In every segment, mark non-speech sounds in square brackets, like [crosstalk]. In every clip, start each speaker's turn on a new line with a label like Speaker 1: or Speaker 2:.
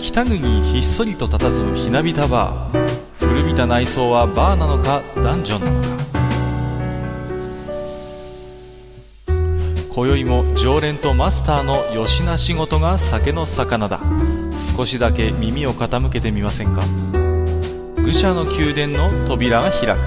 Speaker 1: 北国にひっそりと佇むひなびたバー古びた内装はバーなのかダンジョンなのか今宵も常連とマスターのよしな仕事が酒の魚だ少しだけ耳を傾けてみませんか愚者の宮殿の扉が開く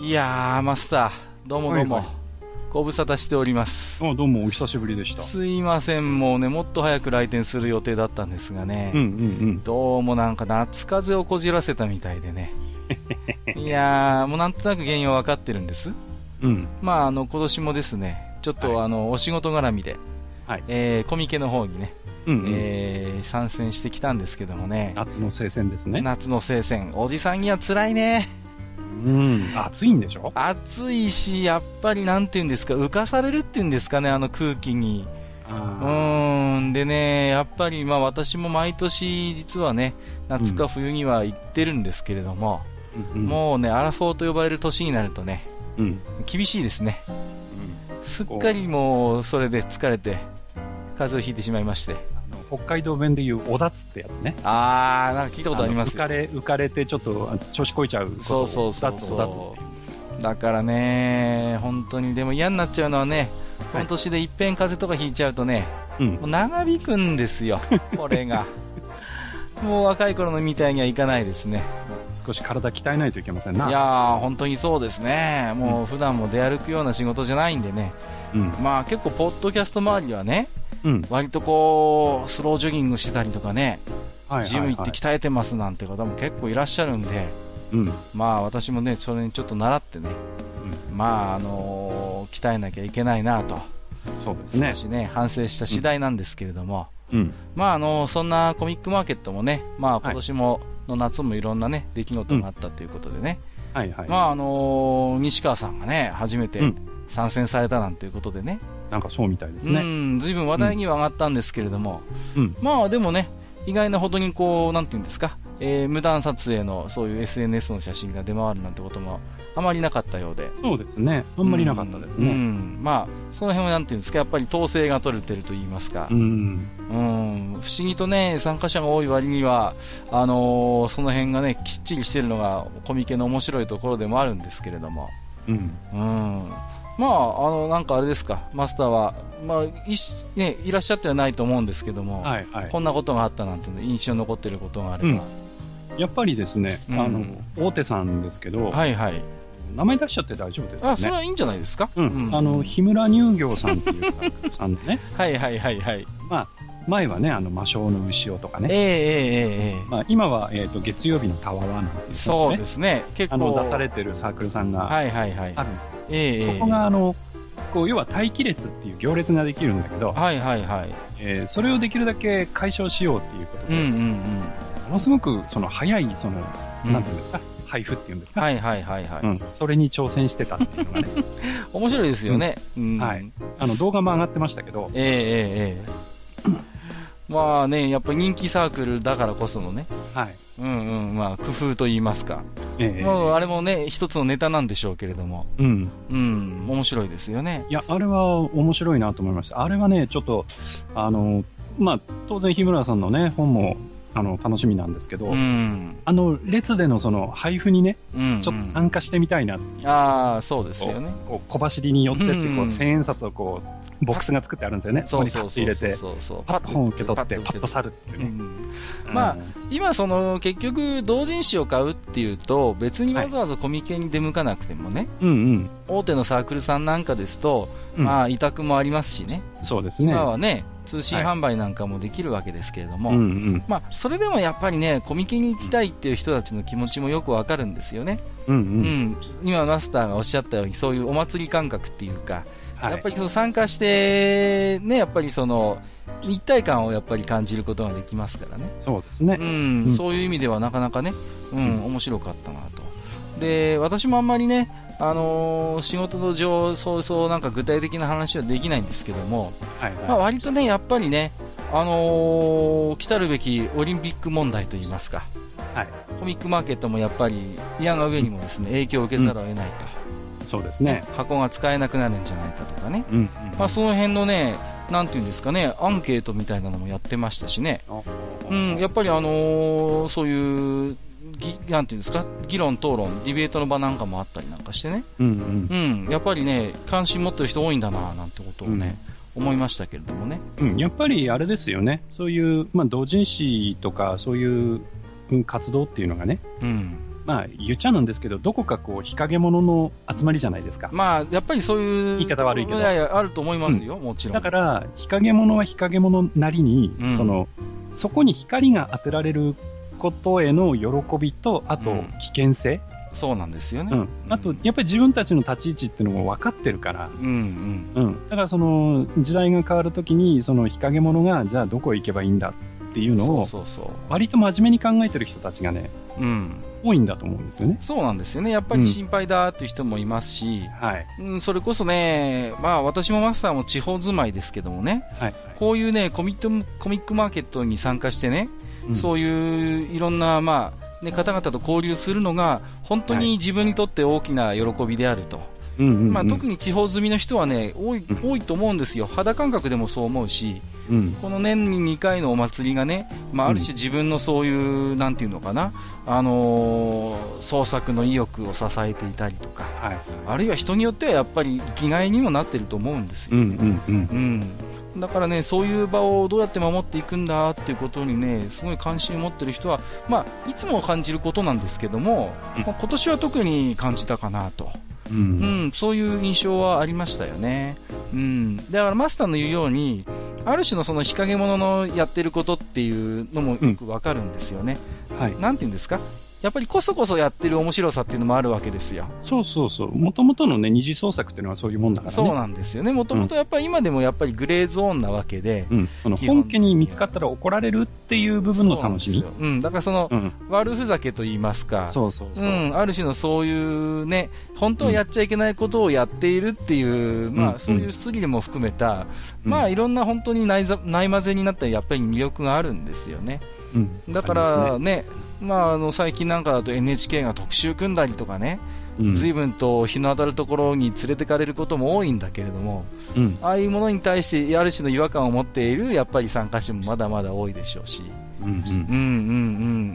Speaker 1: いやーマスターどうもどうも、
Speaker 2: はいは
Speaker 1: ご無沙汰しております
Speaker 2: あどうもお久しぶりでした。
Speaker 1: すいませんもうねもっと早く来店する予定だったんですがね、
Speaker 2: うんうん
Speaker 1: どうもなんか夏風邪をこじらせたみたいで
Speaker 2: [laughs]
Speaker 1: ねいやーもうなんとなく原因は分かってるんです
Speaker 2: うん。うん。
Speaker 1: まああの今年もですねちょっと、
Speaker 2: はい
Speaker 1: あのお仕事絡みで、
Speaker 2: はい
Speaker 1: えーコミケの方にね、
Speaker 2: うん、うん
Speaker 1: えー参戦してきたんですけどもね
Speaker 2: 夏の聖戦ですね。
Speaker 1: 夏の聖戦おじさんには辛いね
Speaker 2: うん。暑いんでしょ
Speaker 1: 暑いしやっぱりなんていうんですか浮かされるっていうんですかねあの空気にう
Speaker 2: あ
Speaker 1: ーんでねやっぱりまあ私も毎年実はね夏か冬には行ってるんですけれども、
Speaker 2: ーうんうん、
Speaker 1: もうねアラフォーと呼ばれる年になるとね
Speaker 2: うん。うん。
Speaker 1: 厳しいですねすっかりもうそれで疲れて風邪をひいてしまいまして
Speaker 2: あの北海道弁で言うおだつってやつね。
Speaker 1: あーなんか聞いたことありま
Speaker 2: 浮
Speaker 1: す
Speaker 2: かれ、浮かれてちょっとあの調子こいちゃうこと
Speaker 1: そうそうそう
Speaker 2: おだつおだつって
Speaker 1: だからね本当にでも嫌になっちゃうのはねこの年でいっぺん風邪とかひいちゃうとね、
Speaker 2: いう。うん
Speaker 1: もう。長引くんです
Speaker 2: [laughs]
Speaker 1: よこれがもう若い頃のみたいにはいかないですね
Speaker 2: 少し体鍛えないといけません
Speaker 1: い
Speaker 2: な。
Speaker 1: やー本当にそうですねもう普段も出歩くような仕事じゃないんでね
Speaker 2: うん。
Speaker 1: まあ結構ポッドキャスト周りはね
Speaker 2: うん。
Speaker 1: 割とこうスロージョギングしてたりとかね
Speaker 2: はいはい、はい。
Speaker 1: ジム行って鍛えてますなんて方も結構いらっしゃるんで
Speaker 2: うん。
Speaker 1: まあ私もねそれにちょっと習ってねまああのー鍛えなきゃいけないなと
Speaker 2: そうですね
Speaker 1: 少。しね反省した次第なんですけれども
Speaker 2: うん。
Speaker 1: まああのーそんなコミックマーケットもねまあ今年もの夏もいろんなね出来事があったということでね
Speaker 2: はいはい。
Speaker 1: まああのー西川さんがね初めて
Speaker 2: うん
Speaker 1: 参戦されたなんていうことでね
Speaker 2: なんかそうみたいです
Speaker 1: う
Speaker 2: ね。
Speaker 1: ん随分話題には上がったんですけれども
Speaker 2: うん。
Speaker 1: まあでもね、意外なほどにこう、なんていうんですか、えー無断撮影のそういう SNS の写真が出回るなんてこともあまりなかったようで。
Speaker 2: そうですね。あんまりなかったです
Speaker 1: う
Speaker 2: ね。
Speaker 1: んうんまあ、その辺はなんていうんですか、やっぱり統制が取れてると言いますか、うん、
Speaker 2: うん
Speaker 1: 不思議とね、参加者が多い割には、あのーその辺がね、きっちりしてるのがコミケの面白いところでもあるんですけれども。
Speaker 2: うん。
Speaker 1: うんまあ、あの、なんかあれですか、マスターは、まあ、いしね、いらっしゃってはないと思うんですけども、
Speaker 2: はいはい。
Speaker 1: こんなことがあったなんていうの印象に残ってることがあれば、
Speaker 2: やっぱりですね、
Speaker 1: うん
Speaker 2: あの、大手さんですけど、
Speaker 1: はいはい
Speaker 2: 名前出しちゃって大丈夫です
Speaker 1: あ
Speaker 2: よ
Speaker 1: それ
Speaker 2: ね。
Speaker 1: はいいんじゃないですか、
Speaker 2: うん、
Speaker 1: うん
Speaker 2: あの、日村乳業さんっていう方さんのね、 [laughs]
Speaker 1: はいはいはいはい
Speaker 2: まあ、前はね、あの、魔性の牛尾とか
Speaker 1: ええ
Speaker 2: ね、
Speaker 1: ええええ
Speaker 2: まあ、今は、えっ、と、月曜日のたわわなんていう、ね、
Speaker 1: そうですね結
Speaker 2: あ
Speaker 1: 構
Speaker 2: の、出されてるサークルさんが
Speaker 1: はいはいはい
Speaker 2: あるんですよ、
Speaker 1: ええええ
Speaker 2: そこが、あの、こう、要は待機列っていう行列ができるんだけど、
Speaker 1: はいはいはい
Speaker 2: えーそれをできるだけ解消しようっていうこと
Speaker 1: うん
Speaker 2: で、
Speaker 1: うん
Speaker 2: ものすごく、その、早い、その、
Speaker 1: うん
Speaker 2: なんていうんですか、配布っていうんですか、
Speaker 1: はいはいはいはい、
Speaker 2: うん、それに挑戦してたっていうのがね、
Speaker 1: 面白いですよね、うん
Speaker 2: はいあの動画も上がってましたけど、
Speaker 1: ええええええまあねやっぱり人気サークルだからこそのね
Speaker 2: はい。
Speaker 1: うんうんまあ工夫と言いますか、
Speaker 2: ええ
Speaker 1: もうあれもね一つのネタなんでしょうけれども
Speaker 2: うん。
Speaker 1: うん面白いですよね
Speaker 2: いや、あれは面白いなと思いました。あれはね、ちょっと、あの、まあ、当然日村さんのね、本も、あの、楽しみなんですけど、
Speaker 1: うん
Speaker 2: あの、列でのその、配布にね、
Speaker 1: うんうん
Speaker 2: ちょっと参加してみたいな、
Speaker 1: ああそうですよね
Speaker 2: こう、小走りに寄ってって、こ
Speaker 1: うん
Speaker 2: う、千円札をこう、ボックスが作ってあるんですよね。
Speaker 1: そうそう
Speaker 2: こ
Speaker 1: そ
Speaker 2: こに
Speaker 1: う
Speaker 2: パッと
Speaker 1: そう
Speaker 2: 入れて、
Speaker 1: そうそう
Speaker 2: パッと本を受け取って、
Speaker 1: パ
Speaker 2: パ
Speaker 1: ッと
Speaker 2: ッと
Speaker 1: 受
Speaker 2: 去るっていう
Speaker 1: う
Speaker 2: ね。
Speaker 1: ん
Speaker 2: うん
Speaker 1: まあ、今その結局同人誌を買うっていうと別にわざわざコミケに出向かなくてもね、
Speaker 2: うんうん。
Speaker 1: 大手のサークルさんなんかですと、
Speaker 2: うん
Speaker 1: まあ委託もありますしね
Speaker 2: そうですね。
Speaker 1: 今はね通信販売なんかもできるわけですけれども、
Speaker 2: うんうん。
Speaker 1: まあ、それでもやっぱりねコミケに行きたいっていう人たちの気持ちもよくわかるんですよね、
Speaker 2: うんう
Speaker 1: うん
Speaker 2: ん。
Speaker 1: 今マスターがおっしゃったようにそういうお祭り感覚っていうか、
Speaker 2: はい
Speaker 1: やっぱりその参加して、ね、やっぱりその一体感をやっぱり感じることができますからね、
Speaker 2: そうですね
Speaker 1: う。、
Speaker 2: うんん
Speaker 1: そういう意味ではなかなかね、うん、面白かったなと。で私もあんまりね、あのー仕事の上、そうそうなんか具体的な話はできないんですけども、
Speaker 2: はい
Speaker 1: まあ、
Speaker 2: は
Speaker 1: 割とね、やっぱりね、あのー来たるべきオリンピック問題といいますか、
Speaker 2: はい
Speaker 1: コミックマーケットもやっぱり、嫌が上にもですね影響を受けざるを得ないと、
Speaker 2: そうですね。
Speaker 1: 箱が使えなくなるんじゃないかとかね、
Speaker 2: うん。うん
Speaker 1: まあ、その辺のね、なんていうんですかね、アンケートみたいなのもやってましたしね、うん、やっぱり、あのーそういうぎ、なんていうんですか、議論、討論、ディベートの場なんかもあったりなんかしてね、
Speaker 2: うんうん
Speaker 1: うん、やっぱりね、関心持ってる人多いんだななんてことをね、思いましたけれどもね。
Speaker 2: うん、やっぱりあれですよね、そういう、まあ、同人誌とか、そういううん活動っていうのがね、
Speaker 1: うん
Speaker 2: まあ、言っちゃなんですけど、どこかこう、日陰者の集まりじゃないですか。
Speaker 1: まあ、やっぱりそういう。
Speaker 2: 言い方悪いけど
Speaker 1: やや、あると思いますよ、もちろん。
Speaker 2: だから、日陰者は日陰者なりに、
Speaker 1: うん
Speaker 2: その、そこに光が当てられることへの喜びと、あ
Speaker 1: う
Speaker 2: と
Speaker 1: ん、
Speaker 2: 危険性、
Speaker 1: そうなんですよね。
Speaker 2: うんあと、やっぱり自分たちの立ち位置っていうのも分かってるから、
Speaker 1: うんうん。
Speaker 2: うん、だからその、時代が変わるときに、その日陰者が、じゃあどこへ行けばいいんだっていうの
Speaker 1: そう
Speaker 2: を、
Speaker 1: そうそ
Speaker 2: 割と真面目に考えてる人たちがね、
Speaker 1: う。うん。
Speaker 2: 多いんだと思うんですよね。
Speaker 1: そうなんですよね。やっぱり心配だっていう人もいますし、
Speaker 2: はい。
Speaker 1: うん、それこそね、まあ私もマスターも地方住まいですけどもね、
Speaker 2: はい。
Speaker 1: こういうね、コミットコミックマーケットに参加してね、そういういろんな、まあ、ね、方々と交流するのが、本当
Speaker 2: はい
Speaker 1: に自分にとって大きな喜びであると。
Speaker 2: うん。うんうんうん、
Speaker 1: まあ、特に地方住みの人はね多い多いと思うんですよ、肌感覚でもそう思うし、
Speaker 2: うん。
Speaker 1: この年に2回のお祭りがね、まあ、
Speaker 2: うん
Speaker 1: ある種、自分のそういう、なんていうのかな、あのー創作の意欲を支えていたりとか、
Speaker 2: はい。
Speaker 1: あるいは人によってはやっぱり生きがいにもなってると思うんです
Speaker 2: う
Speaker 1: よ。
Speaker 2: んうんうん。
Speaker 1: うんだからねそういう場をどうやって守っていくんだっていうことにねすごい関心を持ってる人は、まあ、いつも感じることなんですけども、
Speaker 2: うん
Speaker 1: まあ今年は特に感じたかなと、
Speaker 2: う。
Speaker 1: うんん、そういう印象はありましたよね。うん、だからマスターの言うように、ある種のその日陰者のやってることっていうのもよくわかるんですよね。
Speaker 2: はい。
Speaker 1: なんて言うんですかやっぱりこそこそやってる面白さっていうのもあるわけですよ。
Speaker 2: そうそうそう。もともとのね、二次創作っていうのはそういうもんだからね。
Speaker 1: そうなんですよね。もともとやっぱり今でもやっぱりグレーゾーンなわけで。
Speaker 2: うん。その本家に見つかったら怒られるっていう部分の楽し
Speaker 1: そ
Speaker 2: み。
Speaker 1: うなんですようん、だからその、
Speaker 2: うん。
Speaker 1: 悪ふざけと言いますか。
Speaker 2: そうそうそうう。
Speaker 1: ん、ある種のそういうね、本当はやっちゃいけないことをやっているっていう、ま
Speaker 2: うん
Speaker 1: あそういうスリも含めた、
Speaker 2: うん
Speaker 1: まあいろんな本当に内ざ内混ぜになったやっぱり魅力があるんですよね。
Speaker 2: うん。
Speaker 1: だか
Speaker 2: あり
Speaker 1: らね、まああの最近なんかだと NHK が特集組んだりとかね、
Speaker 2: ます
Speaker 1: 随
Speaker 2: ね、
Speaker 1: 分と日の当たるところに連れてかれることも多いんだけれども、
Speaker 2: うん。うん。
Speaker 1: ああいうものに対してある種の違和感を持っているやっぱり参加者もまだまだ多いでしょうし。
Speaker 2: うん。うん
Speaker 1: うんうんう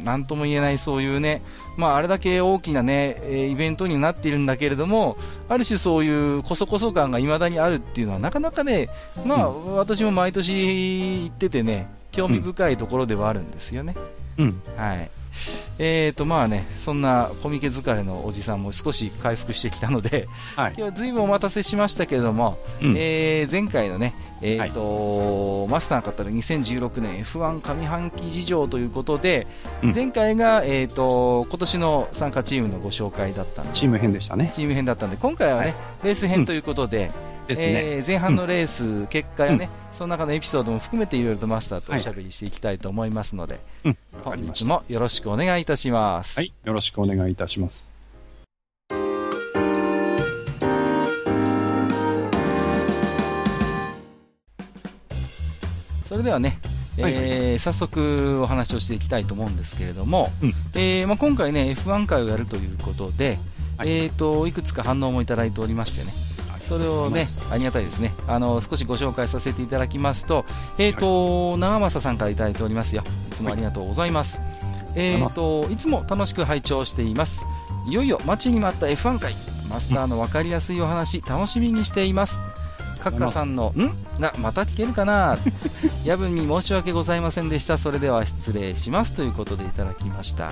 Speaker 1: ん、なんとも言えないそういうね、まあ、あれだけ大きなね、えーイベントになっているんだけれども、ある種そういうこそこそ感が未だにあるっていうのは、なかなかね、まあ、私も毎年行っててね、興味深いところではあるんですよね。
Speaker 2: うん。
Speaker 1: はい。えーと、まあね、そんなコミケ疲れのおじさんも少し回復してきたので、
Speaker 2: はい。
Speaker 1: 今日は随分お待たせしましたけれども、
Speaker 2: うん
Speaker 1: えー前回のね、えーとマスターが語る2016年 F1 上半期事情ということで、
Speaker 2: うん
Speaker 1: 前回が、えー、と今年の参加チームのご紹介だったんで
Speaker 2: チーム編でしたね。
Speaker 1: チーム編だったんで今回はね、レース編ということで、
Speaker 2: ですね。
Speaker 1: えー前半のレース、結果やね、その中のエピソードも含めていろいろとマスターとおしゃべりしていきたいと思いますので、
Speaker 2: うんわか
Speaker 1: 本
Speaker 2: りま
Speaker 1: 日
Speaker 2: した
Speaker 1: もよろしくお願いいたします。
Speaker 2: はい。よろしくお願いいたします。
Speaker 1: それではね、えー
Speaker 2: はいは
Speaker 1: 早速お話をしていきたいと思うんですけれども、
Speaker 2: うん
Speaker 1: えーまあ、今回ね F1 回をやるということで、
Speaker 2: はい
Speaker 1: いえー、といくつか反応もいただいておりましてねそれをねありがたいですねあの少しご紹介させていただきますと,、えーと長政さんからいただいておりますよいつもありがとうございます、えー、といつも楽しく拝聴していますいよいよ待ちに待った F1 回マスターの分かりやすいお話楽しみにしていますカッカさんの「ん?」がまた聞けるかな [laughs] 夜分に申し訳ございませんでしたそれでは失礼しますということでいただきました、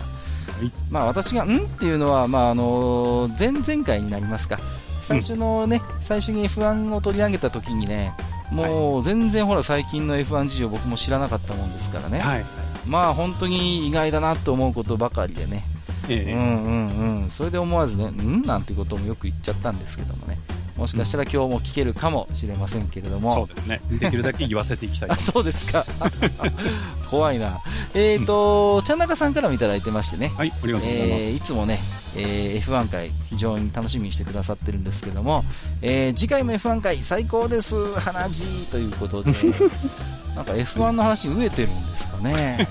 Speaker 2: い
Speaker 1: まあ私が「ん?」っていうのは、まああの前々回になりますか最初のね、最初に F1 を取り上げた時にねもう全然ほら最近の F1 事情僕も知らなかったもんですからね、
Speaker 2: はい。
Speaker 1: まあ本当に意外だなと思うことばかりでね、
Speaker 2: え
Speaker 1: う
Speaker 2: え
Speaker 1: んうんうん、それで思わずね、うんなんてこともよく言っちゃったんですけどもね、もしかしたら今日も聞けるかもしれませんけれども、
Speaker 2: そうですね。できるだけ言わせていきたいと
Speaker 1: あそうですか、 [laughs] 怖いな、えっ、ー、と、ちゃんなかさんからもいただいてましてね、
Speaker 2: はい、ありがとうございます。
Speaker 1: えーいつもね、えー F1 回、非常に楽しみにしてくださってるんですけども、えー次回も F1 回、
Speaker 2: [laughs]
Speaker 1: 最高です、花地ということで、なんか F1 の話、飢えてるんですかどね、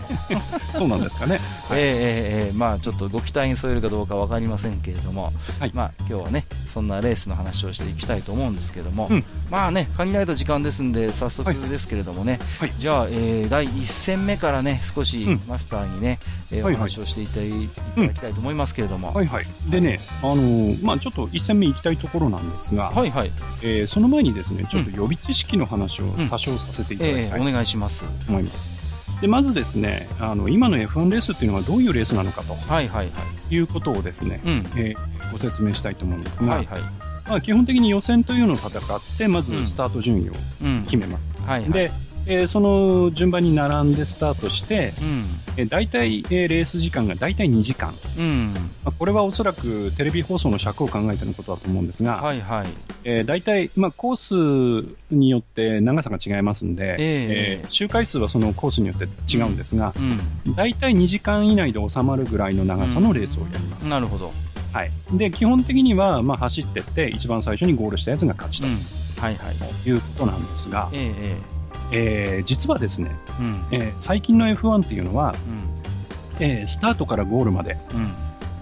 Speaker 2: そうなんですか
Speaker 1: [laughs]
Speaker 2: ね。はい
Speaker 1: えーえーえーまあ、ちょっとご期待に添えるかどうか分かりませんけれども、
Speaker 2: はい
Speaker 1: まあ、今日はねそんなレースの話をしていきたいと思うんですけども、
Speaker 2: うん
Speaker 1: まあね限られた時間ですんで早速ですけれどもね、
Speaker 2: はい
Speaker 1: じゃあ、えー第1戦目からね少し
Speaker 2: うん
Speaker 1: マスターにね、えー
Speaker 2: はいはい
Speaker 1: お話をしていただいただきたいと思いますけれども、
Speaker 2: はいはい。でね、あのーまあちょっと一戦目行きたいところなんですが、
Speaker 1: はいはい、
Speaker 2: えーその前にですね、ちょっと予備知識の話を多少させていただ
Speaker 1: え
Speaker 2: き
Speaker 1: ー
Speaker 2: たい
Speaker 1: お願いします
Speaker 2: と思います。で、まずですね、あの、今の F1 レースっていうのはどういうレースなのかと
Speaker 1: はいはいはい
Speaker 2: いうことをですね、
Speaker 1: うん
Speaker 2: えーご説明したいと思うんですが、
Speaker 1: はいはい
Speaker 2: まあ基本的に予選というのを戦って、ま
Speaker 1: うん
Speaker 2: ずスタート順位を
Speaker 1: うん
Speaker 2: 決めます。
Speaker 1: はいはい
Speaker 2: で、えーその順番に並んでスタートして、
Speaker 1: うん
Speaker 2: えー、大体、えーレース時間が大体2時間。
Speaker 1: うん
Speaker 2: まあ、これはおそらくテレビ放送の尺を考えてのことだと思うんですが、
Speaker 1: はいはい
Speaker 2: えー大体、まあ、コースによって長さが違いますんで、
Speaker 1: ええ
Speaker 2: ー周回数はそのコースによって違うんですが、
Speaker 1: うん
Speaker 2: 大体2時間以内で収まるぐらいの長さのレースをやります。
Speaker 1: なるほど、
Speaker 2: はい、で基本的には、まあ、走ってって、一番最初にゴールしたやつが勝
Speaker 1: う
Speaker 2: ちと
Speaker 1: ん、はいはい
Speaker 2: いうことなんですが、
Speaker 1: えーえ
Speaker 2: えー実はですね、
Speaker 1: ーうん
Speaker 2: えー最近の F1 っていうのは、
Speaker 1: うん
Speaker 2: えースタートからゴールまで、
Speaker 1: うん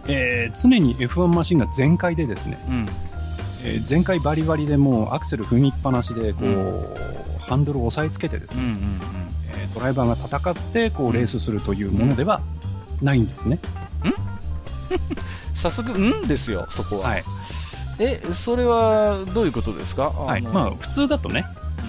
Speaker 2: えー常に F1 マシンが全開でですね、
Speaker 1: うん
Speaker 2: えー全開バリバリでもうアクセル踏みっぱなしでこう、ハンドルを押さえつけてです
Speaker 1: うんう
Speaker 2: ね、
Speaker 1: ん
Speaker 2: えードライバーが戦ってこうレースするというものではないんですね。
Speaker 1: うん早速うんですよそこは、
Speaker 2: はい
Speaker 1: えそれはどういうことですか
Speaker 2: はい
Speaker 1: の
Speaker 2: まあ、普通だとね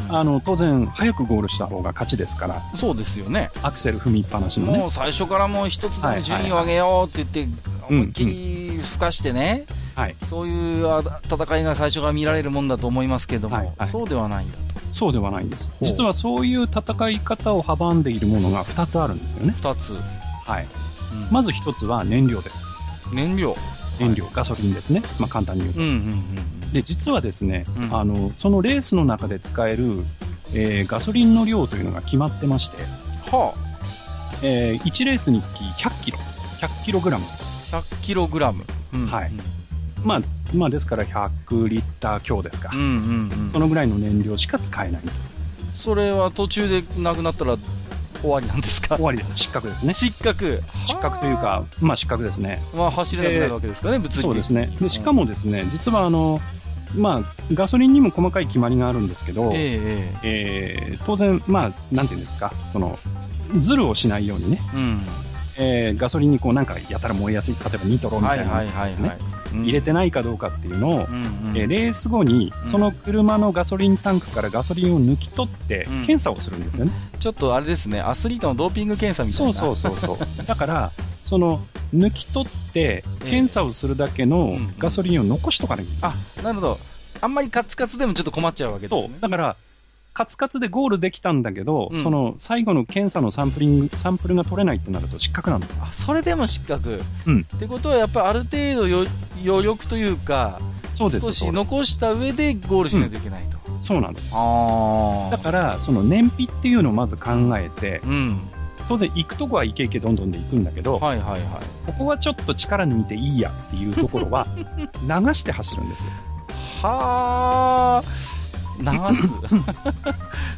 Speaker 1: うん
Speaker 2: あの当然早くゴールした方が勝ちですから
Speaker 1: そうですよね
Speaker 2: アクセル踏みっぱなしの
Speaker 1: も
Speaker 2: ね、
Speaker 1: う最初からもう一つで
Speaker 2: は
Speaker 1: も
Speaker 2: い
Speaker 1: 順位を上げようって言って、
Speaker 2: うん
Speaker 1: 思いっきりふかしてね、
Speaker 2: はい、
Speaker 1: そういうあ戦いが最初から見られるもんだと思いますけども、
Speaker 2: はいはい
Speaker 1: そうではないんだと、
Speaker 2: そうではないんです
Speaker 1: う
Speaker 2: 実はそういう戦い方を阻んでいるものが2つあるんですよね、
Speaker 1: 2つ、うん
Speaker 2: はい、まず1つは燃料です
Speaker 1: 燃料、
Speaker 2: 燃料、ガソリンですね、まあ、簡単に言うと
Speaker 1: うんうん
Speaker 2: で実はですね、
Speaker 1: うん
Speaker 2: あのそのレースの中で使える、えーガソリンの量というのが決まってまして、
Speaker 1: うん、は
Speaker 2: え1レースにつき100キロ100キログラム、
Speaker 1: あ、100キログラム、うん
Speaker 2: はいまあまあ、ですから100リッター強ですか、
Speaker 1: うんうんうん、
Speaker 2: そのぐらいの燃料しか使えない
Speaker 1: それは途中でなくなったら終わりなんですか
Speaker 2: 終、わりです失格ですね
Speaker 1: 失格、
Speaker 2: 失格というか、まあ、失格ですね
Speaker 1: はあ、まあ、走れなくなるわけですかね、物理的に
Speaker 2: そうですねでしかもですね実はあの、まあ、ガソリンにも細かい決まりがあるんですけど、
Speaker 1: ええ
Speaker 2: え
Speaker 1: え
Speaker 2: ー当然、まあ、なんていうんですかそのズルをしないようにね
Speaker 1: えうん、
Speaker 2: えーガソリンにこうなんかやたら燃えやすい例えばニトロみた
Speaker 1: はいい
Speaker 2: な
Speaker 1: はいはい
Speaker 2: です
Speaker 1: はい
Speaker 2: ね、入れ
Speaker 1: て、
Speaker 2: てないかどうかっていうの
Speaker 1: う
Speaker 2: を、
Speaker 1: んうん
Speaker 2: えーレース後に
Speaker 1: うん
Speaker 2: その車のガソリンタンクからガソリンを抜き取って
Speaker 1: うん
Speaker 2: 検査をするんですよね、
Speaker 1: ちょっとあれですね、アスリートのドーピング検査みたい
Speaker 2: そ
Speaker 1: な。
Speaker 2: うそうそうそうだからその抜き取って検査をするだけの
Speaker 1: うん
Speaker 2: ガソリンを残しとかなきゃいけない、
Speaker 1: あ、なるほど。あんまりカツカツでもちょっと困っちゃうわけです
Speaker 2: そ
Speaker 1: ね
Speaker 2: う。だからカツカツでゴールできたんだけど、
Speaker 1: うん
Speaker 2: その最後の検査のサンプリングサンプルが取れないってなると失格なんです
Speaker 1: あ、それでも失格。
Speaker 2: うん
Speaker 1: ってことはやっぱりある程度よ余力というか、
Speaker 2: そうです
Speaker 1: 少し
Speaker 2: そうです
Speaker 1: 残した上でゴールしないといけないと。
Speaker 2: そうなんです
Speaker 1: あ
Speaker 2: だからその燃費っていうのをまず考えて、
Speaker 1: うん。
Speaker 2: 当然行くとこはイケイケどんどんで行くんだけど、
Speaker 1: はいはいは
Speaker 2: ここはちょっと力抜いていいやっていうとこ
Speaker 1: [laughs]
Speaker 2: ろは流して走るんですよ。
Speaker 1: い。はー。流
Speaker 2: [laughs]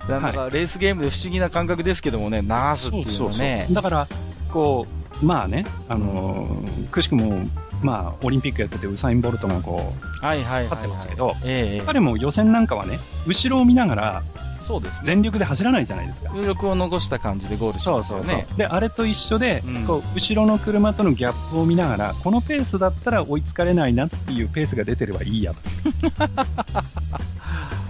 Speaker 1: すなんかレースゲームで不思議な感覚ですけどもね、流すっていうのはね、
Speaker 2: だからこうまあね、あのーくしくも、まあ、オリンピックやっててウサイン・ボルトがこう
Speaker 1: はいはい
Speaker 2: 勝
Speaker 1: はい、
Speaker 2: って
Speaker 1: は
Speaker 2: ま
Speaker 1: い
Speaker 2: すけど、
Speaker 1: ええ
Speaker 2: 彼も予選なんかはね後ろを見ながら
Speaker 1: そうですね、
Speaker 2: 全力で走らないじゃないですか。
Speaker 1: 余力を残した感じでゴールしますよね、
Speaker 2: であれと一緒で、
Speaker 1: うん
Speaker 2: こう後ろの車とのギャップを見ながらこのペースだったら追いつかれないなっていうペースが出てればいいやと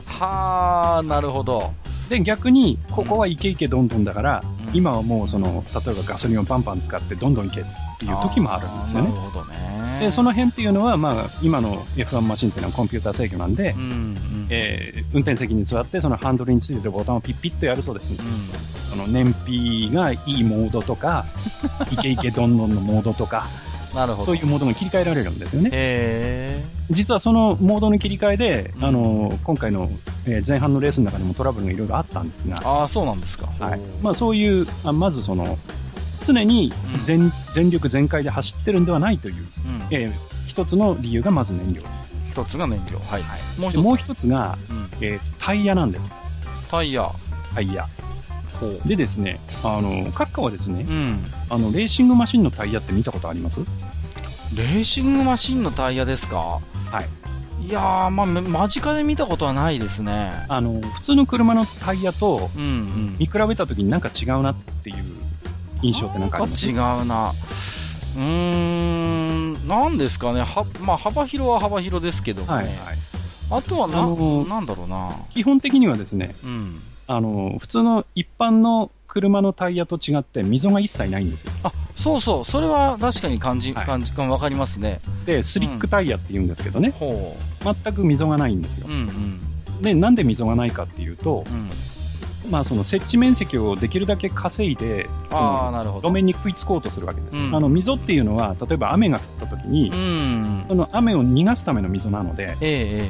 Speaker 1: はあなるほど
Speaker 2: で逆にここはイケイケどんどんだから、
Speaker 1: うん
Speaker 2: 今はもうその例えばガソリンをパンパン使ってどんどんいけっていう時もあるんですよ
Speaker 1: あー
Speaker 2: ね
Speaker 1: なるほどね
Speaker 2: でその辺っていうのは、まあ、今の F1 マシンっていうのはコンピューター制御なんで、
Speaker 1: うんうん
Speaker 2: えー運転席に座ってそのハンドルについてるボタンをピッピッとやるとですね
Speaker 1: うん
Speaker 2: その燃費がいいモード
Speaker 1: [laughs]
Speaker 2: とかイケイケどんどんのモードとか
Speaker 1: なるほど
Speaker 2: そういうモードが切り替えられるんですよね
Speaker 1: へ
Speaker 2: 実はそのモードの切り替えで、
Speaker 1: うん
Speaker 2: あの今回の、えー前半のレースの中でもトラブルがいろいろあったんですが
Speaker 1: えああそうなんですか
Speaker 2: はい
Speaker 1: ま
Speaker 2: まあ、そういうあまずその常に全,、全力全開で走ってるんではないという、
Speaker 1: うん
Speaker 2: えー一つの理由がまず燃料です
Speaker 1: 一つが燃料はいもう
Speaker 2: でもう
Speaker 1: 一
Speaker 2: 一つが、
Speaker 1: つうん
Speaker 2: えータイヤなんです
Speaker 1: タイヤ
Speaker 2: タイヤ
Speaker 1: ほう。
Speaker 2: でですね、あの、閣下はですね
Speaker 1: う、ん。
Speaker 2: あの、レーシングマシンのタイヤって見たことあります。
Speaker 1: レーシングマシンのタイヤですかはいいやー、まあ、め間近で見たことはないですね。
Speaker 2: あの、普通の車のタイヤと
Speaker 1: うんうん。
Speaker 2: 見比べた時になんか違うなっていう印象ってなんかあります
Speaker 1: 違うな。うーん、なんですかね。は、まあ、幅広は幅広ですけどもね。
Speaker 2: はい、はい
Speaker 1: あとはな、
Speaker 2: あのー
Speaker 1: なんだろうな。
Speaker 2: 基本的にはですね、
Speaker 1: うん。
Speaker 2: あの、普通の一般の車のタイヤと違って溝が一切ないんですよ。
Speaker 1: あ、そうそう。それは確かに感じ、
Speaker 2: はい
Speaker 1: 感じ、わかりますね。
Speaker 2: で、スリックタイヤって言うんですけどね、
Speaker 1: ほ
Speaker 2: 全く溝がないんですよ
Speaker 1: う。う。ん
Speaker 2: で、なんで溝がないかっていうと
Speaker 1: うん。う、ん。
Speaker 2: まあその設置面積をできるだけ稼いで、そ
Speaker 1: ああ、
Speaker 2: の
Speaker 1: なるほど。
Speaker 2: 路面に食いつこうとするわけです。
Speaker 1: うん
Speaker 2: あの溝っていうのは、例えば雨が降った時に、
Speaker 1: うん。
Speaker 2: その雨を逃がすための溝なので、
Speaker 1: え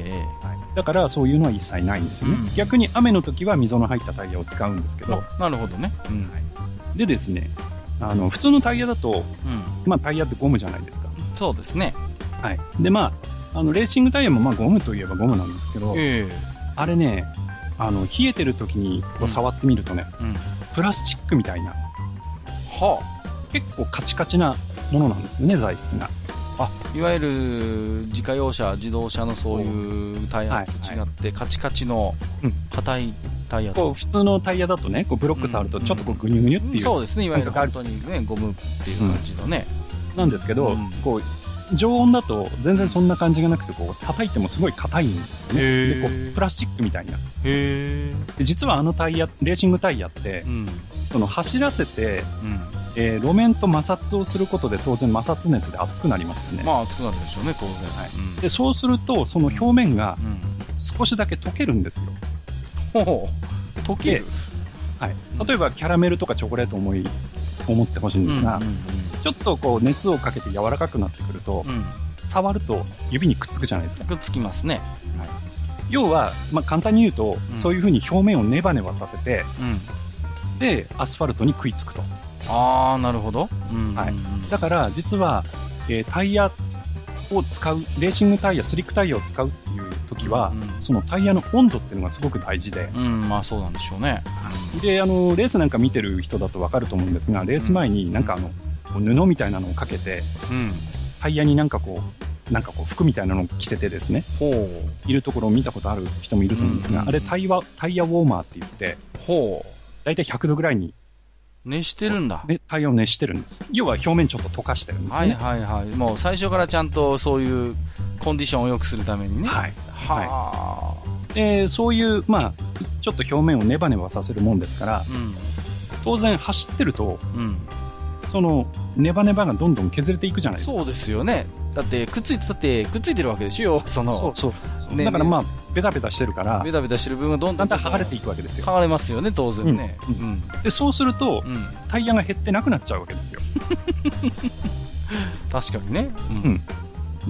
Speaker 1: ええええ
Speaker 2: だからそういうのは一切ないんですよね。
Speaker 1: うん
Speaker 2: 逆に雨の時は溝の入ったタイヤを使うんですけ
Speaker 1: え
Speaker 2: ど、
Speaker 1: あなるほどね。うん。
Speaker 2: でですね、あの普通のタイヤだと、
Speaker 1: うん。
Speaker 2: まあ、タイヤってゴムじゃないですか。
Speaker 1: そうですね。
Speaker 2: はい、で、まあ、あのレーシングタイヤもまあゴムといえばゴムなんですけど、
Speaker 1: ええ
Speaker 2: あれね、あの冷えてる時にこう触ってみるとね、
Speaker 1: うん。
Speaker 2: プラスチックみたいな、
Speaker 1: は
Speaker 2: 結構カチカチなものなんですよね、材質が。
Speaker 1: あ。あ、いわゆる自家用車、自動車のそういうタイヤと違って、カチカチの
Speaker 2: うん
Speaker 1: 硬いタイヤ。
Speaker 2: ことう普通のタイヤだとね、こうブロック触るとちょっとこうグニュグニュっていう、
Speaker 1: そうですね、いわゆる
Speaker 2: 感
Speaker 1: 本
Speaker 2: 覚
Speaker 1: 当にね、ゴムっていう感じのね。
Speaker 2: なんですけど、
Speaker 1: うん
Speaker 2: こう常温だと全然そんな感じがなくてこう叩いてもすごい硬いんですよね。
Speaker 1: へ
Speaker 2: でこうプラスチックみたいな
Speaker 1: へえ。
Speaker 2: で実はあのタイヤレーシングタイヤって
Speaker 1: うん。
Speaker 2: その走らせて、
Speaker 1: うん。
Speaker 2: えー路面と摩擦をすることで当然摩擦熱で熱くなりますよね、
Speaker 1: まあ、熱くなるでしょうね、当然。
Speaker 2: はい
Speaker 1: うん
Speaker 2: でそうするとその表面が
Speaker 1: うん。
Speaker 2: 少しだけ溶けるんですよ、
Speaker 1: ほう。溶ける。
Speaker 2: はい
Speaker 1: うん、
Speaker 2: 例えばキャラメルとかチョコレートを思い思ってほしいんですが、ちょっとこう熱をかけて柔らかくなってくると、
Speaker 1: うん。うん。
Speaker 2: 触ると指にくっつくじゃないですか
Speaker 1: くっつきますね。
Speaker 2: 要は、まあ、簡単に言うと、
Speaker 1: うん
Speaker 2: そういうふうに表面をネバネバさせて
Speaker 1: うん。
Speaker 2: でアスファルトに食いつくと
Speaker 1: ああ、なるほど。うん。
Speaker 2: はい
Speaker 1: うん
Speaker 2: だから実は、えータイヤを使うレーシングタイヤスリックタイヤを使うっていう時は、そのタイヤの温度っていうのがすごく大事で
Speaker 1: うん、うんまあそうなんでしょうね。
Speaker 2: であのレースなんか見てる人だと分かると思うんですがレース前になんかあの、こう布みたいなのをかけて
Speaker 1: うん。
Speaker 2: タイヤになんかこうなんかこう服みたいなのを着せてですね
Speaker 1: ほう。
Speaker 2: いるところを見たことある人もいると思うんですが、
Speaker 1: うん
Speaker 2: あれタイヤタイヤウォーマーって言って
Speaker 1: ほ
Speaker 2: 大体100度ぐらいに
Speaker 1: う。熱してるんだ。
Speaker 2: でタイヤを熱してるんです要は表面ちょっと溶かしてるんですよ
Speaker 1: はい
Speaker 2: ね
Speaker 1: はいはい。もう最初からちゃんとそういうコンディションを良くするためにね。
Speaker 2: はい、
Speaker 1: は
Speaker 2: でそういう、まあ、ちょっと表面をネバネバさせるもんですから
Speaker 1: あ。うん。
Speaker 2: 当然走ってると
Speaker 1: うん。
Speaker 2: そのネバネバがどんどん削れていくじゃないですか
Speaker 1: そうですよね。だって、くっついて、だって、くっついてるわけでしょその、
Speaker 2: そうそうそう
Speaker 1: ね
Speaker 2: だからまあベタベタしてるから
Speaker 1: ベタベタしてる部分がどんど
Speaker 2: だ
Speaker 1: ん
Speaker 2: んだん剥がれて
Speaker 1: い
Speaker 2: いくわけですよ
Speaker 1: 剥がれますよね、当然ね。
Speaker 2: うんでそうすると
Speaker 1: うん。うん
Speaker 2: タイヤが減ってなくなっちゃうわけですよ
Speaker 1: 確かにね。
Speaker 2: うん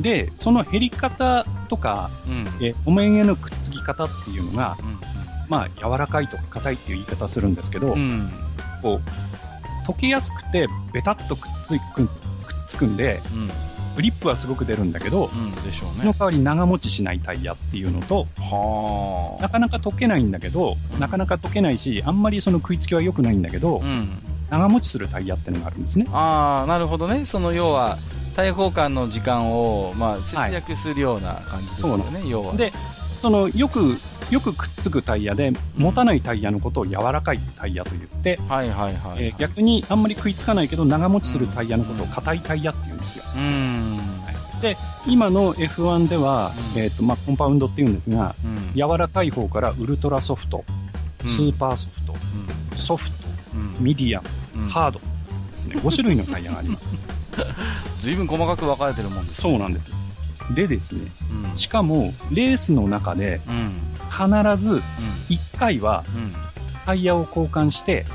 Speaker 2: でその減り方とか
Speaker 1: うん。うん。
Speaker 2: え面へのくっつき方っていうのが、
Speaker 1: うん
Speaker 2: まあ、柔らかいとか硬いっていう言い方するんですけど、
Speaker 1: うん。
Speaker 2: こう溶けやすくてベタっとくっつくくっつくんで
Speaker 1: うん。
Speaker 2: グリップはすごく出るんだけど、
Speaker 1: うん。でしょう
Speaker 2: その
Speaker 1: ね。
Speaker 2: 代わり長持ちしないタイヤっていうのと
Speaker 1: は
Speaker 2: なかなか溶けないんだけど、
Speaker 1: うん
Speaker 2: なかなか溶けないしあんまりその食いつきは良くないんだけど、
Speaker 1: あ。うん。
Speaker 2: 長持ちするタイヤってのがあるんですね。
Speaker 1: ああ、なるほどね。その要は、タイヤ交換の時間を、まあ、節約するような感じですよ
Speaker 2: そう
Speaker 1: ね、要は。
Speaker 2: でそのよくよくくっつくタイヤで持たないタイヤのことを柔らかいタイヤと言って、
Speaker 1: はいはいはい。
Speaker 2: えー逆にあんまり食いつかないけど長持ちするタイヤのことを硬いタイヤって言うんですよ。
Speaker 1: うーん。
Speaker 2: 今の F1 では、
Speaker 1: うん
Speaker 2: えーとまあ、コンパウンドっていうんですが
Speaker 1: うん。
Speaker 2: 柔らかい方からウルトラソフト、
Speaker 1: うん
Speaker 2: スーパーソフト、ソフト、
Speaker 1: うん、
Speaker 2: ミディアム、
Speaker 1: うん。
Speaker 2: ハードですね、5種類のタイヤがあり
Speaker 1: [laughs]
Speaker 2: ます。
Speaker 1: ずいぶん細かく分かれてるもんです。
Speaker 2: そうなんです。でですね、
Speaker 1: うん。うん。
Speaker 2: しかもレースの中で
Speaker 1: うん。
Speaker 2: 必ず1回は
Speaker 1: うん。うん。
Speaker 2: タイヤを交換して、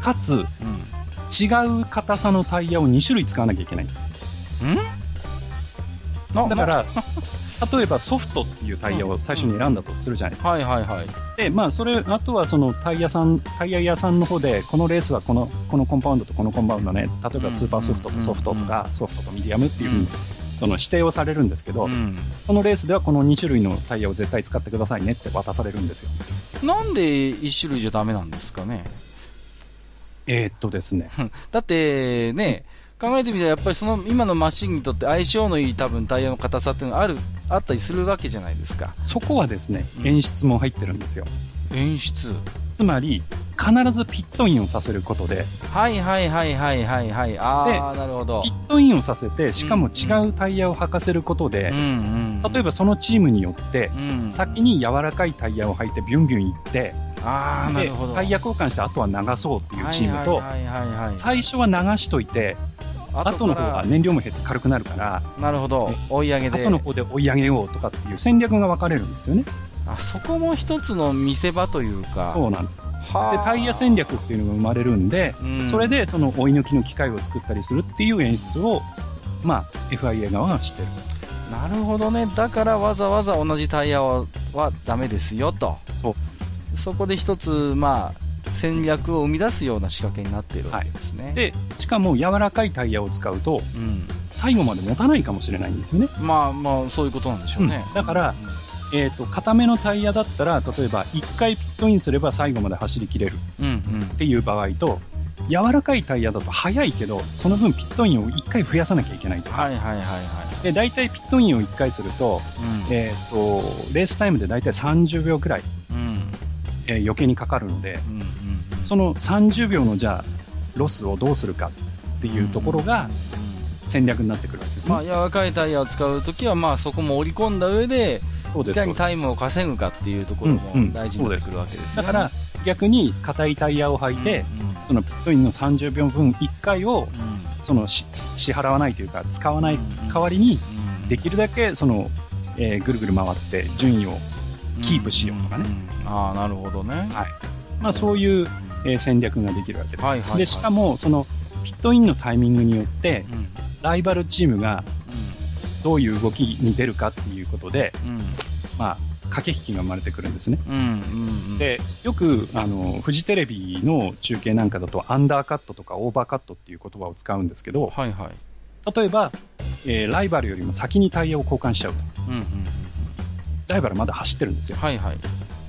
Speaker 2: かつ
Speaker 1: うん。
Speaker 2: 違う硬さのタイヤを2種類使わなきゃいけないんです。
Speaker 1: な
Speaker 2: だか、ら、例えばソフトっていうタイヤを最初に選んだとするじゃないですか
Speaker 1: なはいはいはい。
Speaker 2: で、まあ、それ、あとはそのタイヤさん、タイヤ屋さんの方で、このレースはこの、このコンパウンドとこのコンパウンドね、例えばスーパーソフトとソフトとか、ソフトとミディアムっていうふう
Speaker 1: う
Speaker 2: に
Speaker 1: ん、
Speaker 2: その指定をされるんですけど、
Speaker 1: うん。
Speaker 2: このレースではこの2種類のタイヤを絶対使ってくださいねって渡されるんですよ。
Speaker 1: なんで一種類じゃダメなんですかね。 [laughs]
Speaker 2: えーっとですね。
Speaker 1: だってね、考えてみたらやっぱりその今のマシンにとって相性のいい多分タイヤの硬さっていうのがあるあったりするわけじゃないですか
Speaker 2: そこはですね
Speaker 1: う、ん
Speaker 2: 演出も入ってるんですよ。
Speaker 1: 演出
Speaker 2: つまり、必ずピットインをさせることで、
Speaker 1: はいはいはいはいはいはいああなるほど
Speaker 2: ピットインをさせて、しかも違うタイヤを履かせることで、例えばそのチームによって、
Speaker 1: ば
Speaker 2: 先に柔らかいタイヤを履いてビュンビュン行って、
Speaker 1: ああな
Speaker 2: で
Speaker 1: るほど
Speaker 2: タイヤ交換してあとは流そうっていうチームと、
Speaker 1: はいはいはいはいはい
Speaker 2: 最初は流しといて、後の方が燃料も減って軽くなるから、
Speaker 1: なるほど
Speaker 2: ね
Speaker 1: 追い上げで
Speaker 2: 後の方で追い上げようとかっていう戦略が分かれるんですよね。
Speaker 1: あそこも一つの見せ場というか
Speaker 2: そうなんです。で、
Speaker 1: はあ
Speaker 2: タイヤ戦略っていうのが生まれるんで、
Speaker 1: うん
Speaker 2: それでその追い抜きの機械を作ったりするっていう演出を、まあ、FIA 側がしてる。
Speaker 1: なるほどねだからわざわざ同じタイヤははダメですよと
Speaker 2: そう
Speaker 1: そこで一つ、まあ、戦略を生み出すような仕掛けになっているわけですね。
Speaker 2: で、しかも柔らかいタイヤを使うと、
Speaker 1: うん、
Speaker 2: 最後まで持たないかもしれないんですよね。
Speaker 1: まあまあ、そういうことなんでしょうね。
Speaker 2: うんだからえっ、と、固めのタイヤだったら、例えば1回ピットインすれば最後まで走り切れる
Speaker 1: うん、うん
Speaker 2: っていう場合と、柔らかいタイヤだと速いけど、その分ピットインを1回増やさなきゃいけないと
Speaker 1: うん、
Speaker 2: か。
Speaker 1: はいはいはいは
Speaker 2: で、大体ピットインを1回すると、
Speaker 1: い。うん
Speaker 2: えっ、と、レースタイムで大体30秒くらい、
Speaker 1: うんうん
Speaker 2: えー余計にかかるので、
Speaker 1: うん
Speaker 2: その30秒のじゃあ、ロスをどうするかっていうところが
Speaker 1: う
Speaker 2: 戦略になってくるわけです
Speaker 1: んまあ、柔
Speaker 2: ね。
Speaker 1: らかいタイヤを使うときは、まあ、そこも織り込んだ上で、
Speaker 2: そうで
Speaker 1: い
Speaker 2: す
Speaker 1: か
Speaker 2: そう
Speaker 1: に
Speaker 2: です
Speaker 1: タイムを稼ぐかっていうところも
Speaker 2: うんうん
Speaker 1: 大事になってくるわけです
Speaker 2: だ
Speaker 1: よね。
Speaker 2: から、逆に硬いタイヤを履いて、
Speaker 1: うん、うん
Speaker 2: そのピットインの30秒分1回を
Speaker 1: うん
Speaker 2: そのし支払わないというか使わない
Speaker 1: うん
Speaker 2: 代わりに
Speaker 1: うん
Speaker 2: できるだけその、えーぐるぐる回って順位を、キープしようとかね
Speaker 1: んうんああ、なるほどね。
Speaker 2: まあ、そういう、えー戦略ができるわけです。
Speaker 1: はいはいはい
Speaker 2: でしかもそのピットインのタイミングによって
Speaker 1: うんうん
Speaker 2: ライバルチームがどういう動きに出るかっていうことで、
Speaker 1: うん
Speaker 2: まあ、駆け引きが生まれてくるんですね。
Speaker 1: うんうん
Speaker 2: でよくあのフジテレビの中継なんかだとアンダーカットとかオーバーカットっていう言葉を使うんですけど
Speaker 1: はいはい。
Speaker 2: 例えば、えーライバルよりも先にタイヤを交換しちゃうと
Speaker 1: うんうんうん
Speaker 2: ライバルまだ走ってるんですよ
Speaker 1: はいはい。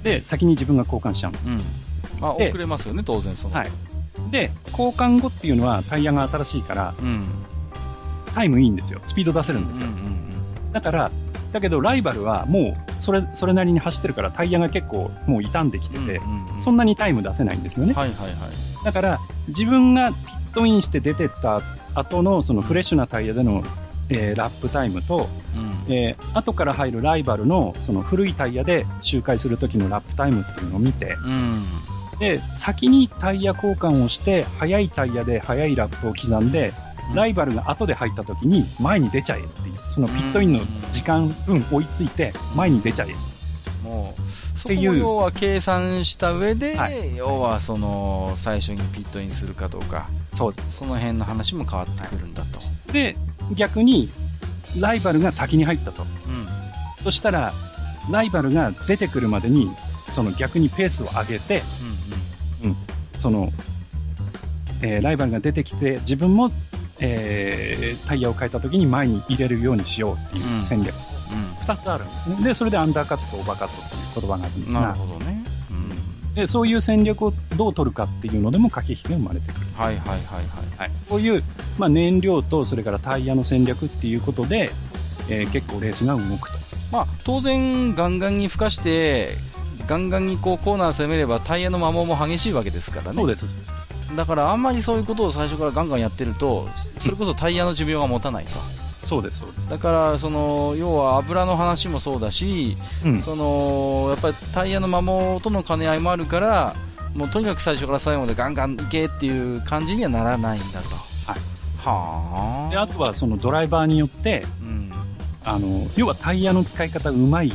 Speaker 2: で先に自分が交換しちゃうんです、
Speaker 1: うん。まあ、
Speaker 2: で
Speaker 1: 遅れますよね、当然その。
Speaker 2: はい。で交換後っていうのはタイヤが新しいから
Speaker 1: うん。
Speaker 2: タイムいいんですよスピード出せるんです
Speaker 1: う
Speaker 2: よ、
Speaker 1: んうん
Speaker 2: だからだけどライバルはもうそれそれなりに走ってるからタイヤが結構もう傷んできて
Speaker 1: うん
Speaker 2: て、
Speaker 1: うんうん
Speaker 2: そんなにタイム出せないんですよね、
Speaker 1: はいはいはい。
Speaker 2: だから自分がピットインして出てった後のそのフレッシュなタイヤでの、えーラップタイムと、
Speaker 1: うん。
Speaker 2: えー後から入るライバルのその古いタイヤで周回する時のラップタイムっていうのを見て
Speaker 1: うん。
Speaker 2: で先にタイヤ交換をして速いタイヤで速いラップを刻んでライバルが後で入った時に前に出ちゃえっていうそのピットインの時間分追いついて前に出ちゃえ
Speaker 1: もう、そ
Speaker 2: て
Speaker 1: こを
Speaker 2: いう
Speaker 1: 要は計算した上で、
Speaker 2: はい
Speaker 1: 要はその、最初にピットインするかどうか、
Speaker 2: そうで
Speaker 1: その辺の話も変わってくるんだと。
Speaker 2: すで逆にライバルが先に入ったと
Speaker 1: うん。
Speaker 2: そしたら、ライバルが出てくるまでに、その逆にペースを上げて、その、えーライバルが出てきて、自分も、えータイヤを変えた時に前に入れるようにしようっていう戦略、
Speaker 1: うん。
Speaker 2: 2つあるんですね。で、それでアンダーカットとオーバーカットっていう言葉があるんで
Speaker 1: うん。
Speaker 2: す
Speaker 1: なる
Speaker 2: が、
Speaker 1: ほどね。うん。
Speaker 2: でそういう戦略をどう取るかっていうのでも駆け引きが生まれてくる。
Speaker 1: はいはいはいはい。
Speaker 2: こういう、まあ、燃料と、それからタイヤの戦略っていうことで、えー結構レースが動くと。
Speaker 1: まあ、当然、ガンガンに吹かして、ガンガンにこうコーナー攻めればタイヤの摩耗も激しいわけですからね
Speaker 2: そうです、そうです。
Speaker 1: だからあんまりそういうことを最初からガンガンやってるとそれこそタイヤの寿命が持たないと
Speaker 2: そうです、そうです
Speaker 1: だ。からその要は油の話もそうだし、
Speaker 2: うん
Speaker 1: そのやっぱりタイヤの摩耗との兼ね合いもあるからもうとにかく最初から最後までガンガンいけっていう感じにはならないんだと
Speaker 2: はい
Speaker 1: は
Speaker 2: で
Speaker 1: あ
Speaker 2: あとはそのドライバーによって
Speaker 1: うん
Speaker 2: あの要はタイヤの使い方うまい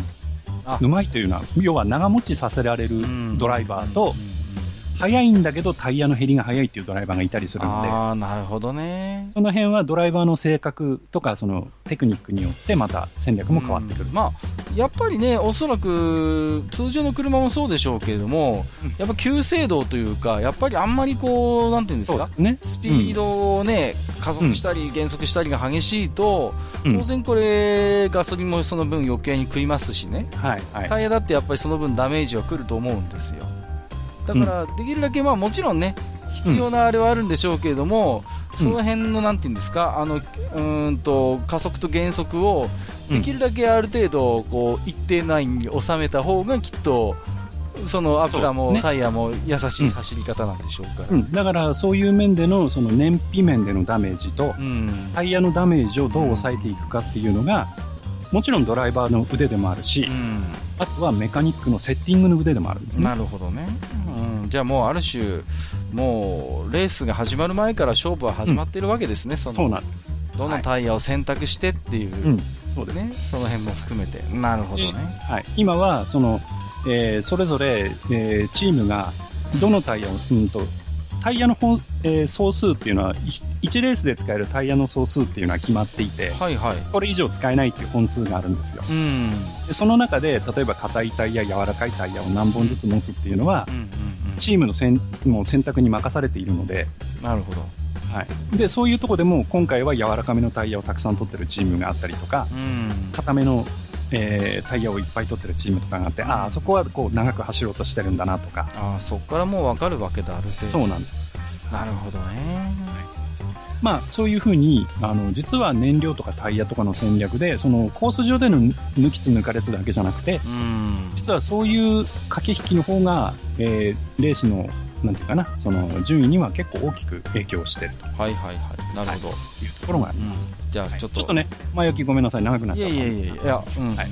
Speaker 1: あ
Speaker 2: うまいというのは要は長持ちさせられる
Speaker 1: うん
Speaker 2: ドライバーと
Speaker 1: うんうん
Speaker 2: 速いんだけどタイヤの減りが速いというドライバーがいたりするので
Speaker 1: ああなるほどね
Speaker 2: その辺はドライバーの性格とかそのテクニックによってまた戦略も変わってくる
Speaker 1: うん、まあ、やっぱりね、おそらく通常の車もそうでしょうけれども
Speaker 2: うん、
Speaker 1: やっぱ急制動というか、やっぱりあんまりこう、なんていうんです
Speaker 2: そう
Speaker 1: か
Speaker 2: で、すね
Speaker 1: スピードをね、加速したり、減速したりが激しいと、
Speaker 2: うん
Speaker 1: 当然これ、ガソリンもその分余計に食いますしね、
Speaker 2: はいはい
Speaker 1: タイヤだってやっぱりその分ダメージは来ると思うんですよ。だから、できるだけ、まあもちろんね、必要なあれはあるんでしょうけれども、その辺のなんていうんですか、あのうーんと加速と減速を
Speaker 3: うん
Speaker 1: できるだけある程度こう一定ラインに収めた方がきっとそのアプラ
Speaker 2: そ
Speaker 1: も
Speaker 2: うですね
Speaker 1: タイヤも優しい走り方なんでしょうから。
Speaker 2: うん、だからそういう面でのその燃費面でのダメージと
Speaker 1: うん
Speaker 2: タイヤのダメージをどう抑えていくかっていうのがもちろんドライバーの腕でもあるし、
Speaker 1: うん
Speaker 2: あとはメカニックのセッティングの腕でもあるんですね。
Speaker 1: なるほどね、うん、じゃあもうある種、もうレースが始まる前から勝負は始まっているわけですね、そ
Speaker 2: そ
Speaker 1: の
Speaker 2: うなんです。
Speaker 1: どのタイヤを選択してっていうう、
Speaker 2: ん、そうです。
Speaker 1: ね、その辺も含めて、なるほどね、
Speaker 2: はい、今はその、えーそれぞれ、えーチームがどのタイヤを、うんと、タイヤの本、えー総数っていうのは、1レースで使えるタイヤの総数っていうのは決まっていて、
Speaker 1: はいはい、
Speaker 2: これ以上使えないっていう本数があるんですよ。
Speaker 1: うん、
Speaker 2: でその中で、例えば硬いタイヤ、柔らかいタイヤを何本ずつ持つっていうのは
Speaker 1: うん、うん、う
Speaker 2: チームの選もう選択に任されているので、
Speaker 1: ん、なるほど、
Speaker 2: はい、でそういうとこでも今回は柔らかめのタイヤをたくさん取ってるチームがあったりとか、
Speaker 1: うん、
Speaker 2: 固めの、えータイヤをいっぱい取ってるチームとかがあって、ああ、そこはこう長く走ろうとしてるんだなとか、
Speaker 1: ああそこからもう分かるわけだ、ある程度、
Speaker 2: そうなんです。
Speaker 1: なるほどね、
Speaker 2: まあ、そういうふうに、あの、実は燃料とかタイヤとかの戦略で、そのコース上での抜きつ抜かれつだけじゃなくて、
Speaker 1: うん、
Speaker 2: 実はそういう駆け引きの方が、えーレースの、なんていうかな、その順位には結構大きく影響してると
Speaker 1: はいはいはい、なるほど、
Speaker 2: いうところがあり
Speaker 1: うん
Speaker 2: ます。、
Speaker 1: じゃあ
Speaker 2: はい
Speaker 1: ち
Speaker 2: ち
Speaker 1: ょ
Speaker 2: ょ
Speaker 1: っ
Speaker 2: っ
Speaker 1: と、
Speaker 2: とね、前置きごめんなさい、長くなっ
Speaker 1: い
Speaker 2: ちゃ
Speaker 1: や
Speaker 2: った
Speaker 1: いや
Speaker 2: んで
Speaker 1: い
Speaker 2: すが
Speaker 1: やいや、うん
Speaker 2: はい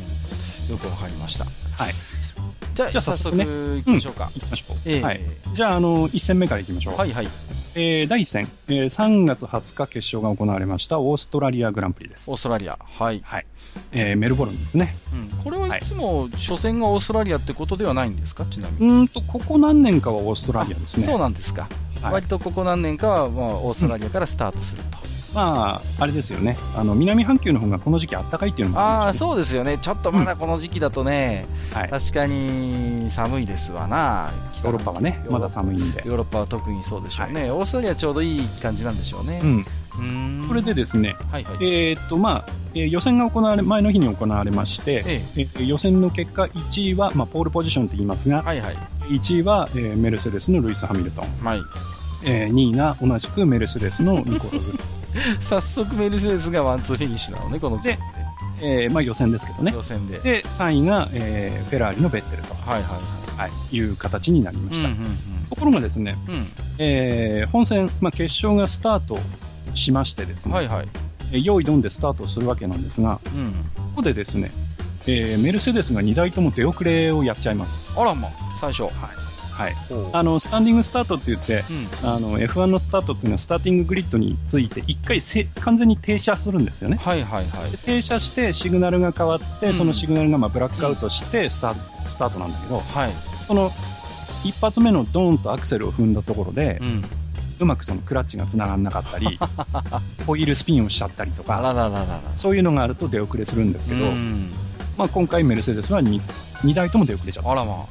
Speaker 1: よくわかりました。
Speaker 2: はい
Speaker 1: じゃあ
Speaker 2: じゃあ
Speaker 1: 早
Speaker 2: 早
Speaker 1: 速
Speaker 2: 速ね
Speaker 1: 行きましょうか。
Speaker 2: 行きましょう。
Speaker 1: ええ
Speaker 2: はい。じゃあ、あの、1戦目から行きましょう。
Speaker 1: はいはい。
Speaker 2: えー第1戦、えー3月20日決勝が行われましたオーストラリアグランプリです
Speaker 1: オー。ストラリア。はい。
Speaker 2: えーメルボルンですね。
Speaker 1: これはいつも初戦がオーストラリアってことではないんですかちなみ
Speaker 2: う
Speaker 1: に。
Speaker 2: ーんと、ここ何年かはオーストラリアですね。
Speaker 1: そうなんですか。
Speaker 2: はい
Speaker 1: 割とここ何年かはまあオーストラリアからスタートすると。
Speaker 2: まあ、あれですよね。あの、南半球の方がこの時期暖かいっていうのも
Speaker 1: あ
Speaker 2: あ
Speaker 1: あ、
Speaker 2: るんですね
Speaker 1: そうですよね。ちょっとまだこの時期だとね、
Speaker 2: はい
Speaker 1: 確かに寒いですわな。
Speaker 2: ヨーロッパはね、まだ寒いんで。
Speaker 1: ヨーロッパは特にそうでしょうね。オーストラリアちょうどいい感じなんでしょうね
Speaker 2: う。ん。
Speaker 1: うーん
Speaker 2: それでですね、
Speaker 1: はいはい。
Speaker 2: えーっと、まあ、えー予選が行われ、前の日に行われまして、
Speaker 1: え
Speaker 2: えー予選の結果、1位は、まあ、ポールポジションって言います
Speaker 1: え
Speaker 2: が、
Speaker 1: はいはい。
Speaker 2: 1位は、えーメルセデスのルイス・ハミルトン、
Speaker 1: はい。
Speaker 2: え2位が同じくメルセデスのニコ
Speaker 1: [laughs]
Speaker 2: ロズ
Speaker 1: 早速メルセデスがワンツーフィニッシュなのね、この時点で
Speaker 2: えーまあ予選ですけどね。
Speaker 1: 予選で。
Speaker 2: で、3位が、えーフェラーリのベッテルと、、
Speaker 1: はいはい
Speaker 2: う形になりま
Speaker 1: い。
Speaker 2: した。
Speaker 1: うん
Speaker 2: ところがですね、
Speaker 1: うんうん
Speaker 2: えー本戦、まあ、決勝がスタートしましてです
Speaker 1: うん
Speaker 2: ね、
Speaker 1: はいはい。
Speaker 2: えー用意ドンでスタートするわけなんですが、
Speaker 1: うん。
Speaker 2: ここでですね、えーメルセデスが2台とも出遅れをやっちゃいます。
Speaker 1: あらま、最初。
Speaker 2: はい。
Speaker 1: ほ
Speaker 2: あの、スタンディングスタートって言って、
Speaker 1: う。うん。
Speaker 2: あの、F1 のスタートっていうのはスターティンググリッドについて、一回せ完全に停車するんですよね。
Speaker 1: はいはいはい
Speaker 2: で。停車してシグナルが変わって、
Speaker 1: うん
Speaker 2: そのシグナルがまあブラックアウトしてスタスタートなんだけど
Speaker 1: はい。
Speaker 2: その一発目のドーンとアクセルを踏んだところで、
Speaker 1: う。
Speaker 2: うんまくそのクラッチがつながらなかった
Speaker 1: [laughs]
Speaker 2: りホイールスピンをしちゃったりと
Speaker 1: あ
Speaker 2: から
Speaker 1: らららら。
Speaker 2: そういうのがあると出遅れするんですけど、
Speaker 1: うん
Speaker 2: まあ、今回メルセデスは 2, 2台とも出遅れちゃっ
Speaker 1: あらま。
Speaker 2: た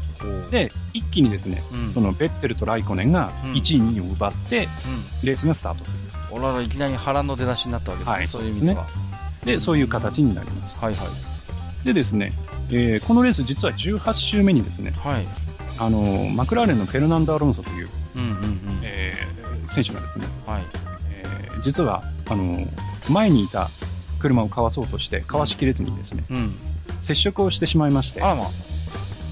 Speaker 2: で一気にですね
Speaker 1: うん
Speaker 2: そのベッテルとライコネンが
Speaker 1: うん
Speaker 2: 1位、2位を奪ってレースがスタートする
Speaker 1: うんあらら、いきなり腹の出だしになったわけです
Speaker 2: は
Speaker 1: ね。
Speaker 2: い
Speaker 1: そういう意味では。
Speaker 2: でそういう形になります
Speaker 1: はいはい。
Speaker 2: でですね、えーこのレース実は18周目にですね
Speaker 1: はい。
Speaker 2: あのマクラーレンのフェルナンド・アロンソという、
Speaker 1: うんうんうん。
Speaker 2: えー選手がですね、
Speaker 1: はい。
Speaker 2: えー実はあの前にいた車をかわそうとしてかわしきれずにですね
Speaker 1: うん。
Speaker 2: 接触をしてしまいまして
Speaker 1: あらま。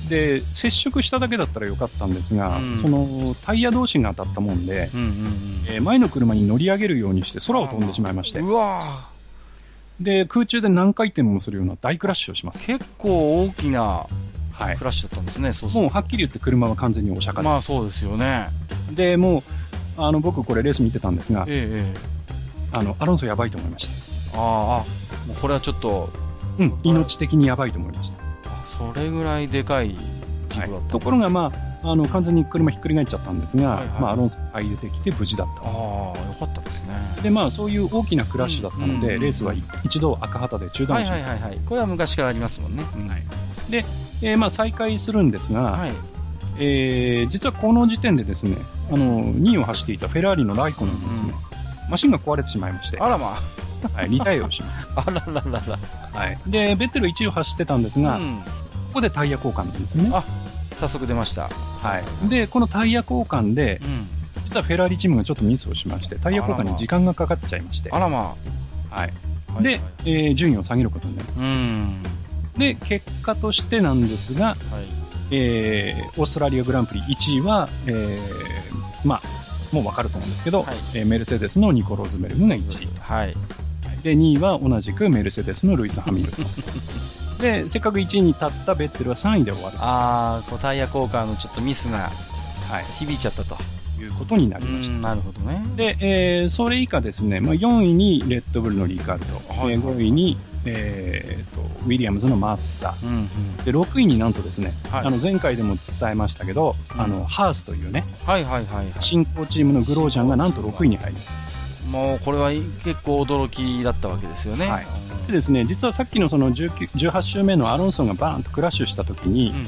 Speaker 2: で接触しただけだったらよかったんですが、
Speaker 1: うん
Speaker 2: そのタイヤ同士が当たったもんで、
Speaker 1: うんうん
Speaker 2: えー前の車に乗り上げるようにして空を飛んでしまいまし
Speaker 1: う
Speaker 2: て
Speaker 1: ん。うわ
Speaker 2: で空中で何回転もするような大クラッシュをしま
Speaker 1: ー
Speaker 2: す、
Speaker 1: 結構大きな
Speaker 2: はい
Speaker 1: ク、ラッシュだったんですね、そうす
Speaker 2: もう
Speaker 1: る
Speaker 2: はっきり言って車は完全にお釈迦
Speaker 1: と。
Speaker 2: です、
Speaker 1: まあそうですよね。
Speaker 2: でもうあの僕これレース見てたんですが
Speaker 1: ええええ。
Speaker 2: あのアロンソやばいと思いまし
Speaker 1: あ
Speaker 2: た
Speaker 1: あ、もうこれはちょっと、
Speaker 2: うん、命的にやばいと思いました、
Speaker 1: あそれぐらいでかい事故だった。
Speaker 2: ところが、まあ、あの完全に車ひっくり返っちゃったんですが、
Speaker 1: はいはい
Speaker 2: まあ、アロンソが入れてきて無事だった
Speaker 1: ああ、よかったですね。
Speaker 2: で、まあ、そういう大きなクラッシュだったので、
Speaker 1: うん
Speaker 2: レースは一度赤旗で中
Speaker 1: は
Speaker 2: 断
Speaker 1: い
Speaker 2: し、
Speaker 1: はいはいはい。これは昔からありますもんね。うん
Speaker 2: はいえーまあ、再開するんですが、
Speaker 1: はい。
Speaker 2: えー実はこの時点でですねあの2位を走っていたフェラーリのライコネンがですね、マシンが壊れてしまいまして、
Speaker 1: あ
Speaker 2: は
Speaker 1: らま
Speaker 2: い、リタイアを
Speaker 1: [laughs]
Speaker 2: します、
Speaker 1: あ、あららら
Speaker 2: はい、でベッテル1位を走ってたんです
Speaker 1: ら。
Speaker 2: が、
Speaker 1: う
Speaker 2: こ
Speaker 1: ん。
Speaker 2: こでタイヤ交換なんですよね、
Speaker 1: あ早速出ました。
Speaker 2: はい、でこのタイヤ交換で
Speaker 1: うん。
Speaker 2: 実はフェラーリチームがちょっとミスをしまして、タイヤ交換に時間がかかっちゃいまして、
Speaker 1: あらま
Speaker 2: はい。
Speaker 1: あ。
Speaker 2: で、えー順位を下げることになり
Speaker 1: うーん。
Speaker 2: で、結果としてなんですが、
Speaker 1: はい。
Speaker 2: えーオーストラリアグランプリ1位は、えーまあ、もうわかると思うんですけど、
Speaker 1: はい
Speaker 2: えーメルセデスのニコ・ロズベルムが1位。
Speaker 1: はい。
Speaker 2: で、2位は同じくメルセデスのルイス・ハミルト
Speaker 1: [laughs]
Speaker 2: ン。で、せっかく1位に立ったベッテルは3位で終わる
Speaker 1: ああ、こうタイヤ交換のちょっとミスが
Speaker 2: はい
Speaker 1: 響いちゃったと。
Speaker 2: ということになりまし
Speaker 1: う
Speaker 2: た
Speaker 1: ん。なるほどね。
Speaker 2: で、えーそれ以下ですね、まあ、4位にレッドブルのリカルド、
Speaker 1: はい
Speaker 2: えー5位に、えーとウィリアムズのマッサ
Speaker 1: うんうん。
Speaker 2: で6位になんとですね、
Speaker 1: はい
Speaker 2: あの前回でも伝えましたけど、
Speaker 1: うん
Speaker 2: あのハースというね
Speaker 1: はいはいはい、は
Speaker 2: 新興チームのグロージャンがなんと6位に入り
Speaker 1: い。もうこれは結構驚きだったわけですよね。
Speaker 2: はいで
Speaker 1: うん
Speaker 2: ですね実はさっきのその19 18周目のアロンソンがバーンとクラッシュした時に、
Speaker 1: うんうん。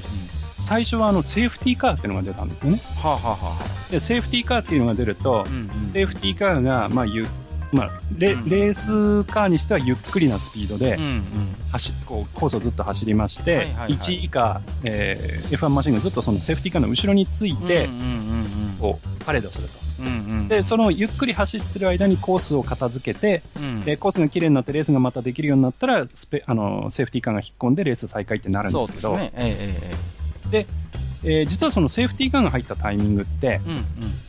Speaker 2: 最初はあのセーフティーカーっていうのが出たんですよね
Speaker 1: はあ、はあはあは
Speaker 2: でセーフティーカーっていうのが出ると
Speaker 1: あ、うんうん。
Speaker 2: セーフティーカーが、まあゆまあ、レ
Speaker 1: うん
Speaker 2: レースカーにしてはゆっくりなスピードで、
Speaker 1: うんうん。
Speaker 2: 走こうコースをずっと走りまし
Speaker 1: はい
Speaker 2: て、
Speaker 1: はいはい
Speaker 2: 1位以下、えー F1 マシンがずっとそのセーフティーカーの後ろについて、
Speaker 1: うんうん
Speaker 2: こうパレードすると
Speaker 1: うんうん。うんうん。
Speaker 2: でそのゆっくり走ってる間にコースを片付けて、
Speaker 1: うん、
Speaker 2: えーコースが綺麗になってレースがまたできるようになったらスペあのセーフティーカーが引っ込んでレース再開ってなるん
Speaker 1: そ
Speaker 2: で
Speaker 1: う
Speaker 2: すけ
Speaker 1: です
Speaker 2: ど
Speaker 1: ね。ええ
Speaker 2: えー実はそのセーフティーカーが入ったタイミングって
Speaker 1: ええ。うんうん。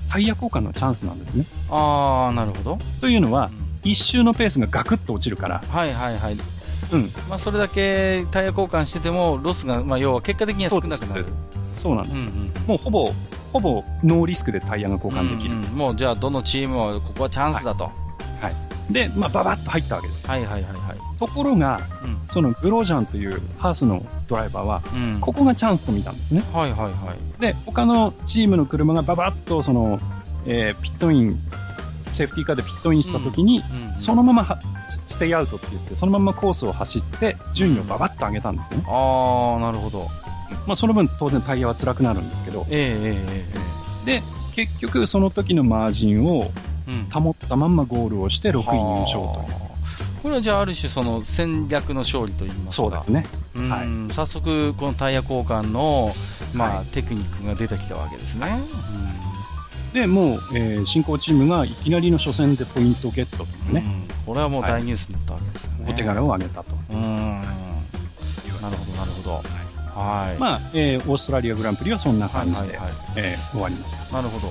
Speaker 2: タイヤ交換のチャンスなんですね。
Speaker 1: ああ、なるほど。
Speaker 2: というのは
Speaker 1: う、ん
Speaker 2: 1周のペースがガクッと落ちるから、
Speaker 1: はいはいはい。
Speaker 2: うん、
Speaker 1: まあ、それだけタイヤ交換してても、ロスが、まあ、要は結果的には
Speaker 2: そ
Speaker 1: 少
Speaker 2: うで
Speaker 1: な
Speaker 2: す
Speaker 1: くなる。
Speaker 2: そうですそうなん
Speaker 1: う
Speaker 2: で
Speaker 1: んう
Speaker 2: す、
Speaker 1: ん。
Speaker 2: もうほぼほぼノーリスクでタイヤが交換できる、
Speaker 1: うんうんもうじゃあどのチームはここはチャンスだと、は
Speaker 2: で、まあ、ババッと入ったわけです。
Speaker 1: い、はいはいはいはい
Speaker 2: ところが、
Speaker 1: うん
Speaker 2: そのグロージャンというハースのドライバーは、
Speaker 1: うん
Speaker 2: ここがチャンスと見たんですね。
Speaker 1: はいはいはい
Speaker 2: で、他のチームの車がババッとその、えーピットイン、セーフティーカーでピットインした時に、
Speaker 1: うん
Speaker 2: そのままはスステイアウトって言って、そのままコースを走って、順位をババッと上げたんですね。
Speaker 1: ああなるほど
Speaker 2: まあ、その分当然タイヤは辛くなるんですけど、
Speaker 1: えええええ
Speaker 2: で、結局その時のマージンを
Speaker 1: えうん
Speaker 2: 保ったまんまゴールをして6位入賞という。
Speaker 1: はあこれはじゃあある種その戦略の勝利といいますか
Speaker 2: そうですね。
Speaker 1: うん
Speaker 2: はい
Speaker 1: 早速このタイヤ交換の、まあ
Speaker 2: は
Speaker 1: テクニックが出てきたわけですね、
Speaker 2: で、もう、えー進行チームがいきなりの初戦でポイントゲットという
Speaker 1: うん
Speaker 2: ね、
Speaker 1: うんこれはもう大ニュースになったわけですよね、
Speaker 2: お手柄を上げたと。
Speaker 1: うんなるほどなるほどはい
Speaker 2: まあ、えーオーストラリアグランプリはそんな
Speaker 1: は
Speaker 2: 感
Speaker 1: い
Speaker 2: じ
Speaker 1: はい
Speaker 2: で、
Speaker 1: はい
Speaker 2: えー終わりまし
Speaker 1: なるほど、
Speaker 2: い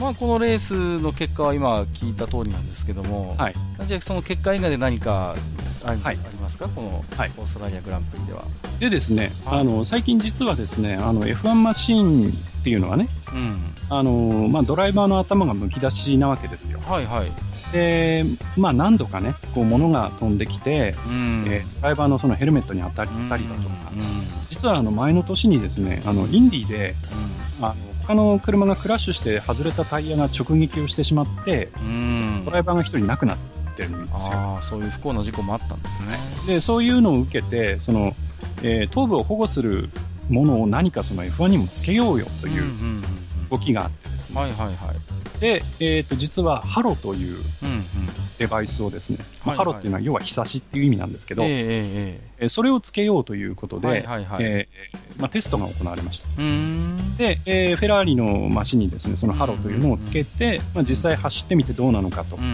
Speaker 1: まあ、このレースの結果は今聞いた通りなんですけども、
Speaker 2: た。はい。
Speaker 1: じゃあその結果以外で何かあり,、
Speaker 2: はい
Speaker 1: ますか、この
Speaker 2: はい
Speaker 1: オーストラリアグランプリでは。
Speaker 2: でですね、
Speaker 1: はい
Speaker 2: あの、最近実はですね、あの、F1 マシーンっていうのはね、
Speaker 1: うん、
Speaker 2: あの、まあ、ドライバーの頭がむき出しなわけですよ。
Speaker 1: はいはい、
Speaker 2: で、まあ、何度かね、こう、物が飛んできて、
Speaker 1: うん
Speaker 2: えードライバーのそのヘルメットに当たり
Speaker 1: うん
Speaker 2: たりだとか、
Speaker 1: うん
Speaker 2: 実はあの、前の年にですね、あの、インディで、あの、他の車がクラッシュして外れたタイヤが直撃をしてしまって、
Speaker 1: うんうん
Speaker 2: ドライバーが一人亡くなってるんですよ。
Speaker 1: ああそういう不幸な事故もあったんですね。
Speaker 2: でそういうのを受けてその、えー頭部を保護するものを何かその F1 にもつけようよとい
Speaker 1: ん
Speaker 2: う
Speaker 1: うん
Speaker 2: 動きがあってです
Speaker 1: うん
Speaker 2: ね、
Speaker 1: はいはいはい、
Speaker 2: で、えー、と実はハロという
Speaker 1: うんうん、
Speaker 2: デバイスをですね、ま
Speaker 1: は
Speaker 2: あ
Speaker 1: いはい
Speaker 2: ハロっていうのは要は日差しっていう意味なんですけど、
Speaker 1: ええ
Speaker 2: え
Speaker 1: え
Speaker 2: ーそれをつけようということ
Speaker 1: え
Speaker 2: で、
Speaker 1: はいはいはい、
Speaker 2: えーまあ、テストが行われました。
Speaker 1: うん
Speaker 2: で、えーフェラーリのマシンにですね、そのハロというのをつけて、まあ、実際走ってみてどうなのかと
Speaker 1: うんう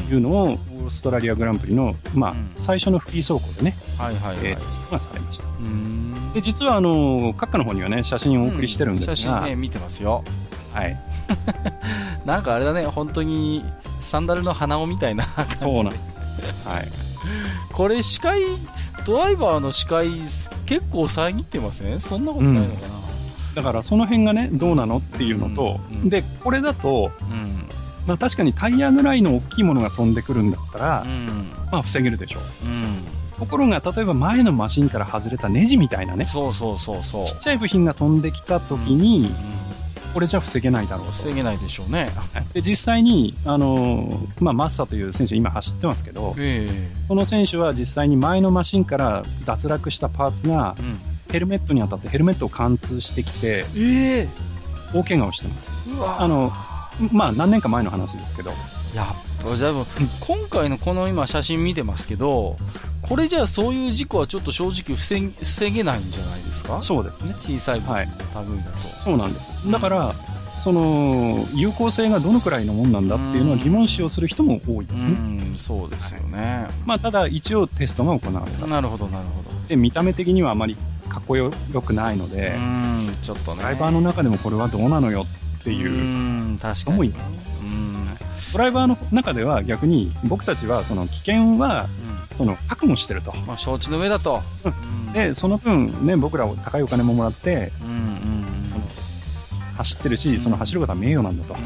Speaker 1: ん
Speaker 2: い
Speaker 1: うん
Speaker 2: うのを、オーストラリアグランプリの、まあ
Speaker 1: うん、
Speaker 2: 最初のフリー走行でね、
Speaker 1: はいはいはい、
Speaker 2: えーテストがされました。
Speaker 1: うん
Speaker 2: で実はあの各家の方にはね写真をお送りしてるんです
Speaker 1: う
Speaker 2: が、
Speaker 1: 写真ね見てますよ
Speaker 2: はい、
Speaker 1: なんかあれだね本当にサンダルの鼻緒みたいな感じで
Speaker 2: そうなんです、はい、
Speaker 1: これ視界ドライバーの視界結構遮ってませんそんなことないのかな
Speaker 2: だからその辺がねどうなのっていうのと、
Speaker 1: うんうん
Speaker 2: でこれだと、
Speaker 1: うん
Speaker 2: まあ、確かにタイヤぐらいの大きいものが飛んでくるんだったら、
Speaker 1: うん
Speaker 2: まあ、防げるでしょう
Speaker 1: うん
Speaker 2: ところが例えば前のマシンから外れたネジみたいなね
Speaker 1: そうそうそうそう
Speaker 2: ちっちゃい部品が飛んできた時に、
Speaker 1: うん
Speaker 2: これじゃ防げないだろう
Speaker 1: 防げないでしょうね
Speaker 2: とで実際に、あのーまあ、マッサという選手今走ってますけど
Speaker 1: え
Speaker 2: その選手は実際に前のマシンから脱落したパーツが
Speaker 1: えうん
Speaker 2: ヘルメットに当たってヘルメットを貫通してきて、
Speaker 1: ええ
Speaker 2: 大怪我をしてます。
Speaker 1: うわ
Speaker 2: あの、まあ何年か前の話ですけど、
Speaker 1: やっぱじ [laughs] ゃあ今回のこの今写真見てますけどこれじゃあそういう事故はちょっと正直防げ防げないんじゃないですか
Speaker 2: そうですね。
Speaker 1: 小さい分
Speaker 2: はい
Speaker 1: の類だと、
Speaker 2: そうなんです。だから、その有効性がどのくらいのもんなんだっていうのは疑問視をする人も多いですね。
Speaker 1: うん、そうですよね。
Speaker 2: まあ、ただ一応テストが行われた。
Speaker 1: なるほど、なるほど。
Speaker 2: で、見た目的にはあまりかっこよよくないので、
Speaker 1: うん、ちょっとね。、
Speaker 2: ドライバーの中でもこれはどうなのよっていううん
Speaker 1: 確
Speaker 2: 人
Speaker 1: か
Speaker 2: もい
Speaker 1: に。
Speaker 2: ます。
Speaker 1: うん、
Speaker 2: ドライバーの中では逆に僕たちはその危険はその覚悟してると。
Speaker 1: うんまあ、承知の上だと。うん
Speaker 2: で、その分ね、僕らを高いお金ももらって
Speaker 1: うん、うん、
Speaker 2: その走ってるし、その走ることは名誉なんだと。
Speaker 1: う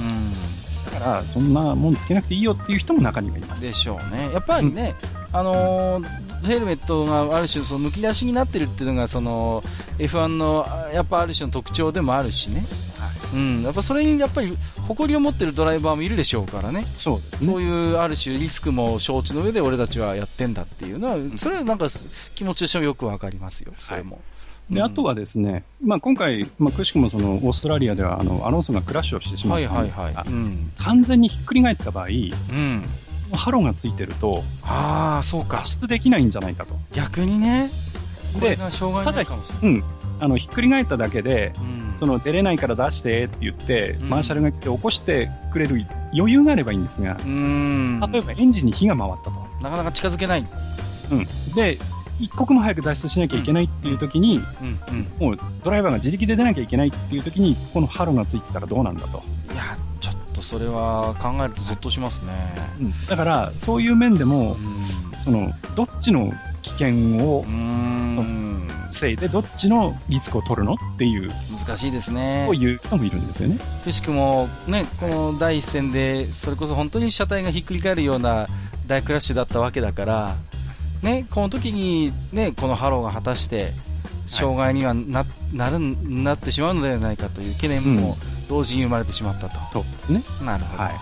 Speaker 2: だから、そんなもんつけなくていいよっていう人も中にはいま
Speaker 1: ん、
Speaker 2: す。
Speaker 1: でしょうね。やっぱりね、あのーヘルメットがある種そのむき出しになってるっていうのがその F1 のあやっぱある種の特徴でもあるしね。うん、やっぱそれにやっぱり誇りを持ってるドライバーもいるでしょうからね。
Speaker 2: そうです
Speaker 1: そ
Speaker 2: ね。
Speaker 1: ういうある種リスクも承知の上で俺たちはやってんだっていうのは、それはなんか気持ちとしてもよくわかりますよ、それも。
Speaker 2: で、あとはですね、まあ、今回、まあ、くしくもそのオーストラリアではあのアロンソがクラッシュをしてしま
Speaker 1: は
Speaker 2: っ
Speaker 1: い
Speaker 2: た
Speaker 1: は
Speaker 2: ん
Speaker 1: い
Speaker 2: です
Speaker 1: はい
Speaker 2: が。
Speaker 1: うん。
Speaker 2: 完全にひっくり返った場合、
Speaker 1: うん。
Speaker 2: ハロがついてると
Speaker 1: ああ、そうか
Speaker 2: 脱。出できないんじゃないかと。
Speaker 1: 逆にね、これ
Speaker 2: で、
Speaker 1: が障害に
Speaker 2: た
Speaker 1: な
Speaker 2: だ
Speaker 1: るかもしれない。
Speaker 2: うん、あのひっくり返っただけで、
Speaker 1: うん
Speaker 2: その出れないから出してって言って、
Speaker 1: うん
Speaker 2: マーシャルが来て起こしてくれる余裕があればいいんですが、
Speaker 1: うん。
Speaker 2: 例えばエンジンに火が回ったと。
Speaker 1: なかなか近づけない。
Speaker 2: うん、で、一刻も早く脱出しなきゃいけないっていう時に、
Speaker 1: うんうん。
Speaker 2: もうドライバーが自力で出なきゃいけないっていう時に、このハロがついてたらどうなんだと。
Speaker 1: いや、ちょっとそれは考えるとゾッとしますね。
Speaker 2: だから、そういう面でも、
Speaker 1: う
Speaker 2: その、どっちの危険を
Speaker 1: ん。う。
Speaker 2: そうん防いで、どっちのリスクを取るのっていう、
Speaker 1: 難しいですね
Speaker 2: こう。いう人もいるんですよね。
Speaker 1: くしくも、ね、この第一戦でそれこそ本当に車体がひっくり返るような大クラッシュだったわけだから、ね、この時に、ね、このハローが果たして障害にはな,、なるなってしまうのではないかという懸念も同時に生まれてしまったと、
Speaker 2: そうですね。
Speaker 1: なるほど、
Speaker 2: はい。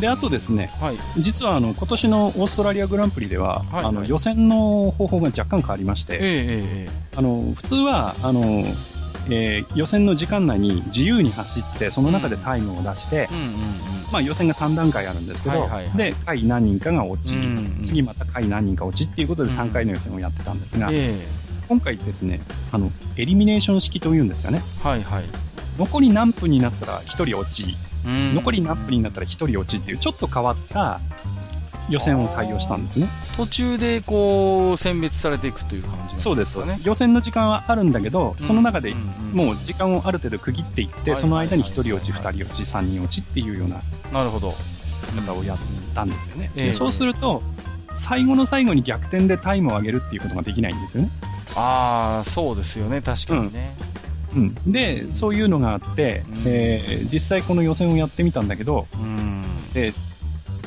Speaker 2: で、あとですね、
Speaker 1: はい
Speaker 2: 実はあの今年のオーストラリアグランプリでは、
Speaker 1: はい
Speaker 2: あの予選の方法が若干変わりまし
Speaker 1: え
Speaker 2: て、
Speaker 1: ええ
Speaker 2: あの普通はあの、えー予選の時間内に自由に走って、その中でタイムを出して
Speaker 1: えええ、うんうん
Speaker 2: まあ、予選が3段階あるんですけど、
Speaker 1: はいはいはい
Speaker 2: で下位何人かが落ち、
Speaker 1: うんうん
Speaker 2: 次また下位何人か落ちっていうことで3回の予選をやってたんですが、
Speaker 1: うん、ええ
Speaker 2: 今回ですねあの、エリミネーション式というんですかね、
Speaker 1: はいはい、
Speaker 2: 残り何分になったら1人落ち、
Speaker 1: うん
Speaker 2: 残り何分になったら1人落ちっていう、ちょっと変わった予選を採用したんですね。
Speaker 1: 途中でこう選別されていくという感じなんですかね
Speaker 2: そうですそうです予選の時間はあるんだけど、その中で
Speaker 1: うんうん
Speaker 2: もう時間をある程度区切っていって、
Speaker 1: はい
Speaker 2: その間に1人落ち、
Speaker 1: はい
Speaker 2: 2人落ち、3人落ちっていうような
Speaker 1: なるほど
Speaker 2: 方をやったんですよね。
Speaker 1: うんええ
Speaker 2: でそうすると、最後の最後に逆転でタイムを上げるっていうことができないんですよね。
Speaker 1: ああそうですよね確かにね、
Speaker 2: うん、で、そういうのがあって、
Speaker 1: うん
Speaker 2: えー実際この予選をやってみたんだけど、
Speaker 1: うん
Speaker 2: で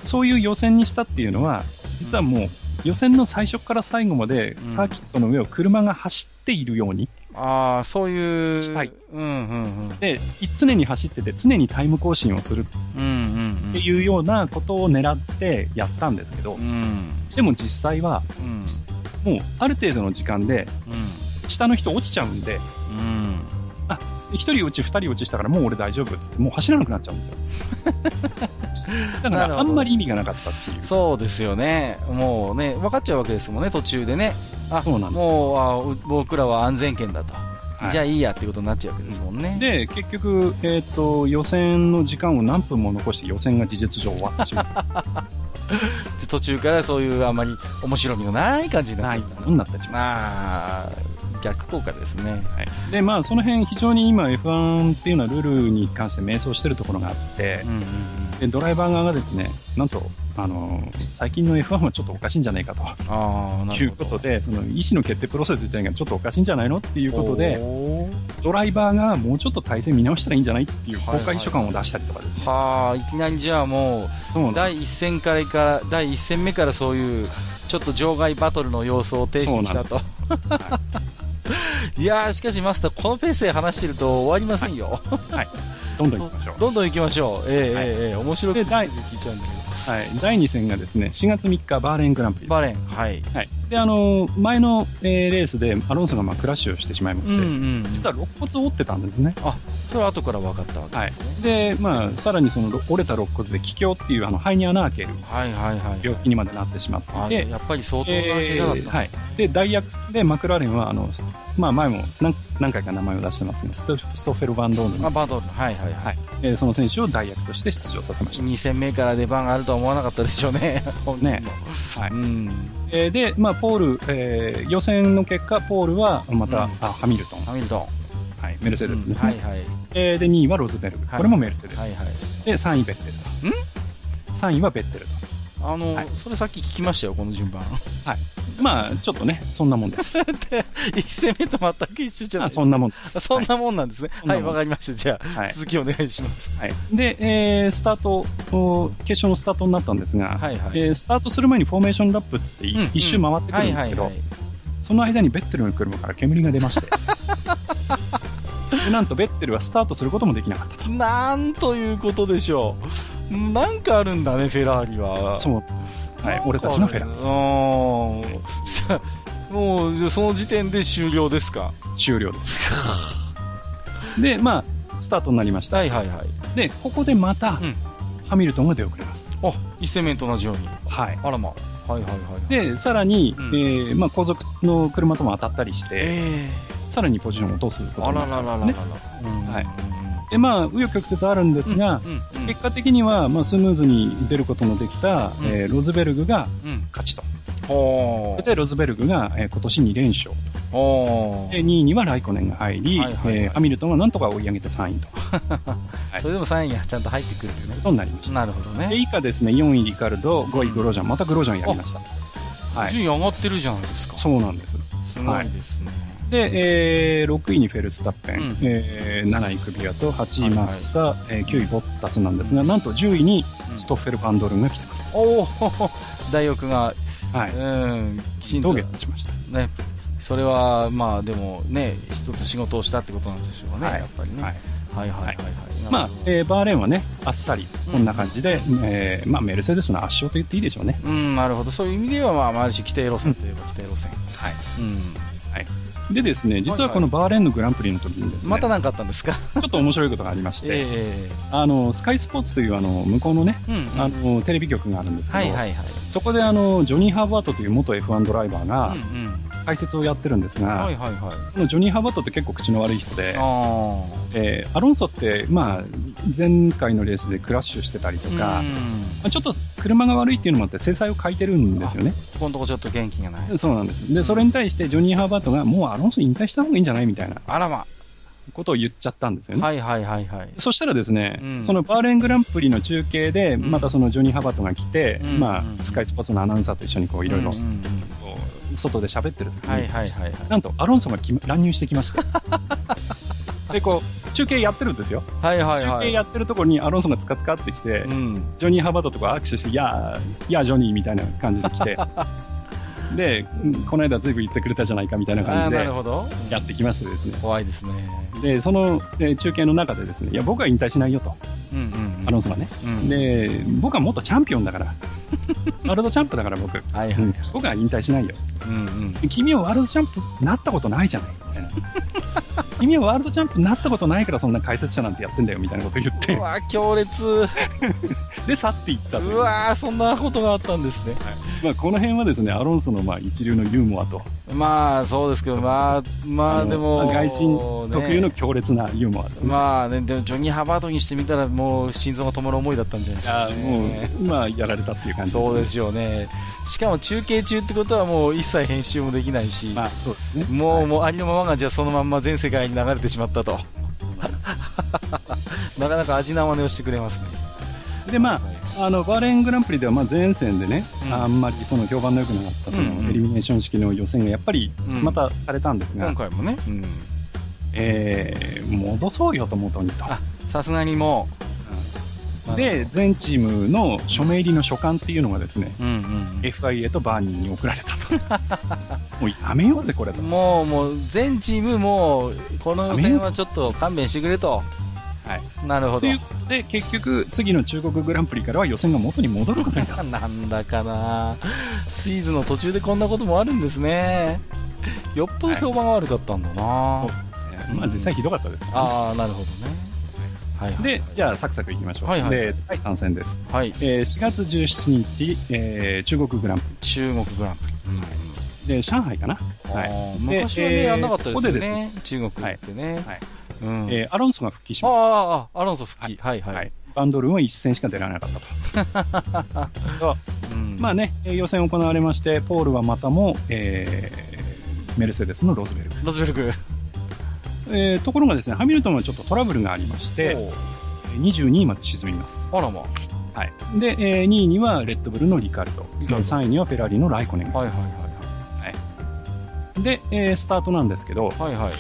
Speaker 2: そういう予選にしたっていうのは、実はもう予選の最初から最後まで
Speaker 1: ん
Speaker 2: サーキットの上を車が走っているように、
Speaker 1: ああ、そういう。
Speaker 2: したい
Speaker 1: うんうん
Speaker 2: で常に走ってて常にタイム更新をする
Speaker 1: うん。うんうんうん。
Speaker 2: っていうようなことを狙ってやったんですけど
Speaker 1: う、ん。
Speaker 2: でも実際は、
Speaker 1: うん。
Speaker 2: もうある程度の時間で、
Speaker 1: う
Speaker 2: 下の人落ちちゃうんで、
Speaker 1: ん。
Speaker 2: 1人うち2人うちしたからもう俺大丈夫っつって、もう走らなくなっちゃう
Speaker 1: [laughs]
Speaker 2: んですよ。だ
Speaker 1: なるほ
Speaker 2: から、
Speaker 1: ど
Speaker 2: あんまり意味がなかったっていう。
Speaker 1: そうですよね。もうね、分かっちゃうわけですもんね、途中でね。あ、
Speaker 2: そうなんです
Speaker 1: もうあう僕らは安全圏だと。
Speaker 2: い
Speaker 1: じゃあいいやっていうことになっちゃうわけですもんね。
Speaker 2: で、結局、えっ、と、予選の時間を何分も残して予選が事実上終わってしまっ
Speaker 1: で途中からそういうあまり面白みのない感じに
Speaker 2: た。
Speaker 1: なって
Speaker 2: ない
Speaker 1: きた
Speaker 2: ものになってしまっ
Speaker 1: まあ、逆効果ですね。
Speaker 2: た。で、まあ、その辺非常に今 F1 っていうのはルールに関して迷走してるところがあって
Speaker 1: うん、うんうん。
Speaker 2: で、ドライバー側がですね、なんと、あのー最近の F1 はちょっとおかしいんじゃないかと。
Speaker 1: ああ、な
Speaker 2: とい
Speaker 1: る
Speaker 2: う
Speaker 1: ほ
Speaker 2: こ
Speaker 1: ど。
Speaker 2: とで、その意思の決定プロセス自体がちょっとおかしいんじゃないのっていうことで、
Speaker 1: おー
Speaker 2: ドライバーがもうちょっと体制見直したらいいんじゃないっていう公開秘書官を出したりとかですね、
Speaker 1: はあ、いきなりじゃあもう、
Speaker 2: そうなん
Speaker 1: 第1戦からか第一戦目からそういうちょっと場外バトルの様相を停止したといやーしかしマスターこのペースで話してると終わりませんよ、
Speaker 2: どんどん行きましょう。
Speaker 1: どんどん行きましょうええ
Speaker 2: はい
Speaker 1: ええええ面白くて聞いちゃうんだけ
Speaker 2: はい、第2戦がですね4月3日バーレングランプリ
Speaker 1: ど
Speaker 2: で
Speaker 1: バレンはい
Speaker 2: す、はいで、あの、前の、えーレースでアロンソがまあクラッシュをしてしまいまして、
Speaker 1: うんうん。
Speaker 2: 実は肋骨を折ってたんですね。
Speaker 1: それは後から分かったわけですね。
Speaker 2: で、まあ、さらにその折れた肋骨で気胸っていうあの肺に穴を開ける
Speaker 1: はいはいはい。
Speaker 2: 病気にまでなってしまってい
Speaker 1: あ
Speaker 2: て、
Speaker 1: やっぱり相当な
Speaker 2: え
Speaker 1: 怪我だった
Speaker 2: ー
Speaker 1: の
Speaker 2: はい、で代役でマクラーレンはあの、まあ、前も何何回か名前を出してますがストストフェル・バンドーム
Speaker 1: あバトル、はいはいはい。
Speaker 2: はいえーその選手を代役として出場させまし
Speaker 1: 2戦目から出番があるとは思わなかったでしょうね、本人も
Speaker 2: ねはい
Speaker 1: うん、
Speaker 2: た、えーで、まあ、ポール、えー予選の結果ポールはまた、
Speaker 1: うん
Speaker 2: あハミルトン、
Speaker 1: ハミルトン、
Speaker 2: はい、メルセデ
Speaker 1: う
Speaker 2: ス
Speaker 1: ん
Speaker 2: ですね、
Speaker 1: はいはい、
Speaker 2: えーで2位はロズベルグ、
Speaker 1: はい
Speaker 2: これもメルセデス、
Speaker 1: はいはい、
Speaker 2: で3位ベッテルと3位はベッテルと
Speaker 1: あの、
Speaker 2: はい
Speaker 1: それさっき聞きましたよ、この順 [laughs] 番、
Speaker 2: まあちょっとねそんなも
Speaker 1: [laughs]
Speaker 2: んです
Speaker 1: 1戦目と全く一緒じゃない
Speaker 2: あ
Speaker 1: ですか、
Speaker 2: そんなもんです
Speaker 1: あ [laughs] そんなもんなんですね、
Speaker 2: そん
Speaker 1: は、
Speaker 2: ないもん
Speaker 1: わ、かりました、じゃあ、
Speaker 2: はい
Speaker 1: 続きお願いします、
Speaker 2: はいで、えースタートお決勝のスタートになったんですが、
Speaker 1: はいはい、
Speaker 2: えースタートする前にフォーメーションラップっつってい
Speaker 1: うんうん
Speaker 2: 一周回ってくるんですけど、
Speaker 1: はいはいはい
Speaker 2: その間にベッテルの車から煙が
Speaker 1: [laughs]
Speaker 2: 出ましてでなんとベッテルはスタートすることもできなかったと
Speaker 1: なんということでしょう、なんかあるんだね、フェラーリは。
Speaker 2: そう、はい、俺たちのフェラ
Speaker 1: う
Speaker 2: ー
Speaker 1: ーんさもうじゃあその時点で終了ですか
Speaker 2: 終了です
Speaker 1: [laughs]
Speaker 2: でまあスタートになりました
Speaker 1: はいはいはい
Speaker 2: でここでまた、
Speaker 1: ん
Speaker 2: ハミルトンが出遅れます
Speaker 1: あ一戦目と同じように
Speaker 2: はい
Speaker 1: あらまはいはいはいはい
Speaker 2: でさらに、
Speaker 1: うん
Speaker 2: えーまあ、後続の車とも当たったりして、
Speaker 1: え
Speaker 2: さらにポジションを落とすこ
Speaker 1: え
Speaker 2: と
Speaker 1: あ
Speaker 2: に
Speaker 1: ら
Speaker 2: なっちゃ
Speaker 1: らら
Speaker 2: うん
Speaker 1: ら
Speaker 2: で
Speaker 1: ら
Speaker 2: す
Speaker 1: ら
Speaker 2: ねはいでまあ紆余曲折あるんですが、
Speaker 1: うんうん
Speaker 2: 結果的には、まあ、スムーズに出ることのできた、
Speaker 1: うん
Speaker 2: えーロズベルグが
Speaker 1: うん
Speaker 2: 勝ちと。
Speaker 1: ほー
Speaker 2: で、ロズベルグが、えー今年2連勝
Speaker 1: ほー
Speaker 2: で、2位にはライコネンが入り、
Speaker 1: はいはいはい
Speaker 2: えーハミルトンはなんとか追い上げて3位というこ
Speaker 1: それでも3位にちゃんと入ってくるね
Speaker 2: とになりました。
Speaker 1: なるほど
Speaker 2: で、
Speaker 1: ね
Speaker 2: 以下ですね、4位リカルド、5位グロジャン、またグロジャンやりました。はい。
Speaker 1: 順位上がってるじゃないですか
Speaker 2: そうなんです。
Speaker 1: すごいですね
Speaker 2: で、えー6位にフェルスタッペン、
Speaker 1: うん
Speaker 2: えー7位クビアと8
Speaker 1: はいはい
Speaker 2: 位マッサ、えー9位ボッタスなんですが、なんと10位に
Speaker 1: うん
Speaker 2: ストッフェル・パンドルンが来てます。
Speaker 1: おお大欲が
Speaker 2: は
Speaker 1: う
Speaker 2: い。
Speaker 1: んきちん
Speaker 2: ど
Speaker 1: と
Speaker 2: うゲットしました。
Speaker 1: ね、それはまあでもね、一つ仕事をしたってことなんでしょうね、
Speaker 2: はい
Speaker 1: やっぱりね。
Speaker 2: はい
Speaker 1: はいはいはいはい。
Speaker 2: まあえーバーレーンはねあっさり
Speaker 1: うん
Speaker 2: こんな感じで、えーまあ、メルセデスの圧勝と言っていいでしょうね、
Speaker 1: うん、なるほど、そういう意味では、まあ、ある種、規定路線といえば規定路線、
Speaker 2: は
Speaker 1: うん
Speaker 2: い、でですね実はこのバーレーンのグランプリの時にですね、
Speaker 1: また何かあったんですか、
Speaker 2: ちょっと面白いことがありまして、
Speaker 1: [laughs] え
Speaker 2: あのスカイスポーツというあの向こうのね
Speaker 1: えうん、
Speaker 2: あのテレビ局があるんですけど、
Speaker 1: はいはいはい、
Speaker 2: そこであのジョニー・ハーバートという元 F1 ドライバー
Speaker 1: う
Speaker 2: が
Speaker 1: んうん、
Speaker 2: 解説をやってるんですが、
Speaker 1: はいはいはい、
Speaker 2: このジョニー・ハーバートって結構口の悪い人で、
Speaker 1: あ
Speaker 2: えーアロンソって、まあ、前回のレースでクラッシュしてたりと
Speaker 1: あ、
Speaker 2: か、
Speaker 1: うん
Speaker 2: ま、あちょっと車が悪いっていうのもあって制裁を書いてるんですよね。
Speaker 1: ここのとこちょっと元気がない、
Speaker 2: そうなんです。で、それに対してジョニー・ハーバートが、もうアロンソ引退した方がいいんじゃないみたいな
Speaker 1: あらま、
Speaker 2: ことを言っちゃったんですよね。
Speaker 1: はいはいはいはい、
Speaker 2: そしたらですね、
Speaker 1: うん
Speaker 2: そのバーレーングランプリの中継で、
Speaker 1: ん
Speaker 2: またそのジョニー・ハーバートが来て、
Speaker 1: うん
Speaker 2: ま
Speaker 1: うん
Speaker 2: あ、スカイスポーツのアナウンサーと一緒にこう、いろいろ
Speaker 1: うんう、んうん
Speaker 2: こう外で喋ってる時に、
Speaker 1: はいはいはいはい、
Speaker 2: なんとアロンソが来ま乱入してき
Speaker 1: [laughs]
Speaker 2: まして。で、こう、中継やってるんですよ。
Speaker 1: はいはい
Speaker 2: 中
Speaker 1: は
Speaker 2: 継
Speaker 1: い、
Speaker 2: やってるところにアロンソがつかつかってきて、
Speaker 1: うん、
Speaker 2: ジョニー・ハーバートとか握手して、いやー、いやージョニーみたいな感じ
Speaker 1: [laughs]
Speaker 2: で来て、で、うんこの間ずいぶん言ってくれたじゃないかみたいな
Speaker 1: あー
Speaker 2: 感じ
Speaker 1: な
Speaker 2: で
Speaker 1: る、ほど、
Speaker 2: やってきましてですね。
Speaker 1: 怖いですね、
Speaker 2: で、その、えー中継の中でですね、いや、僕は引退しないよと、
Speaker 1: うんうんうん、
Speaker 2: アロンソがね。
Speaker 1: うん、
Speaker 2: で、僕は元チャンピオン
Speaker 1: [laughs]
Speaker 2: だから、ワールドチャンプだから僕、
Speaker 1: はいは
Speaker 2: う
Speaker 1: い
Speaker 2: ん、僕は引退しないよ。
Speaker 1: うんうん
Speaker 2: 君はワールドチャンプなったことないじゃないみたいな。君はワールドチャンプなったことないからそんな解説者なんてやってんだよみたいなこと言っ
Speaker 1: う
Speaker 2: て、
Speaker 1: わー強
Speaker 2: [laughs]
Speaker 1: 烈
Speaker 2: で、去っていったというう。ま
Speaker 1: わーそんなことがあったんですね
Speaker 2: あ、この辺はですね、アロンソのまあ一流のユーモアと、
Speaker 1: まあそうですけどまあまあ
Speaker 2: あの
Speaker 1: でも
Speaker 2: まあ外人
Speaker 1: ね
Speaker 2: 特有の強烈なユーモアですね。
Speaker 1: まあねでもジョニー・ハバートにしてみたらもう心臓が止まる思いだったんじゃないですか
Speaker 2: あーもう、まあ、やられたっていう感
Speaker 1: [laughs]
Speaker 2: じ。
Speaker 1: そうですすよねしかも中継中ってことはもう一切編集もできないし、
Speaker 2: まあ、そうですね。
Speaker 1: もう、もうありのままがじゃあそのまんま全世界に流れてしまったとなかなか味な真似をしてくれますね
Speaker 2: で、まあ、あのバーレーングランプリではまあ前戦でね、
Speaker 1: うん
Speaker 2: あんまりその評判の良くなかったそ
Speaker 1: うんうん
Speaker 2: のエリミネーション式の予選がやっぱり
Speaker 1: うん
Speaker 2: またされたんですが、
Speaker 1: 今回もねうん
Speaker 2: えー戻そうよと元にと、
Speaker 1: あさすがにもう
Speaker 2: で全チームの署名入りの書簡っていうのがですね、
Speaker 1: うんうん、
Speaker 2: FIA とバーニーに送られたと
Speaker 1: [laughs]
Speaker 2: もうやめようぜこれと、
Speaker 1: もうもう全チームもうこの予選はちょっと勘弁してくれと
Speaker 2: はい。
Speaker 1: なるほど
Speaker 2: という。ことで、結局、次の中国グランプリからは予選が元に戻ることにな
Speaker 1: [laughs]
Speaker 2: る。
Speaker 1: なんだかなスイーズの途中でこんなこともあるんです
Speaker 2: [laughs]
Speaker 1: ね。よっぽど評判が悪かったんだな、
Speaker 2: そうですね。まあ実際ひどかったです、ね
Speaker 1: ああ、なるほどね。はいはい、
Speaker 2: で、じゃあサクサクいきましょう。
Speaker 1: はいはい
Speaker 2: で、第3戦です。
Speaker 1: あ、はい。
Speaker 2: えー4月17日、えー中国グランプ
Speaker 1: 中国グランプリ。
Speaker 2: リ。で、上海かな、は
Speaker 1: あ
Speaker 2: い
Speaker 1: ー
Speaker 2: で
Speaker 1: 昔はね、
Speaker 2: えー
Speaker 1: やんなかったですよ
Speaker 2: ここでです
Speaker 1: ね。中国ってね。
Speaker 2: はい
Speaker 1: うん
Speaker 2: えーアロンソが復帰します。
Speaker 1: あーあー、アロンソ復帰。はいはい。
Speaker 2: はい、バンドルーンは1戦しか出られなかったと。
Speaker 1: うん
Speaker 2: まあね、えー予選行われまして、ポールはまたも、えーメルセデスのロズベルグ、
Speaker 1: ロズベルク。
Speaker 2: えーところがですね、ハミルトンはちょっとトラブルがありまして、
Speaker 1: おう
Speaker 2: 22位まで沈みます。
Speaker 1: あらま。
Speaker 2: はい。で、えー2位にはレッドブルのリカルド、
Speaker 1: リカルド
Speaker 2: 3位にはフェラーリのライコネンが
Speaker 1: はいい
Speaker 2: ま
Speaker 1: は
Speaker 2: す。
Speaker 1: い
Speaker 2: で、えースタートなんですけど、
Speaker 1: はい。はい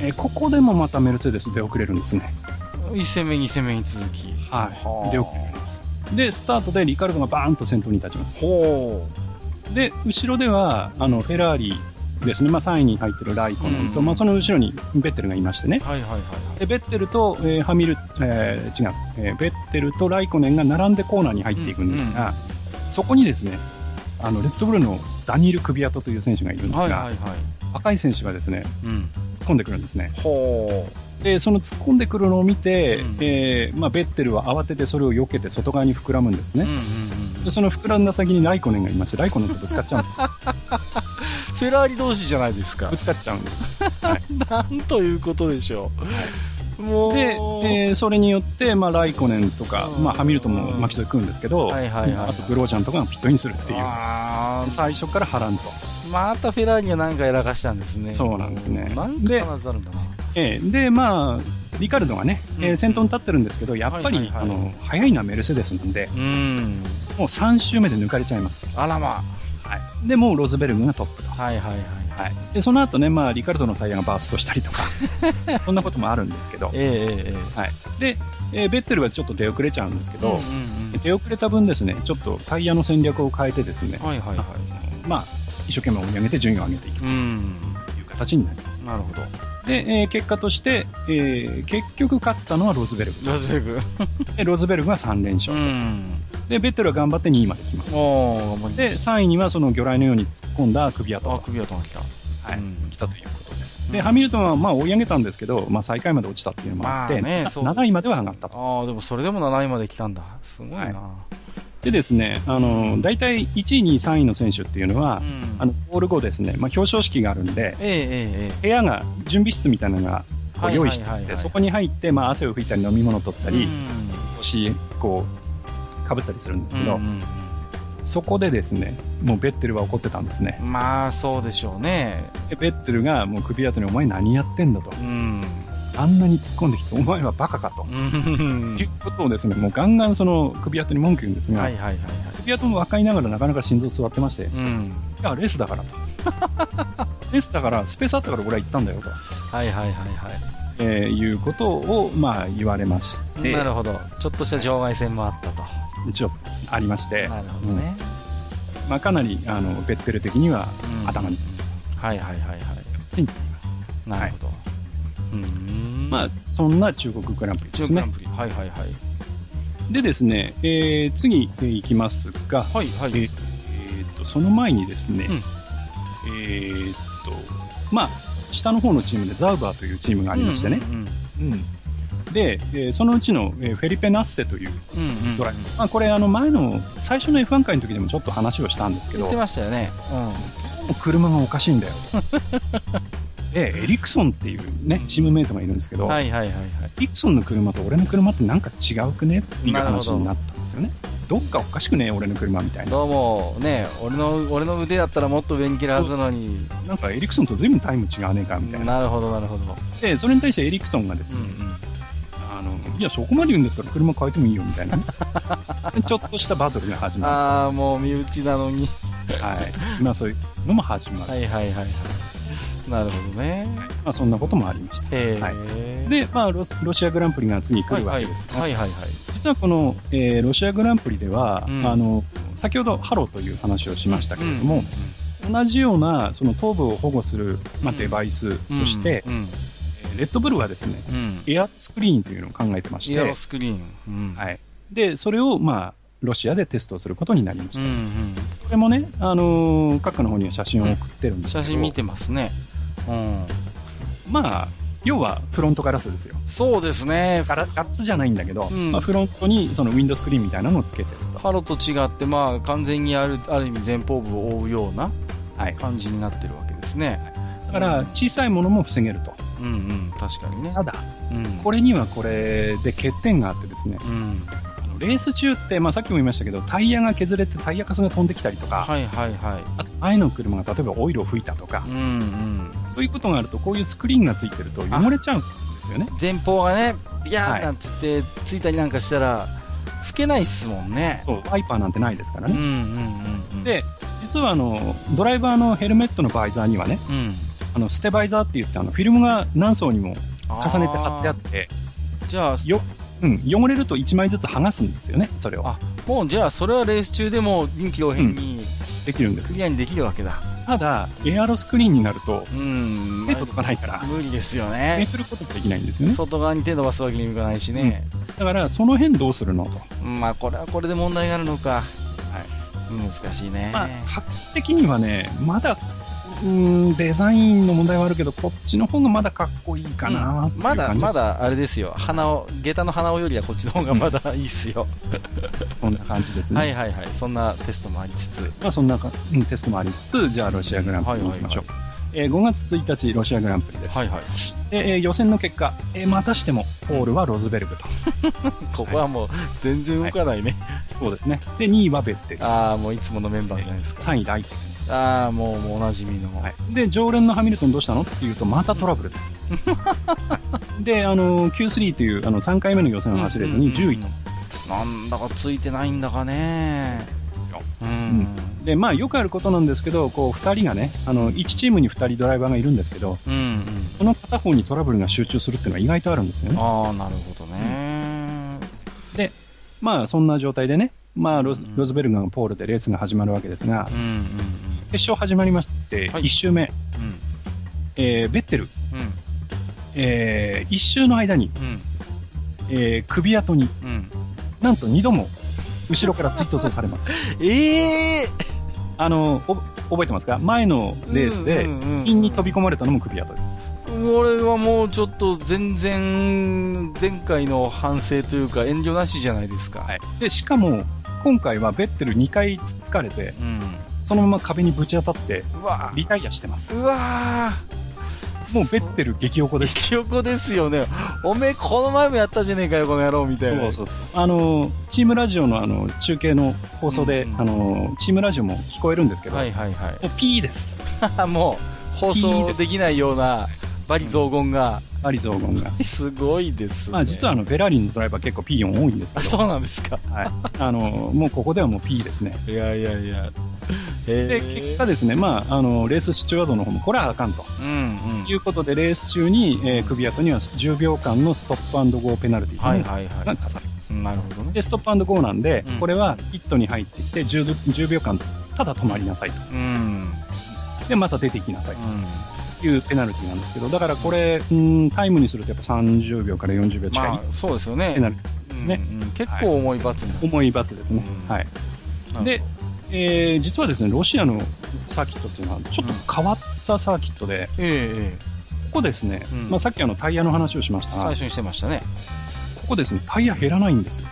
Speaker 2: えーここでもまたメルセデス出遅れるんですね。
Speaker 1: はい。1戦目、2戦目に続き。
Speaker 2: は
Speaker 1: あ
Speaker 2: い。出遅れます。で、スタートでリカルドがバーンと先頭に立ちます。
Speaker 1: ほ
Speaker 2: で、後ろでは、あの、フェラーリですね、まあ、3位に入ってるライコネンと、
Speaker 1: うん
Speaker 2: まあ、その後ろにベッテルがいましてね
Speaker 1: う。。はいはいはいはい。
Speaker 2: で、ベッテルと、えーハミル、えー違う、えーベッテルとライコネンが並んでコーナーに入っていくんですが、そこにですね、あの、レッドブルのダニール・クビアトという選手がいるんですが、
Speaker 1: はいはいはい。
Speaker 2: 赤い選手がですね、
Speaker 1: うん。
Speaker 2: 突っ込んでくるんですね。
Speaker 1: ほ
Speaker 2: で、その突っ込んでくるのを見て、
Speaker 1: うん
Speaker 2: えーまあ、ベッテルは慌ててそれを避けて外側に膨らむんです
Speaker 1: う。
Speaker 2: ね。
Speaker 1: うんうんう
Speaker 2: で
Speaker 1: ん。
Speaker 2: その膨らんだ先にライコネンがいまして、ライコネンとぶつかっちゃう
Speaker 1: [laughs]
Speaker 2: んです。
Speaker 1: フェラーリ同士じゃないです
Speaker 2: [laughs]
Speaker 1: か
Speaker 2: ぶ。つかっちゃうんです。
Speaker 1: なんということでしょう。もう。
Speaker 2: で、えーそれによって、まあ、ライコネンとか、
Speaker 1: うん
Speaker 2: まあ、ハミルトンも巻き添え食うんですけど、
Speaker 1: はいはいはい
Speaker 2: あとグロージャンとかがピットインするっていう。
Speaker 1: あー
Speaker 2: 最初から波乱と。
Speaker 1: またフェラーリが何かやらかしたんですね。
Speaker 2: そうなんですね
Speaker 1: なんか必ずあるんだな。
Speaker 2: えーで、まあ、リカルドがね、えー
Speaker 1: うん
Speaker 2: 先頭に立ってるんですけど、やっぱり、
Speaker 1: はいはいはい
Speaker 2: あの、早いのはメルセデスなんで、
Speaker 1: うん。
Speaker 2: もう3周目で抜かれちゃいます。
Speaker 1: あらま。
Speaker 2: で、もうロズベルグがトップと。
Speaker 1: はいはいはい。
Speaker 2: はい、でその後ね、まあ、リカルドのタイヤがバーストした
Speaker 1: [laughs]
Speaker 2: りとか、そんなこともあるんですけど、
Speaker 1: ええええええ。
Speaker 2: はい、で、えーベッテルはちょっと出遅れちゃうんですけ
Speaker 1: うん
Speaker 2: ど、
Speaker 1: うん
Speaker 2: 出遅れた分ですね、ちょっとタイヤの戦略を変えてですね
Speaker 1: うん。、はいはいはい。
Speaker 2: まあ、一生懸命追い上げて順位を上げていく
Speaker 1: うん。
Speaker 2: という形になります。
Speaker 1: なるほど。
Speaker 2: で、えー結果として、えー結局勝ったのはロズベルグ。
Speaker 1: ラズベル。
Speaker 2: でロズベルグが3連
Speaker 1: う
Speaker 2: 勝、
Speaker 1: ん。
Speaker 2: で、ベッテルは頑張って2位まで来ます。
Speaker 1: おー、頑張り
Speaker 2: で、3位にはその魚雷のように突っ込んだ首跡
Speaker 1: あ、
Speaker 2: が
Speaker 1: 首が止まってきた。
Speaker 2: はい
Speaker 1: うん
Speaker 2: 来たということです。
Speaker 1: う
Speaker 2: で、
Speaker 1: ん
Speaker 2: ハミルトンはまあ追い上げたんですけど、まあ最下位まで落ちたっていうのもあって、
Speaker 1: まあね
Speaker 2: な
Speaker 1: そうです
Speaker 2: 7位までは上がったと。
Speaker 1: ああ、でもそれでも7位まで来たんだ。すごいな。
Speaker 2: でですね、あの、大体1位、2位、3位の選手っていうのは、
Speaker 1: うん
Speaker 2: あの、ゴール後ですね、まあ表彰式があるんで、
Speaker 1: えええええ
Speaker 2: 部屋が、準備室みたいなのがこ
Speaker 1: は
Speaker 2: う
Speaker 1: いは
Speaker 2: 用
Speaker 1: いはいはい
Speaker 2: 意してあって、そこに入って、まあ汗を拭いたり飲み物取った
Speaker 1: え。
Speaker 2: り、
Speaker 1: うん
Speaker 2: 腰、こう、かぶったりするんですけど、
Speaker 1: うん
Speaker 2: そこでですね、もうベッテルは怒ってたんですね
Speaker 1: う。んまあ、そうでしょうね。
Speaker 2: でベッテルがもう首跡にお前何やってんだと。
Speaker 1: うん。
Speaker 2: あんなに突っ込んできて、お前はバカかと。
Speaker 1: うん
Speaker 2: いうことをですね、もうガンガンその首跡に文句言うんですが、
Speaker 1: はいはいはいはい。
Speaker 2: 首跡も分かりながらなかなか心臓座ってまして、い
Speaker 1: うん。
Speaker 2: や、レースだからと。 [laughs] レースだから、スペースあったから俺は行ったんだよと、
Speaker 1: はいはいはいは
Speaker 2: えーいうことを、まあ、言われまし
Speaker 1: い。
Speaker 2: て
Speaker 1: な、るほど。ちょっとした場外戦もあったと。
Speaker 2: 一応ありまして、
Speaker 1: なるほどね。
Speaker 2: まあ、かなりあのベッテル的には
Speaker 1: うん
Speaker 2: 頭につ
Speaker 1: はいはいはいはい。
Speaker 2: ついています。
Speaker 1: なるほど。うん。
Speaker 2: まあ、そんな中国グランプリで
Speaker 1: 中
Speaker 2: す
Speaker 1: グラ
Speaker 2: ね
Speaker 1: ン。プリ。はいはいはい。
Speaker 2: でですね、えー次、えー行きますが、
Speaker 1: はいはい。
Speaker 2: ええーっとその前にですね、
Speaker 1: うん
Speaker 2: えーっとまあ下の方のチームでザウバーというチームがありましてね、
Speaker 1: うんうん
Speaker 2: で、えーそのうちの、えーフェリペ・ナッセという
Speaker 1: うん。うんうん
Speaker 2: ドライバー、まあ、これあの前の最初の F1 回の時でもちょっと話をしたんですけ
Speaker 1: 言
Speaker 2: ど
Speaker 1: ってましたよね。
Speaker 2: もう車がおかしいんだよと
Speaker 1: [laughs]
Speaker 2: でエリクソンっていうねチームメイトがいるんですけ
Speaker 1: う
Speaker 2: ど、
Speaker 1: ん。はいはいはいはい。
Speaker 2: エリクソンの車と俺の車ってなんか違うくねっていう
Speaker 1: なるほ
Speaker 2: 話
Speaker 1: ど
Speaker 2: になったんですよねどっかおかしくね俺の車みたいな
Speaker 1: どうも、ね、俺の、俺の腕だったらもっと上に切るはずなのに。
Speaker 2: なんかエリクソンと随分タイム違わねえかみたいな
Speaker 1: なるほど、なるほど。
Speaker 2: で、それに対してエリクソンがです
Speaker 1: うんう
Speaker 2: ね、
Speaker 1: ん。
Speaker 2: あの、いや、そこまで言うんだったら車変えてもいいよ、み
Speaker 1: [laughs]
Speaker 2: たいなね。ちょっとしたバトルが始ま
Speaker 1: ああ、もう身内なのに。
Speaker 2: る。はい。まあ、そういうのも始まる。
Speaker 1: はいはいはいはい。なるほどね。
Speaker 2: まあ、そんなこともありました。
Speaker 1: へえ、
Speaker 2: はいで、まあロス、ロシアグランプリが次来
Speaker 1: はい
Speaker 2: るわ
Speaker 1: はい
Speaker 2: けですが、
Speaker 1: はいはいはい。
Speaker 2: 実はこの、えーロシアグランプリでは、
Speaker 1: うん
Speaker 2: あの、先ほどハローという話をしましたけれど
Speaker 1: う
Speaker 2: も
Speaker 1: ん、
Speaker 2: 同じような、その頭部を保護する、まあ、
Speaker 1: うん
Speaker 2: デバイスとして、
Speaker 1: うん
Speaker 2: えーレッドブルはですね、
Speaker 1: うん。
Speaker 2: エアスクリーンというのを考えてまし
Speaker 1: イエロ
Speaker 2: て
Speaker 1: ー、スクリーン。うん。
Speaker 2: はい。で、それを、まあ、ロシアでテストすることになりまし
Speaker 1: う
Speaker 2: た。
Speaker 1: んう
Speaker 2: これもね、あのー、各の方には写真を送ってるんで
Speaker 1: ん。
Speaker 2: すけど、
Speaker 1: 写真見てますね。うん。
Speaker 2: まあ、要はフロントガラスですよ。
Speaker 1: そうですね。
Speaker 2: ガラガラスじゃないんだけど、
Speaker 1: うん
Speaker 2: まあ、フロントにそのウィンドスクリーンみたいなのをつけてると。
Speaker 1: ハロと違って、まあ、完全にあるある意味前方部を覆うような
Speaker 2: はい。
Speaker 1: 感じになってるわけですね。
Speaker 2: だから、小さいものも防げると。
Speaker 1: うんうん、確かにね。
Speaker 2: ただ、
Speaker 1: うん、
Speaker 2: これにはこれで欠点があってですね、
Speaker 1: うん、
Speaker 2: あのレース中って、まあ、さっきも言いましたけど、タイヤが削れてタイヤカスが飛んできたりとか、
Speaker 1: はいはいは
Speaker 2: あと前の車が例えばオイルを吹いたとか
Speaker 1: い。う、んうん。
Speaker 2: そういうことがあると、こういうスクリーンがついてると
Speaker 1: あ
Speaker 2: 汚れちゃうんですよね。
Speaker 1: 前方がね、ビャ
Speaker 2: は
Speaker 1: ー
Speaker 2: い
Speaker 1: なんて言って、ついたりなんかしたら、吹けないっすもんね。
Speaker 2: そう、ワイパーなんてないですから
Speaker 1: うんう
Speaker 2: ね。
Speaker 1: んうんうん。、
Speaker 2: で、実はあの、ドライバーのヘルメットのバイザーにはね、
Speaker 1: うん。
Speaker 2: あの、ステバイザーって言って、あの、フィルムが何層にも重ねて貼ってあ
Speaker 1: っ
Speaker 2: って、
Speaker 1: て。じゃあ、
Speaker 2: よ、うん、汚れると1枚ずつ剥がすんですよね、それを
Speaker 1: あ。もうじゃあ、それはレース中でも臨機応変に
Speaker 2: できるんです
Speaker 1: ク。リアにできるわけだ。
Speaker 2: ただ、エアロスクリーンになると、
Speaker 1: うん。
Speaker 2: 手届かないから、
Speaker 1: 無理ですよ
Speaker 2: 見
Speaker 1: ね。
Speaker 2: することもできないんですよね。
Speaker 1: 外側に手伸ばすわけにもいかないしね。
Speaker 2: だから、その辺どうするのと。
Speaker 1: まあ、これはこれで問題があるのか。難しいね。
Speaker 2: まあ、画期的にはね、まだ、うーん、デザインの問題はあるけど、こっちの方がまだかっこいいかなっていう
Speaker 1: ま
Speaker 2: 感じ、
Speaker 1: だまだあれですよ鼻を下駄の鼻をよりはこっちの方がまだいいっすよ、
Speaker 2: そんな感じですね。
Speaker 1: はいはいはいそんなテストもありつつ
Speaker 2: まあ、そんなか、うん、テストもありつつ、じゃあ、ロシアグランプリに行きましょう。えー5月1日、ロシアグランプリです。
Speaker 1: はい
Speaker 2: でえー予選の結果、えーまたしても、ポールはロズベルグと。
Speaker 1: ここはもう全然動かないね、
Speaker 2: そうですね。で、2位はベッテル。
Speaker 1: ああもういつものメンバーじゃないですか、
Speaker 2: 3位ライテ
Speaker 1: ああもうもうおなじみの、
Speaker 2: ン、はい。で、常連のハミルトンどうしたのっていうと、またトラブル
Speaker 1: [laughs]
Speaker 2: です。はいで、あのー、Q3 という、あの、3回目の予選を走れずに10位と。
Speaker 1: なんだかついてないんだかね
Speaker 2: ですよ
Speaker 1: うん、
Speaker 2: で、まあ、よくあることなんですけど、こう、2人がね、あの、1チームに2人ドライバーがいるんですけど、
Speaker 1: うんうん
Speaker 2: その片方にトラブルが集中するっていうのは意外とあるんですよね。
Speaker 1: ああなるほどね、
Speaker 2: まあ、そんな状態でね、まあロ
Speaker 1: う
Speaker 2: ズ
Speaker 1: ん、
Speaker 2: ロズベルガーのポールでレースが始まるわけですが
Speaker 1: うん、、うんうん
Speaker 2: 決勝始まりまして、
Speaker 1: はい
Speaker 2: 1周目、
Speaker 1: うん
Speaker 2: えーベッテル、
Speaker 1: うん
Speaker 2: え1周の間に、
Speaker 1: うん
Speaker 2: えー首跡に、
Speaker 1: うん
Speaker 2: なんと2度も、後ろから追突をさ
Speaker 1: [laughs]
Speaker 2: れます。
Speaker 1: ええ
Speaker 2: あの、お覚えてますか前のレースで、ピンに飛び込まれたのも首跡です。
Speaker 1: 俺はもうちょっと全然前回の反省というか遠慮なしじゃないですか、
Speaker 2: はい。で、しかも、今回はベッテル2回つつかれて、
Speaker 1: うん、
Speaker 2: そのまま壁にぶち当たって、
Speaker 1: うわ
Speaker 2: リタイアしてます。
Speaker 1: うわー
Speaker 2: もうベッテル激横です。
Speaker 1: [laughs] 記憶ですよねおめえこの前もやったじゃねえかよこの野郎みたいな
Speaker 2: そうそうそう。あの、チームラジオのあの、中継の放送で、
Speaker 1: うんうん
Speaker 2: あの、チームラジオも聞こえるんですけど、
Speaker 1: はいはいは
Speaker 2: もうピーです。
Speaker 1: い [laughs] もう放送できないようなバリ雑言が、
Speaker 2: バリ雑言が。
Speaker 1: すごいですね
Speaker 2: まあ実はあの、ベラーリのドライバー結構ピー音多いんですけ
Speaker 1: あ
Speaker 2: ど、
Speaker 1: そうなんですか
Speaker 2: はい。あの、もうここではもうピーですね。
Speaker 1: いやいやいや
Speaker 2: で、結果ですね、まあ、あの、レーススチュワードの方も、これはあかんと。
Speaker 1: うんうん
Speaker 2: いうことで、レース中に、えー首跡には10秒間のストップアンドゴーペナルティ
Speaker 1: はい
Speaker 2: が
Speaker 1: はいは
Speaker 2: 課されます
Speaker 1: い。なるほどね
Speaker 2: で、ストップアンドゴーなんで、
Speaker 1: うん
Speaker 2: これはヒットに入ってきて10ど、10秒間、ただ止まりなさいと。
Speaker 1: うん
Speaker 2: で、また出ていきなさい
Speaker 1: うん
Speaker 2: というペナルティなんですけど、だからこれ、うん、タイムにするとやっぱ30秒から40秒近い
Speaker 1: まあそうですよね
Speaker 2: ペナルティ。ね
Speaker 1: うんうん、結構重い罰になる
Speaker 2: 重い罰ですね。
Speaker 1: うん
Speaker 2: は
Speaker 1: な
Speaker 2: い。
Speaker 1: るほど
Speaker 2: で、えー実はですね、ロシアのサーキットっていうのは、ちょっと変わったサーキットで、
Speaker 1: ええええ
Speaker 2: ここですね、
Speaker 1: うん
Speaker 2: まあさっきあのタイヤの話をしましたが
Speaker 1: 最、初にしてましたね
Speaker 2: ここですね、タイヤ減らないんですよ。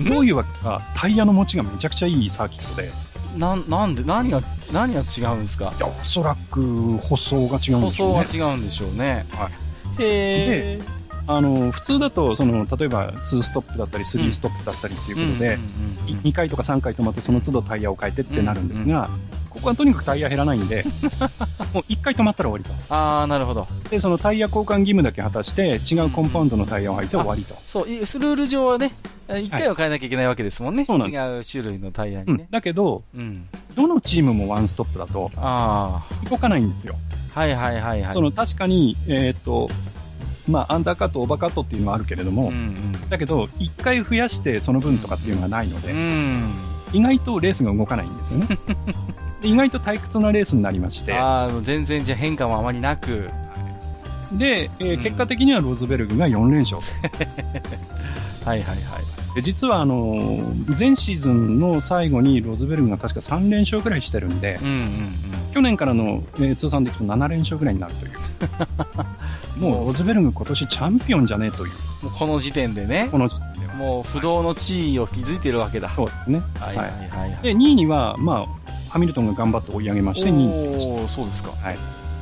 Speaker 1: ん
Speaker 2: どういうわけか、タイヤの持ちがめちゃくちゃいいサーキットで、い
Speaker 1: なんなんで何が何が違うんですか
Speaker 2: や、おそらく舗装が違うん
Speaker 1: 舗
Speaker 2: でし
Speaker 1: 装
Speaker 2: ょう
Speaker 1: が
Speaker 2: ね。
Speaker 1: 違うんでしょうね、
Speaker 2: は
Speaker 1: へえ
Speaker 2: あの、普通だと、その、例えば2ストップだったり3ストップだったりっていうことで、い2回とか3回止まってその都度タイヤを変えてってなるんですが、ここはとにかくタイヤ減らないんで、
Speaker 1: [laughs]
Speaker 2: もう1回止まったら終わり
Speaker 1: ああなるほど
Speaker 2: と。で、そのタイヤ交換義務だけ果たして、違うコンパウンドのタイヤを履いて終わりと。
Speaker 1: そういルール上はね1回は変えなきゃいけないわけですもんね、
Speaker 2: そうなんで
Speaker 1: 違う種類のタイヤ
Speaker 2: う
Speaker 1: に
Speaker 2: ん
Speaker 1: ね、、
Speaker 2: だけど、
Speaker 1: うん
Speaker 2: どのチームもワンストップだと
Speaker 1: あ
Speaker 2: 動かないんですよ。
Speaker 1: あはいはいはいはい
Speaker 2: その確かに、えーっと、まあ、アンダーカット、オーバーカットっていうのはあるけれども、
Speaker 1: うんうん
Speaker 2: だけど、1回増やしてその分とかっていうのはないの
Speaker 1: う
Speaker 2: で、
Speaker 1: ん
Speaker 2: 意外とレースが動かないんです
Speaker 1: [laughs]
Speaker 2: よね。で意外と退屈なレースになりまして、
Speaker 1: ああ全然じゃあ変化もあまりなく
Speaker 2: で、えー
Speaker 1: うん
Speaker 2: 結果的にはローズベルグが4連勝
Speaker 1: はいはいはい。
Speaker 2: で実はあのー前シーズンの最後にローズベルグが確か3連勝ぐらいしてるんで
Speaker 1: うんうん
Speaker 2: 去年からの、えー通算でいくと7連勝ぐらいにな
Speaker 1: [laughs]
Speaker 2: るというもうローズベルグ今年チャンピオンじゃねえという
Speaker 1: うん。もうこの時点でね
Speaker 2: こ、の時点では
Speaker 1: もう不動の地位を築いてるわけだ。
Speaker 2: そうですね
Speaker 1: はいはいはいはい。
Speaker 2: で2位には、まあ、ハミルトンが頑張って追い上げまして2位に行きまし
Speaker 1: おーそうですか。
Speaker 2: た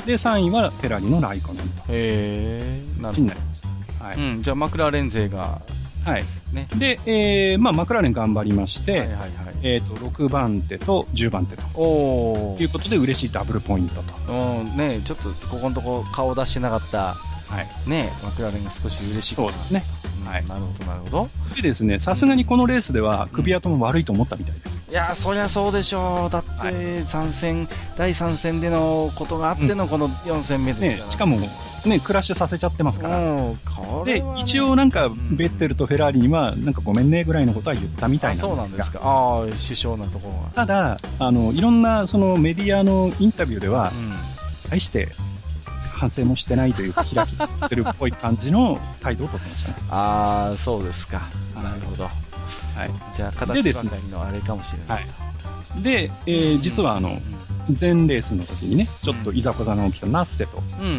Speaker 2: で3位はフェラーリのライコネンと
Speaker 1: へえ、なる
Speaker 2: に
Speaker 1: ほ
Speaker 2: なりました、はい
Speaker 1: ど。うん、じゃあマクラーレン勢が、
Speaker 2: はい
Speaker 1: ね
Speaker 2: で、えーまあ、マクラーレン頑張りまして、
Speaker 1: はいはいはい。
Speaker 2: えー、と6番手と10番手と
Speaker 1: お
Speaker 2: いう
Speaker 1: ー
Speaker 2: ことで嬉しいダブルポイントと、
Speaker 1: うん、ねちょっとここのとこ顔出してなかった、
Speaker 2: はい、
Speaker 1: ねマクラーレンが少し嬉しいか
Speaker 2: そう
Speaker 1: な
Speaker 2: ですね
Speaker 1: うん
Speaker 2: はい
Speaker 1: なるほどなるほど。
Speaker 2: でですねさすがにこのレースでは首跡も悪いと思ったみたいです、
Speaker 1: いやーそりゃそうでしょう。だっ
Speaker 2: は
Speaker 1: て、参戦、第3戦でのことがあってのこの4戦目です
Speaker 2: ね
Speaker 1: から、、
Speaker 2: しかも、ね、クラッシュさせちゃってますから、
Speaker 1: うん、これ
Speaker 2: で
Speaker 1: はね
Speaker 2: 一応なんか
Speaker 1: ん
Speaker 2: ベッテルとフェラーリにはなんかごめんねぐらいのことは言ったみたい
Speaker 1: あ
Speaker 2: な
Speaker 1: そうんな
Speaker 2: で
Speaker 1: ん
Speaker 2: す
Speaker 1: で
Speaker 2: が
Speaker 1: すか。ああ、首相なところが。
Speaker 2: ただあのいろんなそのメディアのインタビューでは
Speaker 1: うん
Speaker 2: 大して反省もしてないというか開き直ってるっぽい感じの態度をとってましたね
Speaker 1: ああそうですか、
Speaker 2: はい
Speaker 1: なるほど、、
Speaker 2: はい
Speaker 1: じゃあ
Speaker 2: で
Speaker 1: 形
Speaker 2: です
Speaker 1: ば
Speaker 2: ね
Speaker 1: かりのあれかもしれない、
Speaker 2: で、えー実はあの前レースの時にねちょっといざこざの起きたナッセと
Speaker 1: うんうん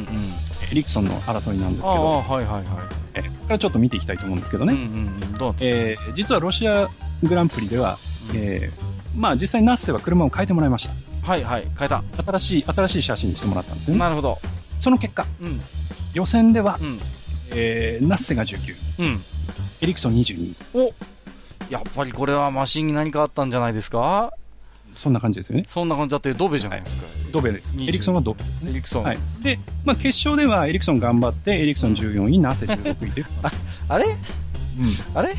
Speaker 2: エリクソンの争いなんです
Speaker 1: あ
Speaker 2: けど、
Speaker 1: あはいはいは
Speaker 2: えーここからちょっと見ていきたいと思うんですけど
Speaker 1: い、
Speaker 2: ね、
Speaker 1: うんうんうんどうなった
Speaker 2: えー実はロシアグランプリでは、えーまあ、実際ナッセは車を変えてもらいまし
Speaker 1: はいはい変えた、
Speaker 2: た新しい新しい写真にしてもらったんですよね、
Speaker 1: なるほど
Speaker 2: その結果
Speaker 1: うん
Speaker 2: 予選では、
Speaker 1: うん
Speaker 2: えーナッセが19
Speaker 1: うん
Speaker 2: エリクソン22
Speaker 1: おやっぱりこれはマシンに何かあったんじゃないですか
Speaker 2: そんな感じですよね
Speaker 1: そんな感じだってドベじゃないですか、
Speaker 2: ドベですエ
Speaker 1: 20
Speaker 2: リクソンはドベ
Speaker 1: エリクソン、
Speaker 2: はい、で、まあ、決勝ではエリクソン頑張って、エリクソン14位、ナセ16位で、
Speaker 1: あれあれ、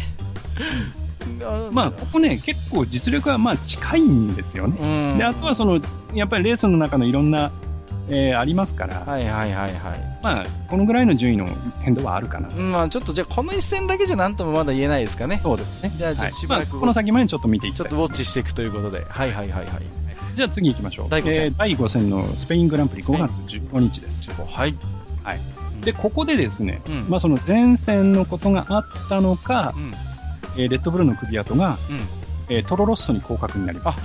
Speaker 2: まあ、ここね、結構実力はまあ近いんですよね。
Speaker 1: うん
Speaker 2: で、あとはその、やっぱりレースの中のいろんな、えーありますから、
Speaker 1: はいはいはいはい
Speaker 2: まあ、このぐらいの順位の変動はあるかなと。
Speaker 1: うんまあちょっとじゃあこの一戦だけじゃ何ともまだ言えないですかね
Speaker 2: そうですね。
Speaker 1: じゃあちょ
Speaker 2: は
Speaker 1: っ
Speaker 2: い
Speaker 1: としば
Speaker 2: ま
Speaker 1: ら
Speaker 2: あ、
Speaker 1: く、
Speaker 2: この先までちょっと見ていき
Speaker 1: ちょっ
Speaker 2: たい
Speaker 1: と。ウォッチしていくということで、はいはいはいはい。
Speaker 2: じゃあ次行きましょう。
Speaker 1: 第五戦
Speaker 2: えー第5戦のスペイングランプリ5月15日です。
Speaker 1: はい。
Speaker 2: はい
Speaker 1: うん。
Speaker 2: で、ここでですね、
Speaker 1: うん
Speaker 2: まあその前戦のことがあったのか
Speaker 1: う、ん、
Speaker 2: えーレッドブルの首跡が、
Speaker 1: うん
Speaker 2: えートロロッソに降格になります。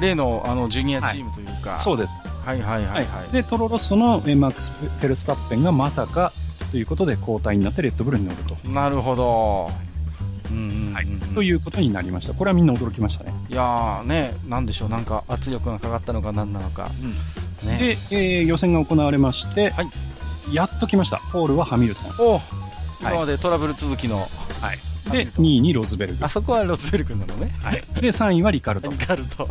Speaker 1: 例の、あの、ジュニアチームというか、
Speaker 2: そうです。
Speaker 1: はいはいはいは。
Speaker 2: はいい、でトロロッソのえーマックス・ペルスタッペンがまさかということで交代になってレッドブルに乗ると。
Speaker 1: なるほど。うんうんうん
Speaker 2: はい
Speaker 1: うん
Speaker 2: ということになりました。これはみんな驚きましたね。
Speaker 1: いやーね、なんでしょう、なんか圧力がかかったのか、なんなのか、ね、
Speaker 2: で、えー予選が行われまして、
Speaker 1: はい
Speaker 2: やっと来ました。ポールはハミルトン。
Speaker 1: お今までトラブル続きの、ハミ
Speaker 2: で、
Speaker 1: ルトン
Speaker 2: 2位にローズベルグ。
Speaker 1: あそこはロスベル君なのね、
Speaker 2: はいで、3位はリカルド
Speaker 1: リ。カルト、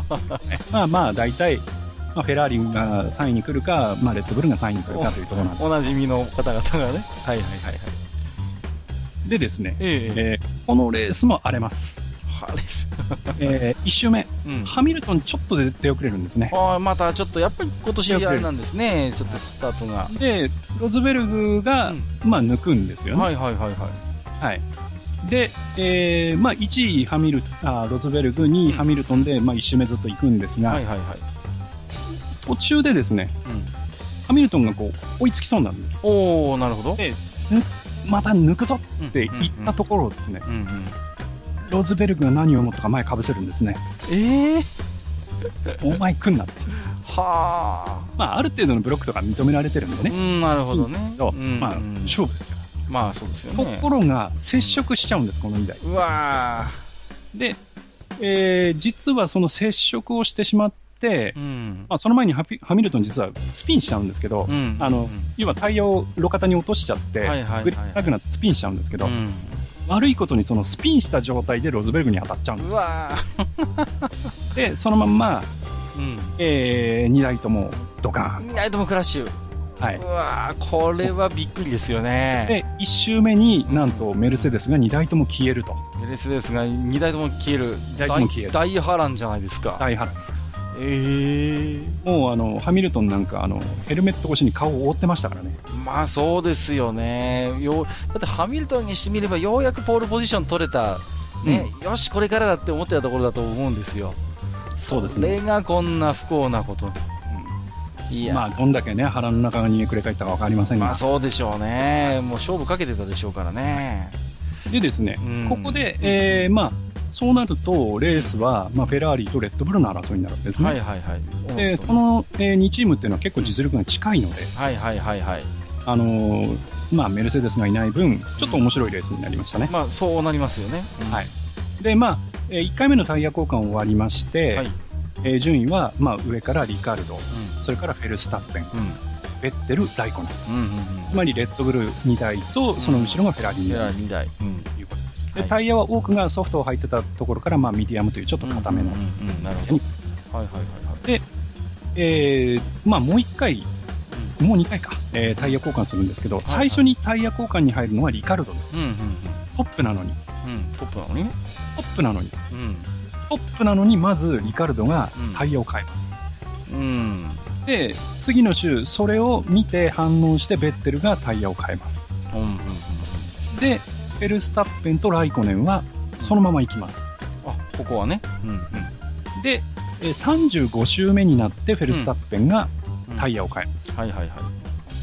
Speaker 2: まあまあ、大体、まあ、フェラーリが3位に来るか、まあ、レッドブルが3位に来るかというところなんで
Speaker 1: おなじみの方々がね、はいはいはいはい、
Speaker 2: す。でですね、
Speaker 1: ええ
Speaker 2: えーこのレースも荒れます。
Speaker 1: は
Speaker 2: え1周目、
Speaker 1: いうん
Speaker 2: ハミルトンちょっとで出遅れるんですね。
Speaker 1: あーまたちょっとやっぱり今年あれなんですね、ちょっとスタートが。
Speaker 2: で、ロズベルグが、
Speaker 1: うん
Speaker 2: まあ、抜くんですよね。
Speaker 1: は
Speaker 2: はい
Speaker 1: はいはいはい。
Speaker 2: で、えーまあ、1位ハミルあーロズベルグ、2位ハミルトンで、まあ、1周目ずっと行くんですが、
Speaker 1: はいはいはい。
Speaker 2: 途中でですね、
Speaker 1: うん、
Speaker 2: ハミルトンがこう追いつきそうなんです。
Speaker 1: おー、なるほど。
Speaker 2: でぬまた抜くぞ
Speaker 1: うん
Speaker 2: って言ったところをですね、
Speaker 1: うんうん。
Speaker 2: ロズベルグが何を思ったか前かぶせるんですね。
Speaker 1: えー、
Speaker 2: お前来んなって。
Speaker 1: は
Speaker 2: まあ、ある程度のブロックとか認められてるんで
Speaker 1: ー。
Speaker 2: ね。
Speaker 1: うん、なるほどね。
Speaker 2: そう
Speaker 1: うん
Speaker 2: まあ、
Speaker 1: うん
Speaker 2: 勝負ですから。
Speaker 1: まあそうですよ
Speaker 2: と
Speaker 1: ね
Speaker 2: こ。ろが、接触しちゃうんです、この2台。
Speaker 1: うわ
Speaker 2: で、えー実はその接触をしてしまって
Speaker 1: ー。う、ん。
Speaker 2: まあ、その前にハピハミルトン実はスピンしちゃうんですけど、
Speaker 1: うん
Speaker 2: あ
Speaker 1: う
Speaker 2: の
Speaker 1: ん
Speaker 2: 要はタイヤを路肩に落としちゃって、
Speaker 1: はいはいはい
Speaker 2: グリップなくなってスピンしちゃうんですけど、
Speaker 1: うん
Speaker 2: 悪いことにそのスピンした状態でロズベルグに当たっちゃうんで
Speaker 1: うわ
Speaker 2: す。で、そのまんま、
Speaker 1: ー。うん。
Speaker 2: え2台ともドカ
Speaker 1: ナイトもクラッシュ。。
Speaker 2: ーン。はいう
Speaker 1: わー、これはびっくりですよね。
Speaker 2: で、1周目になんとメルセデスが2台とも消えると。
Speaker 1: メレスですが、2台とも消える。
Speaker 2: 二台とも消える
Speaker 1: 大大波乱じゃないですか。
Speaker 2: 大波乱。
Speaker 1: えー。
Speaker 2: もうあの、ハミルトンなんかあの、ヘルメット越しに顔を覆ってましたからね。
Speaker 1: まあそうですよねようだってハミルトンにしてみればようやくポールポジション取れた、ねよし、これからだって思ってたところだと思うんですよ、
Speaker 2: そうです
Speaker 1: それ
Speaker 2: ね。
Speaker 1: がこんな不幸なことに、いや、
Speaker 2: まあ、どんだけね、腹の中にくれ返ったかわかりません
Speaker 1: まあ
Speaker 2: が。
Speaker 1: そうでしょうね、もう勝負かけてたでしょうからね、
Speaker 2: でですね、
Speaker 1: うん
Speaker 2: ここで、えーまあ、そうなると、レースは、まあ、フェラーリとレッドブルの争いになるわけですね。
Speaker 1: はいはいはい、
Speaker 2: で、この、え2チームっていうのは結構実力が近いので、
Speaker 1: はいはいはいはい、
Speaker 2: あのーまあ、メルセデスがいない分、ちょっと面白いレースになりましたね。
Speaker 1: まあそうなりますよね、
Speaker 2: はいで、まあ、え1回目のタイヤ交換終わりまして、
Speaker 1: はい
Speaker 2: えー順位は、まあ、上からリカルド、
Speaker 1: う
Speaker 2: それからフェルスタッペン、
Speaker 1: ん、
Speaker 2: ベッテル、ライコンと。
Speaker 1: うん、うん、うん、
Speaker 2: つまり、レッドブル2台と、その後ろがフェラーリ
Speaker 1: うん、フェ
Speaker 2: にな
Speaker 1: ラ
Speaker 2: る
Speaker 1: ー2台、うん、
Speaker 2: ということです。で、
Speaker 1: はい
Speaker 2: タイヤは多くがソフトを履いてたところから、まあ、ミディアムというちょっと固めの。
Speaker 1: うん、うんうん、なるほど、はいはいはいはい、
Speaker 2: えーまあ、もう1回、もう2回か、えータイヤ交換するんですけど、
Speaker 1: い
Speaker 2: 最初にタイヤ交換に入るのはリカルドです。
Speaker 1: うん、うん、
Speaker 2: トップなのに、
Speaker 1: うん、うん、トップなのにね、
Speaker 2: トップなのに、
Speaker 1: うん、
Speaker 2: トップなのに、まずリカルドが
Speaker 1: うん
Speaker 2: タイヤを変えます。
Speaker 1: うん、
Speaker 2: で、次の週、それを見て反応してベッテルがタイヤを変えます。
Speaker 1: うん、うん、うん、
Speaker 2: で、フェルスタッペンとライコネンはそのまま行きます。
Speaker 1: あここはね、うん、うん、
Speaker 2: で、えー35周目になってフェルスタッペンが
Speaker 1: うん
Speaker 2: タイ、ヤを変えます。
Speaker 1: はいはいは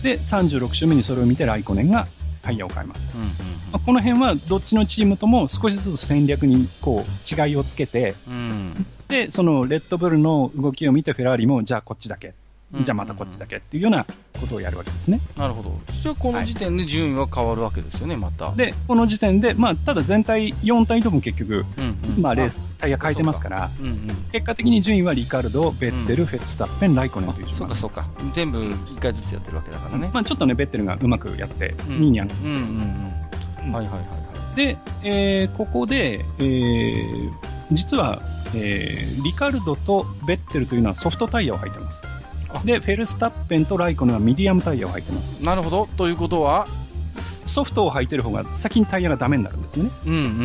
Speaker 1: い、
Speaker 2: で、36周目にそれを見てライコネンがタイヤを変えます。
Speaker 1: うん、うん
Speaker 2: まあこの辺はどっちのチームとも少しずつ戦略にこう違いをつけて、
Speaker 1: うん、
Speaker 2: で、そのレッドブルの動きを見てフェラーリもじゃあこっちだけ、
Speaker 1: うん、
Speaker 2: じゃあまたこっちだ
Speaker 1: け、
Speaker 2: けっていうようなことをやるわけですね。
Speaker 1: なるほど、じゃあこの時点で順位は変わるわけですよね、また、
Speaker 2: で、この時点で、まあ、ただ全体4体とも結局、
Speaker 1: うん、うん、
Speaker 2: まあ、レース、タイヤ変えてますから、
Speaker 1: うん、うん。
Speaker 2: 結果的に順位はリカルド、ベッテル、フェルスタッペン、ライコネンという
Speaker 1: そ
Speaker 2: 順
Speaker 1: う
Speaker 2: 番
Speaker 1: かそうか全部1回ずつやってるわけだからね、
Speaker 2: まあ、ちょっとね、ベッテルがうまくやって、
Speaker 1: うん
Speaker 2: 2位に上が
Speaker 1: うんうんう
Speaker 2: うんん
Speaker 1: はいはいはいは
Speaker 2: で、えーここで、えー実は、えーリカルドとベッテルというのはソフトタイヤを履いてます
Speaker 1: あ。
Speaker 2: で、フェルスタッペンとライコネンはミディアムタイヤを履いてます。
Speaker 1: いなるほどということは
Speaker 2: ソフトを履いてる方が先にタイヤがダメになるんですよね。
Speaker 1: うんうんうんうんう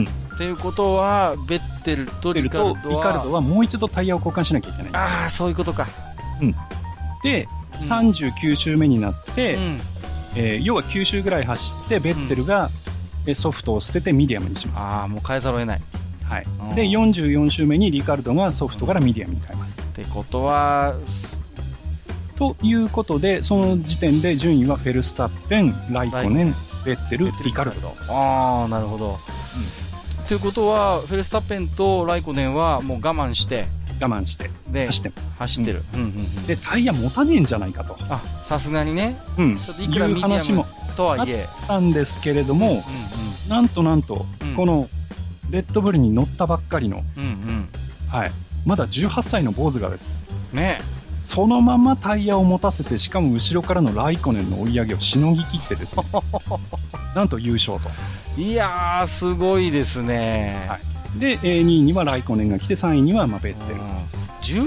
Speaker 1: んっていうことはベッテルと
Speaker 2: ベ
Speaker 1: リ
Speaker 2: ッテル
Speaker 1: カル
Speaker 2: と
Speaker 1: ド
Speaker 2: リカル
Speaker 1: は
Speaker 2: ドはもう一度タイヤを交換しなきゃいけない。
Speaker 1: ああそういうことか
Speaker 2: で、
Speaker 1: うん
Speaker 2: 39周目になって、
Speaker 1: うん
Speaker 2: えー要は9周ぐらい走って、ベッテルが、えーソフトを捨ててミディアムにします。
Speaker 1: ああもう変えざるを得ないっ
Speaker 2: はい
Speaker 1: うん、
Speaker 2: で、44周目にリカルドがソフトからミディアムに変えます。
Speaker 1: てことはす
Speaker 2: ということで、その時点で順位はフェルスタッペン、ライコネン、ベッテル、リカルド。
Speaker 1: ああなるほどということはフェルスタッペンとライコネンはもう我慢して
Speaker 2: 我慢して
Speaker 1: で
Speaker 2: 走ってます。
Speaker 1: 走ってるうんうんうん
Speaker 2: で、タイヤ持たねえんじゃないかと。
Speaker 1: あさすがにね
Speaker 2: うん。
Speaker 1: ちょっといくら
Speaker 2: いう
Speaker 1: ミディアム
Speaker 2: 話も
Speaker 1: とはいえ
Speaker 2: あったんですけれども、なんとなんと、
Speaker 1: うんうん
Speaker 2: このレッドブルに乗ったばっかりの、
Speaker 1: うんうん
Speaker 2: はい、まだ18歳の坊主がです。
Speaker 1: ね
Speaker 2: そのままタイヤを持たせて、しかも後ろからのライコネンの追い上げをしのぎ切って
Speaker 1: [laughs]
Speaker 2: ですね、なんと優勝と。
Speaker 1: いやー、すごいですね。
Speaker 2: はいで、えー2位にはライコネンが来て、3位にはまあベッテル。
Speaker 1: うん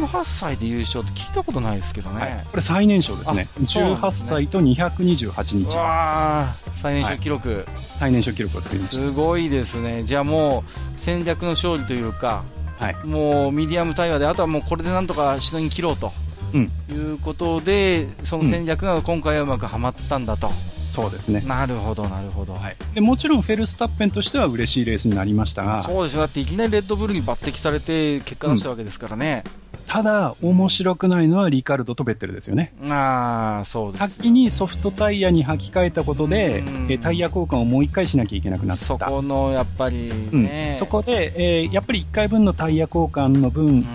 Speaker 1: 18歳で優勝って聞いたことないですけどね。
Speaker 2: はい、これ最年少ですね。
Speaker 1: あそうなん
Speaker 2: 18
Speaker 1: ですね
Speaker 2: 歳と228
Speaker 1: う
Speaker 2: 日。
Speaker 1: わー最年少記録、
Speaker 2: 最年少記録を作りまし
Speaker 1: すごいですね、じゃあもう戦略の勝利というか、
Speaker 2: た。はい。
Speaker 1: もうミディアム対話で、あとはもうこれでなんとかしのぎ切ろうと、
Speaker 2: うん
Speaker 1: いうことで、その戦略が今回はうまくはまったんだと、
Speaker 2: そうですね。
Speaker 1: なるほど、なるほど、
Speaker 2: はい。で、もちろんフェルスタッペンとしては嬉しいレースになりましたが、
Speaker 1: そうでしょ、だっていきなりレッドブルに抜擢されて、結果出したわけですからね、
Speaker 2: ただ、面白くないのはリカルドとベッテルですよね。
Speaker 1: あーそうですよ
Speaker 2: 先にソフトタイヤに履き替えたことで
Speaker 1: うん、
Speaker 2: えータイヤ交換をもう一回しなきゃいけなくなった。
Speaker 1: そこのやっぱり
Speaker 2: うん
Speaker 1: ね、
Speaker 2: そこで、えーやっぱり1回分のタイヤ交換の
Speaker 1: う
Speaker 2: 分、
Speaker 1: ん、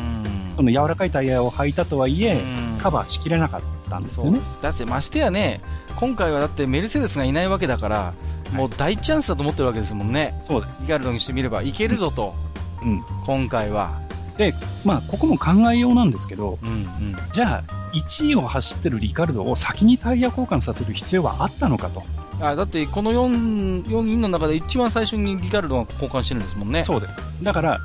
Speaker 2: その柔らかいタイヤを履いたとはいえ、
Speaker 1: うん
Speaker 2: カバーしきれなかったんです
Speaker 1: そ
Speaker 2: よ
Speaker 1: う
Speaker 2: ね
Speaker 1: で。すだってましてやね、今回はだってメルセデスがいないわけだから、もう大チャンスだと思ってるわけですもんね、
Speaker 2: そうです。
Speaker 1: リガルドにしてみれば、いけるぞと、
Speaker 2: うん。
Speaker 1: 今回は、
Speaker 2: まあ、ここも考えようなんですけど、
Speaker 1: うんうん、
Speaker 2: じゃあ、1位を走ってるリカルドを先にタイヤ交換させる必要はあったのかと。
Speaker 1: あだってこの 4, 4人の中で一番最初にリガルドが交換してるんですもんね、
Speaker 2: そうです。だから、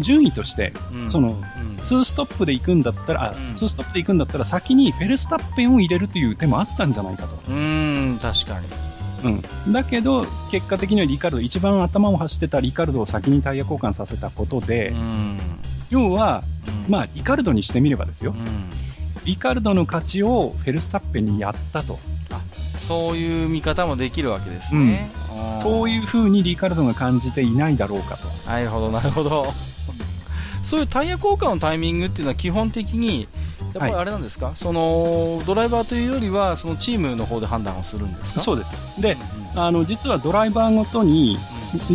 Speaker 2: 順位として、
Speaker 1: うん
Speaker 2: その、
Speaker 1: うん
Speaker 2: 2ストップで行くんだったら、あ、
Speaker 1: うん
Speaker 2: 2ストップで行くんだったら先にフェルスタッペンを入れるという手もあったんじゃないかと。
Speaker 1: うーん、確かに、
Speaker 2: うん。だけど、結果的にはリカルド、一番頭を走ってたリカルドを先にタイヤ交換させたことで、
Speaker 1: うん、
Speaker 2: 要は、ま
Speaker 1: あ、
Speaker 2: あ、リカルドにしてみればです
Speaker 1: う
Speaker 2: よ。
Speaker 1: ん、
Speaker 2: リカルドの勝ちをフェルスタッペンにやったと。
Speaker 1: そういう見方もできるわけですね、あー
Speaker 2: そういう風にリカルドが感じていないだろうかと。
Speaker 1: [laughs] なるほど、なるほど。そういうタイヤ交換のタイミングっていうのは基本的に、やっぱりあれなんですか、そのドライバーというよりはそのチームの方で判断をするんですか
Speaker 2: そううです。で、
Speaker 1: う
Speaker 2: あの、実はドライバーごとに、
Speaker 1: ん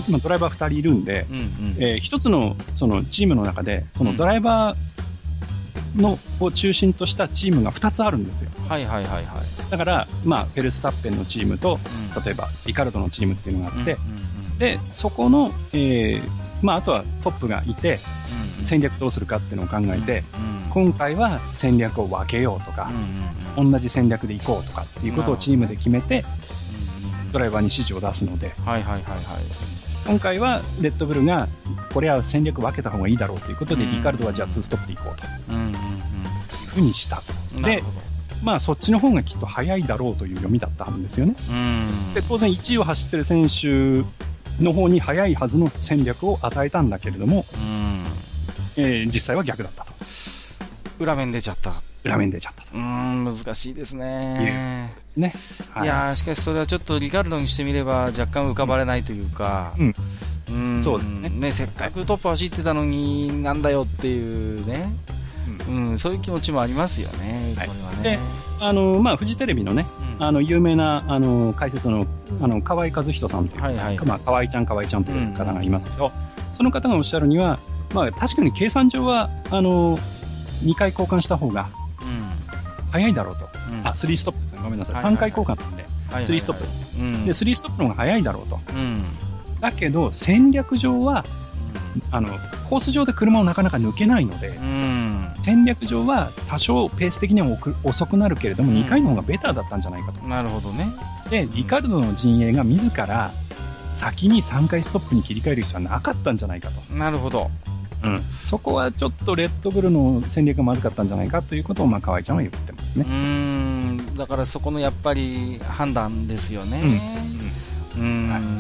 Speaker 2: 今ドライバー2人いるんで、
Speaker 1: うんうん
Speaker 2: えー一つのそのチームの中で、そのドライバーのを中心としたチームが2つあるんですよ。
Speaker 1: はいはいはいはい、
Speaker 2: だから、まあ、フェルスタッペンのチームと、
Speaker 1: うん
Speaker 2: 例えば、リカルドのチームっていうのがあ
Speaker 1: う
Speaker 2: って、
Speaker 1: んうんうん
Speaker 2: で、そこの、えーまあ、あとはトップがいて、戦略どうするかっていうのを考えて、、
Speaker 1: うん
Speaker 2: 今回は戦略を分けようとか
Speaker 1: うん、うんうん
Speaker 2: 同じ戦略で行こうとかっていうことをチームで決めて、
Speaker 1: うん
Speaker 2: ドライバーに指示を出すので、
Speaker 1: はいはいはいはい
Speaker 2: 今回はレッドブルが、これは戦略分けた方がいいだろうということで、
Speaker 1: うん
Speaker 2: リカルドはじゃあ2ストップで行こうとい
Speaker 1: うんうん
Speaker 2: うふうにした。
Speaker 1: うんな
Speaker 2: で
Speaker 1: るほど
Speaker 2: まあ、そっちの方がきっと早いだろうという読みだったんですよね。
Speaker 1: うん
Speaker 2: で、当然1位を走ってる選手の方に早いはずの戦略を与えたんだけれども、
Speaker 1: うん
Speaker 2: えー実際は逆だったと。
Speaker 1: 裏面出ちゃった
Speaker 2: 裏面出ちゃったと。
Speaker 1: うーん難しいです
Speaker 2: い
Speaker 1: ね
Speaker 2: ですね。はい
Speaker 1: やーしかしそれはちょっとリカルドにしてみれば若干浮かばれないというか、
Speaker 2: うん
Speaker 1: ーん
Speaker 2: そうですね
Speaker 1: せっかくトップ走ってたのになんだよっていうね、うんそういう気持ちもありますよね、
Speaker 2: はい
Speaker 1: これはね。
Speaker 2: であの、まあ、フジテレビのね、
Speaker 1: うん
Speaker 2: あの、有名な、あの、解説の、あの、河合和人さんという、
Speaker 1: はいはい
Speaker 2: まあ、河合ちゃん、河合ちゃんという方がいますけど、その方がおっしゃるには、まあ、確かに計算上は、あの、2回交換した方が
Speaker 1: うん
Speaker 2: 早いだろうと。
Speaker 1: うん
Speaker 2: あ、3ストップですね。ごめんなさい。
Speaker 1: はいはい
Speaker 2: 3回交換なん
Speaker 1: は
Speaker 2: で、
Speaker 1: いはいはい
Speaker 2: 3ストップです。
Speaker 1: うん
Speaker 2: で、3ストップの方が早いだろうと。
Speaker 1: うん
Speaker 2: だけど、戦略上は、あの、コース上で車をなかなか抜けないので、
Speaker 1: うん
Speaker 2: 戦略上は多少ペース的には遅く遅くなるけれども、
Speaker 1: うん
Speaker 2: 2回の方がベターだったんじゃないかと。
Speaker 1: うんなるほどね。
Speaker 2: で、リカルドの陣営が自ら先に3回ストップに切り替える必要はなかったんじゃないかと。
Speaker 1: なるほど。
Speaker 2: そこはちょっとレッドブルの戦略がまずかったんじゃないかということを、まあ、河合ちゃんは言ってます
Speaker 1: う
Speaker 2: ね。
Speaker 1: ーんだからそこのやっぱり判断ですよね。うん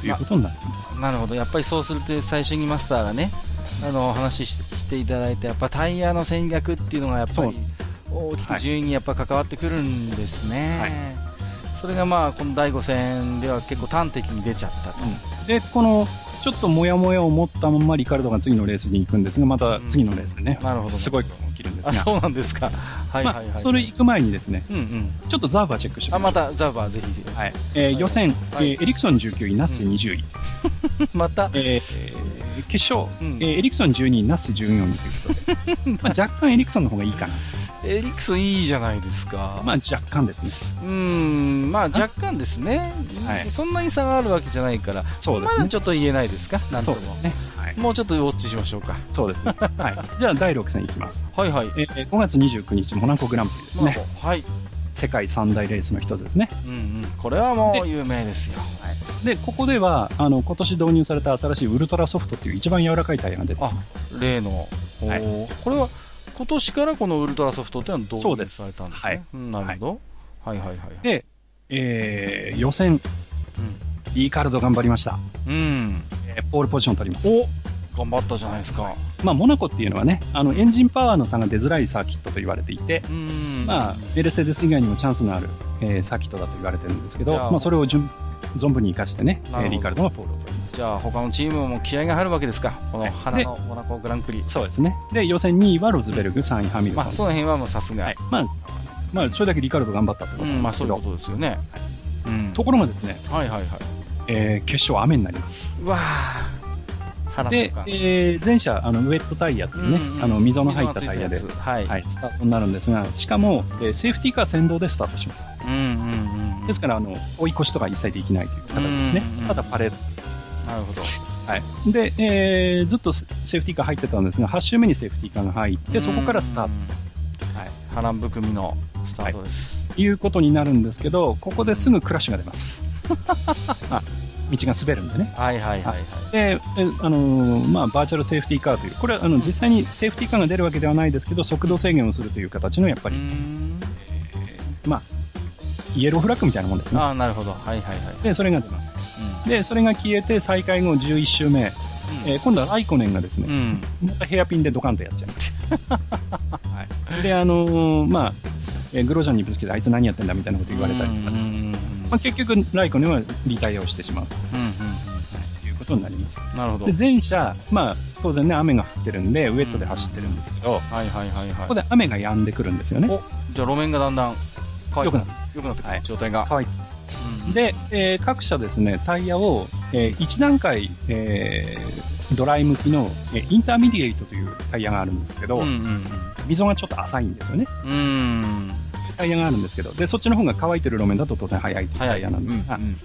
Speaker 2: ということになってます。
Speaker 1: なるほど、やっぱりそうすると最初にマスターがね、あのお話ししてしていただいて、やっぱタイヤの戦略っていうのがやっぱ
Speaker 2: そう
Speaker 1: り大きく順位にやっぱ関わってくるんですね。
Speaker 2: はい
Speaker 1: それがまあこの第5戦では結構端的に出ちゃったと、
Speaker 2: で、この、ちょっともやもやを持ったままリカルドが次のレースに行くんですが、また次のレースでね、
Speaker 1: なるほど
Speaker 2: すごいことが起きるんです
Speaker 1: あ
Speaker 2: が、
Speaker 1: そうなんですか、
Speaker 2: [laughs]
Speaker 1: はいはいはい、
Speaker 2: まあ、それ行く前にですね、
Speaker 1: うんうん、
Speaker 2: ちょっとザーバーチェックして
Speaker 1: あ
Speaker 2: みま
Speaker 1: ますたザーバー、ぜひぜひ、 [laughs]
Speaker 2: はいえー
Speaker 1: はい
Speaker 2: 予選、
Speaker 1: はい
Speaker 2: えーエリクソン19位、ナス20位、
Speaker 1: また、
Speaker 2: えー決勝、
Speaker 1: うん
Speaker 2: えーエリクソン12位、ナス14位とい
Speaker 1: [laughs]
Speaker 2: うことで、まあ、若干エリクソンの方がいいかな、
Speaker 1: エリクソンいいじゃないですか、
Speaker 2: まあ、若干ですね、
Speaker 1: うん、まあ若干ですね、
Speaker 2: はい
Speaker 1: そんなに差があるわけじゃないから、
Speaker 2: そうで
Speaker 1: ますだ
Speaker 2: ね、
Speaker 1: ちょっと言えないですか、なんと
Speaker 2: そう
Speaker 1: も。
Speaker 2: ですね、はい、
Speaker 1: もうちょっとウォッチしましょうか。
Speaker 2: そうですね、はい、じゃあ第6戦いきます、
Speaker 1: はいはい。
Speaker 2: えー5月29日、モナコグランプリです
Speaker 1: まあ
Speaker 2: ね、
Speaker 1: はい。
Speaker 2: 世界三大レースの一つですね、
Speaker 1: うんうん。これはもう有名ですよ。
Speaker 2: でここではあの今年導入された新しいウルトラソフトという一番柔らかいタイヤが出てきます。
Speaker 1: [laughs] 例の。お
Speaker 2: はい
Speaker 1: ーこれは今年からこのウルトラソフトっていうのは導
Speaker 2: そう
Speaker 1: 入
Speaker 2: で
Speaker 1: さ
Speaker 2: す
Speaker 1: れたんですね。うんなるほど。はいはいはいはい。
Speaker 2: で、えー予
Speaker 1: う
Speaker 2: 選、
Speaker 1: ん
Speaker 2: リカルド頑張りました、
Speaker 1: うん。
Speaker 2: えーポールポジション取ります。
Speaker 1: お頑張ったじゃないですか。
Speaker 2: まあ、モナコっていうのはね、あのエンジンパワーの差が出づらいサーキットと言われていて、
Speaker 1: うん。
Speaker 2: まあ、メルセデス以外にもチャンスのある、えーサーキットだと言われてるんですけど、
Speaker 1: じゃあ
Speaker 2: まあ、それを順存分に生かしてね、え
Speaker 1: なるほど
Speaker 2: ーリカルドがポールを取ります。
Speaker 1: じゃあ他のチームも気合が入るわけですか。この花のモナコグランプリ。
Speaker 2: そうですね。で、予選2位はロズベルグ、3位ハミルトン。
Speaker 1: まあその辺はもうさす
Speaker 2: は
Speaker 1: が
Speaker 2: い。まあ、まあ、それだけリカルド頑張ったってこ
Speaker 1: う
Speaker 2: となん
Speaker 1: ん、まあ
Speaker 2: です
Speaker 1: そ
Speaker 2: け
Speaker 1: ういう
Speaker 2: ど、
Speaker 1: ことですよね。うん。
Speaker 2: ところがですね、
Speaker 1: はいはいはい。
Speaker 2: えー決勝雨になります。
Speaker 1: うわあ。花
Speaker 2: で
Speaker 1: とか、。
Speaker 2: えー前者、あの、ウェットタイヤっていうね、
Speaker 1: うんうん
Speaker 2: あの、溝の入ったタイヤで
Speaker 1: 溝、がついたやつは。
Speaker 2: はいい、スタートになるんですが、しかも、えーセーフティーカー先導でスタートします。
Speaker 1: うんうんうん。
Speaker 2: ですから、あの、追い越しとか一切できないという形ですね
Speaker 1: うんうんうん。
Speaker 2: ただパレードする。
Speaker 1: なるほど。
Speaker 2: はい。で、えーずっとセーフティーカー入ってたんですが、8周目にセーフティーカーが入って、そこからスタート
Speaker 1: ト
Speaker 2: はい
Speaker 1: 波乱含みのスタートです。
Speaker 2: ということになるんですけど、ここですぐクラッシュが
Speaker 1: [laughs]
Speaker 2: 出ます。あ道が滑るんでね。
Speaker 1: はいはいはいはい。
Speaker 2: で、えあのーまあ、バーチャルセーフティーカーという、これはあの実際にセーフティーカーが出るわけではないですけど、速度制限をするという形の、やっぱ
Speaker 1: うー
Speaker 2: り、
Speaker 1: ん
Speaker 2: まあ、イエローフラッグみたいなもんですね。
Speaker 1: ああ、なるほど。はいはいはい。
Speaker 2: で、それが出ます。で、それが消えて、再開後11周目、
Speaker 1: うん
Speaker 2: えー今度はライコネンがですね
Speaker 1: う、ん。
Speaker 2: またヘアピンでドカンとやっちゃいます。はい、で、あのーまあ、えーグロージャンにぶつけて、あいつ何やってんだみたいなこと言われたりとかです
Speaker 1: う
Speaker 2: ね。
Speaker 1: んうんうん
Speaker 2: まあ、結局、ライコネはリタイアをしてしまうと
Speaker 1: うんうん
Speaker 2: いうことことになります。
Speaker 1: なるほど
Speaker 2: で、。前者、まあ、当然ね、雨が降ってるんで、ウェットで走ってるんですけど、こ
Speaker 1: はいはいはいはい
Speaker 2: こ。で雨が止んでくるんですよね。
Speaker 1: おじゃあ路面がだんだん乾い
Speaker 2: 良
Speaker 1: て
Speaker 2: く
Speaker 1: く
Speaker 2: な
Speaker 1: る
Speaker 2: る
Speaker 1: 良くなってくる、
Speaker 2: はい
Speaker 1: 状態が。
Speaker 2: 乾い
Speaker 1: うん
Speaker 2: で、えー各社ですね、タイヤを、え1段階、えードライ向きの、えーインターミディエイトというタイヤがあるんですけど、
Speaker 1: うんうん
Speaker 2: 溝がちょっと浅いんですよね。
Speaker 1: うん。うん。
Speaker 2: タイヤがあるんですけど、で、そっちの方が乾いてる路面だと当然速いという
Speaker 1: 早
Speaker 2: タ
Speaker 1: い。
Speaker 2: イ
Speaker 1: う
Speaker 2: ヤなんですが、
Speaker 1: ん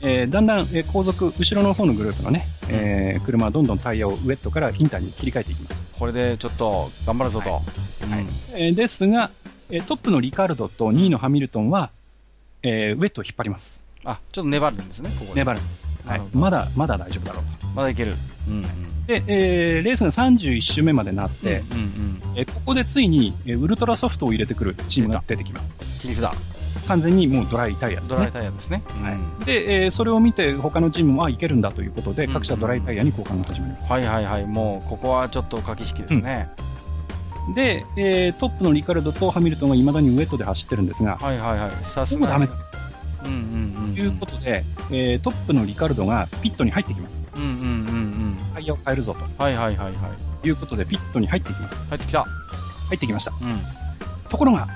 Speaker 2: えーだんだん、えー後続、後ろの方のグループのね、えー車はどんどんタイヤをウェットからインターに切り替えていきます。
Speaker 1: これでちょっと頑張るぞと。
Speaker 2: は
Speaker 1: うん
Speaker 2: はいえーですが、えートップのリカルドと2位のハミルトンは、えーウェットを引っ張ります。
Speaker 1: あ、ちょっと粘るんですね、ここで。
Speaker 2: 粘るんです。は
Speaker 1: ないる、ほど
Speaker 2: まだ、まだ大丈夫だろうと。
Speaker 1: まだいける。うんうん。
Speaker 2: で、えーレースが31周目までなって、
Speaker 1: うんうん。
Speaker 2: えーここでついに、えーウルトラソフトを入れてくるチームが出てきます。
Speaker 1: 切り札。
Speaker 2: 完全にもうドライタイヤで
Speaker 1: ド
Speaker 2: す
Speaker 1: ライ
Speaker 2: ね。
Speaker 1: タイヤですね。
Speaker 2: は
Speaker 1: うん
Speaker 2: い、で、えーそれを見て、他のチームも、あ、いけるんだということで、
Speaker 1: うん
Speaker 2: 各社ドライタイヤに交換が始まります。
Speaker 1: はいはいはい。もう、ここはちょっと駆け引きですね。
Speaker 2: で、えートップのリカルドとハミルトンはいまだにウェットで走ってるんですが、
Speaker 1: はいはいはい。さす
Speaker 2: もう
Speaker 1: が
Speaker 2: ダ
Speaker 1: に
Speaker 2: メだ
Speaker 1: うんうんうん。
Speaker 2: ということで、えートップのリカルドがピットに入ってきます。
Speaker 1: うんうんうんうん。
Speaker 2: タイヤを変えるぞと
Speaker 1: はいはいはいはい。
Speaker 2: いうことで、ピットに入ってきます。
Speaker 1: 入ってきた。
Speaker 2: 入ってきました。
Speaker 1: うん。うん。
Speaker 2: ところが、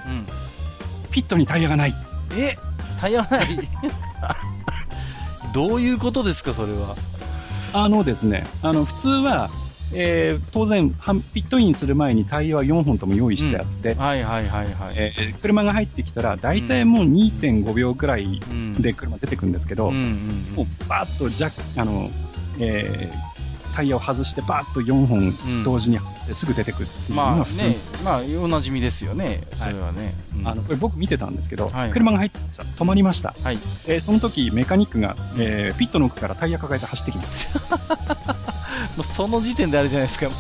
Speaker 2: ピットにタイヤがない。
Speaker 1: えタイヤないどういうことですか、それは。
Speaker 2: あのですね、あの、普通は、えー当然、はピットインする前にタイヤは4本とも用意してあって、
Speaker 1: はいはいはいはい。
Speaker 2: えー車が入ってきたら、大体もう2.5秒くらい
Speaker 1: うん、
Speaker 2: で車出てくるんですけど、
Speaker 1: うんうんう
Speaker 2: も
Speaker 1: ん
Speaker 2: うバーッとジャックあの、えータイヤを外して、バーッと4本
Speaker 1: うん
Speaker 2: 同時に入ってすぐ出てくるっていうの
Speaker 1: ま
Speaker 2: が
Speaker 1: あ
Speaker 2: 普通、
Speaker 1: ね、まあ、おなじみですよね、それはね。うん
Speaker 2: あのこれ僕見てたんですけど、
Speaker 1: はい
Speaker 2: 車が入ってきました止まりました、
Speaker 1: はい
Speaker 2: えーその時メカニックが、えーピットの奥からタイヤ抱えて走ってきます
Speaker 1: もうその時点であれじゃないですか、も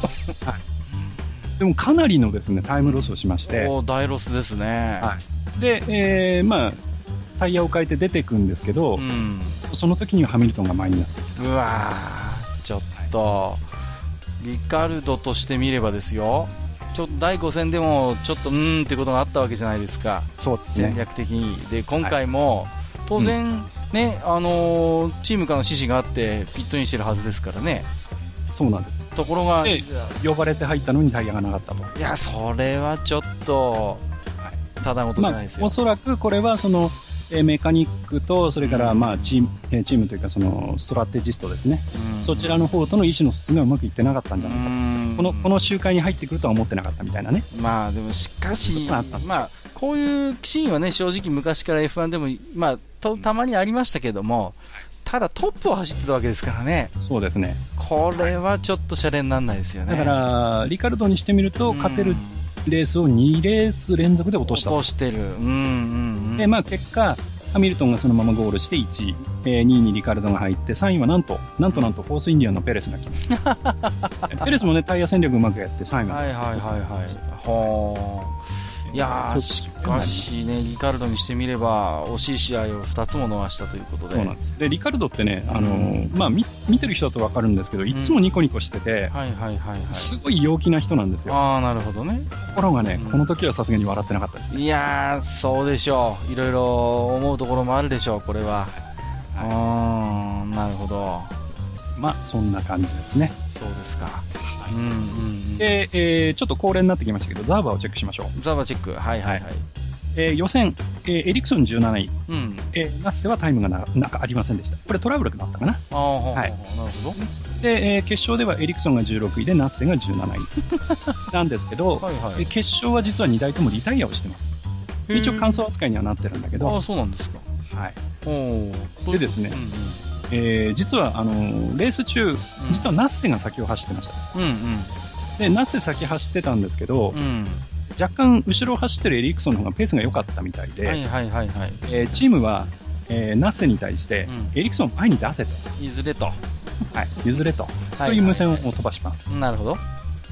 Speaker 2: でもかなりのですねタイムロスをしまし
Speaker 1: う
Speaker 2: て
Speaker 1: おー大ロスですね。
Speaker 2: はで、えーまあタイヤを変えて出てくんですけど、
Speaker 1: うん、
Speaker 2: その時にはハミルトンが前になって
Speaker 1: うわーちょっと、リカルドとしてみればですよ、ちょっと第5戦でも、ちょっとうーんってことがあったわけじゃないですか、
Speaker 2: そうです
Speaker 1: 戦
Speaker 2: ね
Speaker 1: 略的に。で、今回も、当然、ね、あのーチームからの指示があって、ピットインしてるはずですからね。
Speaker 2: そうなんです
Speaker 1: ところが、
Speaker 2: ええ
Speaker 1: いや
Speaker 2: 呼ばれて入ったのにタイヤがなかったと、
Speaker 1: いや、それはちょっと、ただごとじゃ
Speaker 2: ま
Speaker 1: な
Speaker 2: あ
Speaker 1: いです、よ。
Speaker 2: おそらくこれはその、えーメカニックとそれからまあチーム、えーチームというかそのストラテジストですね、
Speaker 1: うん
Speaker 2: そちらの方との意思の疎通がうまくいってなかったんじゃないかと
Speaker 1: うん
Speaker 2: このこの集会に入ってくるとは思ってなかったみたいなね。
Speaker 1: まあでもしかし、
Speaker 2: まああった
Speaker 1: まあ、こういうシーンはね正直昔から F1 でも、まあ、とたまにありましたけどもただトップを走ってたわけですからね
Speaker 2: そうですね。
Speaker 1: これはちょっとシャレにならないですよね
Speaker 2: だから、リカルドにしてみると、勝てるレースを2レース連続で落
Speaker 1: 落
Speaker 2: と
Speaker 1: と
Speaker 2: し
Speaker 1: したた落として
Speaker 2: と。
Speaker 1: るうんうんうん
Speaker 2: で、まあ結果、ハミルトンがそのままゴールして1位、えー2位にリカルドが入って、3位はなんと、なんとなんとフォースインディアンのペレスが来ます。
Speaker 1: [laughs]
Speaker 2: ペレスもね、タイヤ戦略うまくやって3位ま
Speaker 1: は
Speaker 2: で。
Speaker 1: いはいはいはいほーいやー
Speaker 2: そう
Speaker 1: しかしねリカルドにしてみれば惜しい試合を2つも逃したということで
Speaker 2: そうなんです。で、リカルドってね、あのー
Speaker 1: う
Speaker 2: まあ見、見てる人だとわかるんですけど、いつもニコニコしてて、
Speaker 1: はいはいはいはい
Speaker 2: すごい陽気な人なんですよ。
Speaker 1: ああなるほどね
Speaker 2: ところがね
Speaker 1: うん、
Speaker 2: この時はさすがに笑ってなかったですね。
Speaker 1: いやー、そうでしょう、いろいろ思うところもあるでしょう、これは。
Speaker 2: はいう
Speaker 1: ーん、なるほど、
Speaker 2: まあ、そんな感じですね。
Speaker 1: そうですか。うんうんうん、
Speaker 2: で、えーちょっと恒例になってきましたけど、ザーバーをチェックしましょう。
Speaker 1: ザバチェック、はいはいはい。
Speaker 2: えー予選、えーエリクソン17位、
Speaker 1: うん、
Speaker 2: えーナッセはタイムがななんかありませんでした。これトラブルだったかな。
Speaker 1: ああ、は、
Speaker 2: はいい
Speaker 1: なるほど。
Speaker 2: で、えー決勝ではエリクソンが16位で、ナッセが17位 [laughs] なんですけど、
Speaker 1: はいは
Speaker 2: えー
Speaker 1: い。
Speaker 2: 決勝は実は2台ともリタイアをしてます。一応完走扱いにはなってるんだけ
Speaker 1: へーああ、
Speaker 2: ど、
Speaker 1: そうなんですか。
Speaker 2: はい
Speaker 1: おお。
Speaker 2: でですね
Speaker 1: うんうん
Speaker 2: えー実はあのーレース中、実はナッセが先を走ってました。
Speaker 1: うん
Speaker 2: で、ナッセ先走ってたんですけど、
Speaker 1: うんうん。
Speaker 2: 若干後ろを走ってるエリクソンの方がペースが良かったみたいで、
Speaker 1: はいはいはいはい。
Speaker 2: えーチームは、えーナッセに対して、
Speaker 1: うん
Speaker 2: エリクソン前に出せと、
Speaker 1: いずれと。
Speaker 2: はい、譲れと、
Speaker 1: は
Speaker 2: そ
Speaker 1: いう
Speaker 2: いう無線を飛ばします。
Speaker 1: なるほど。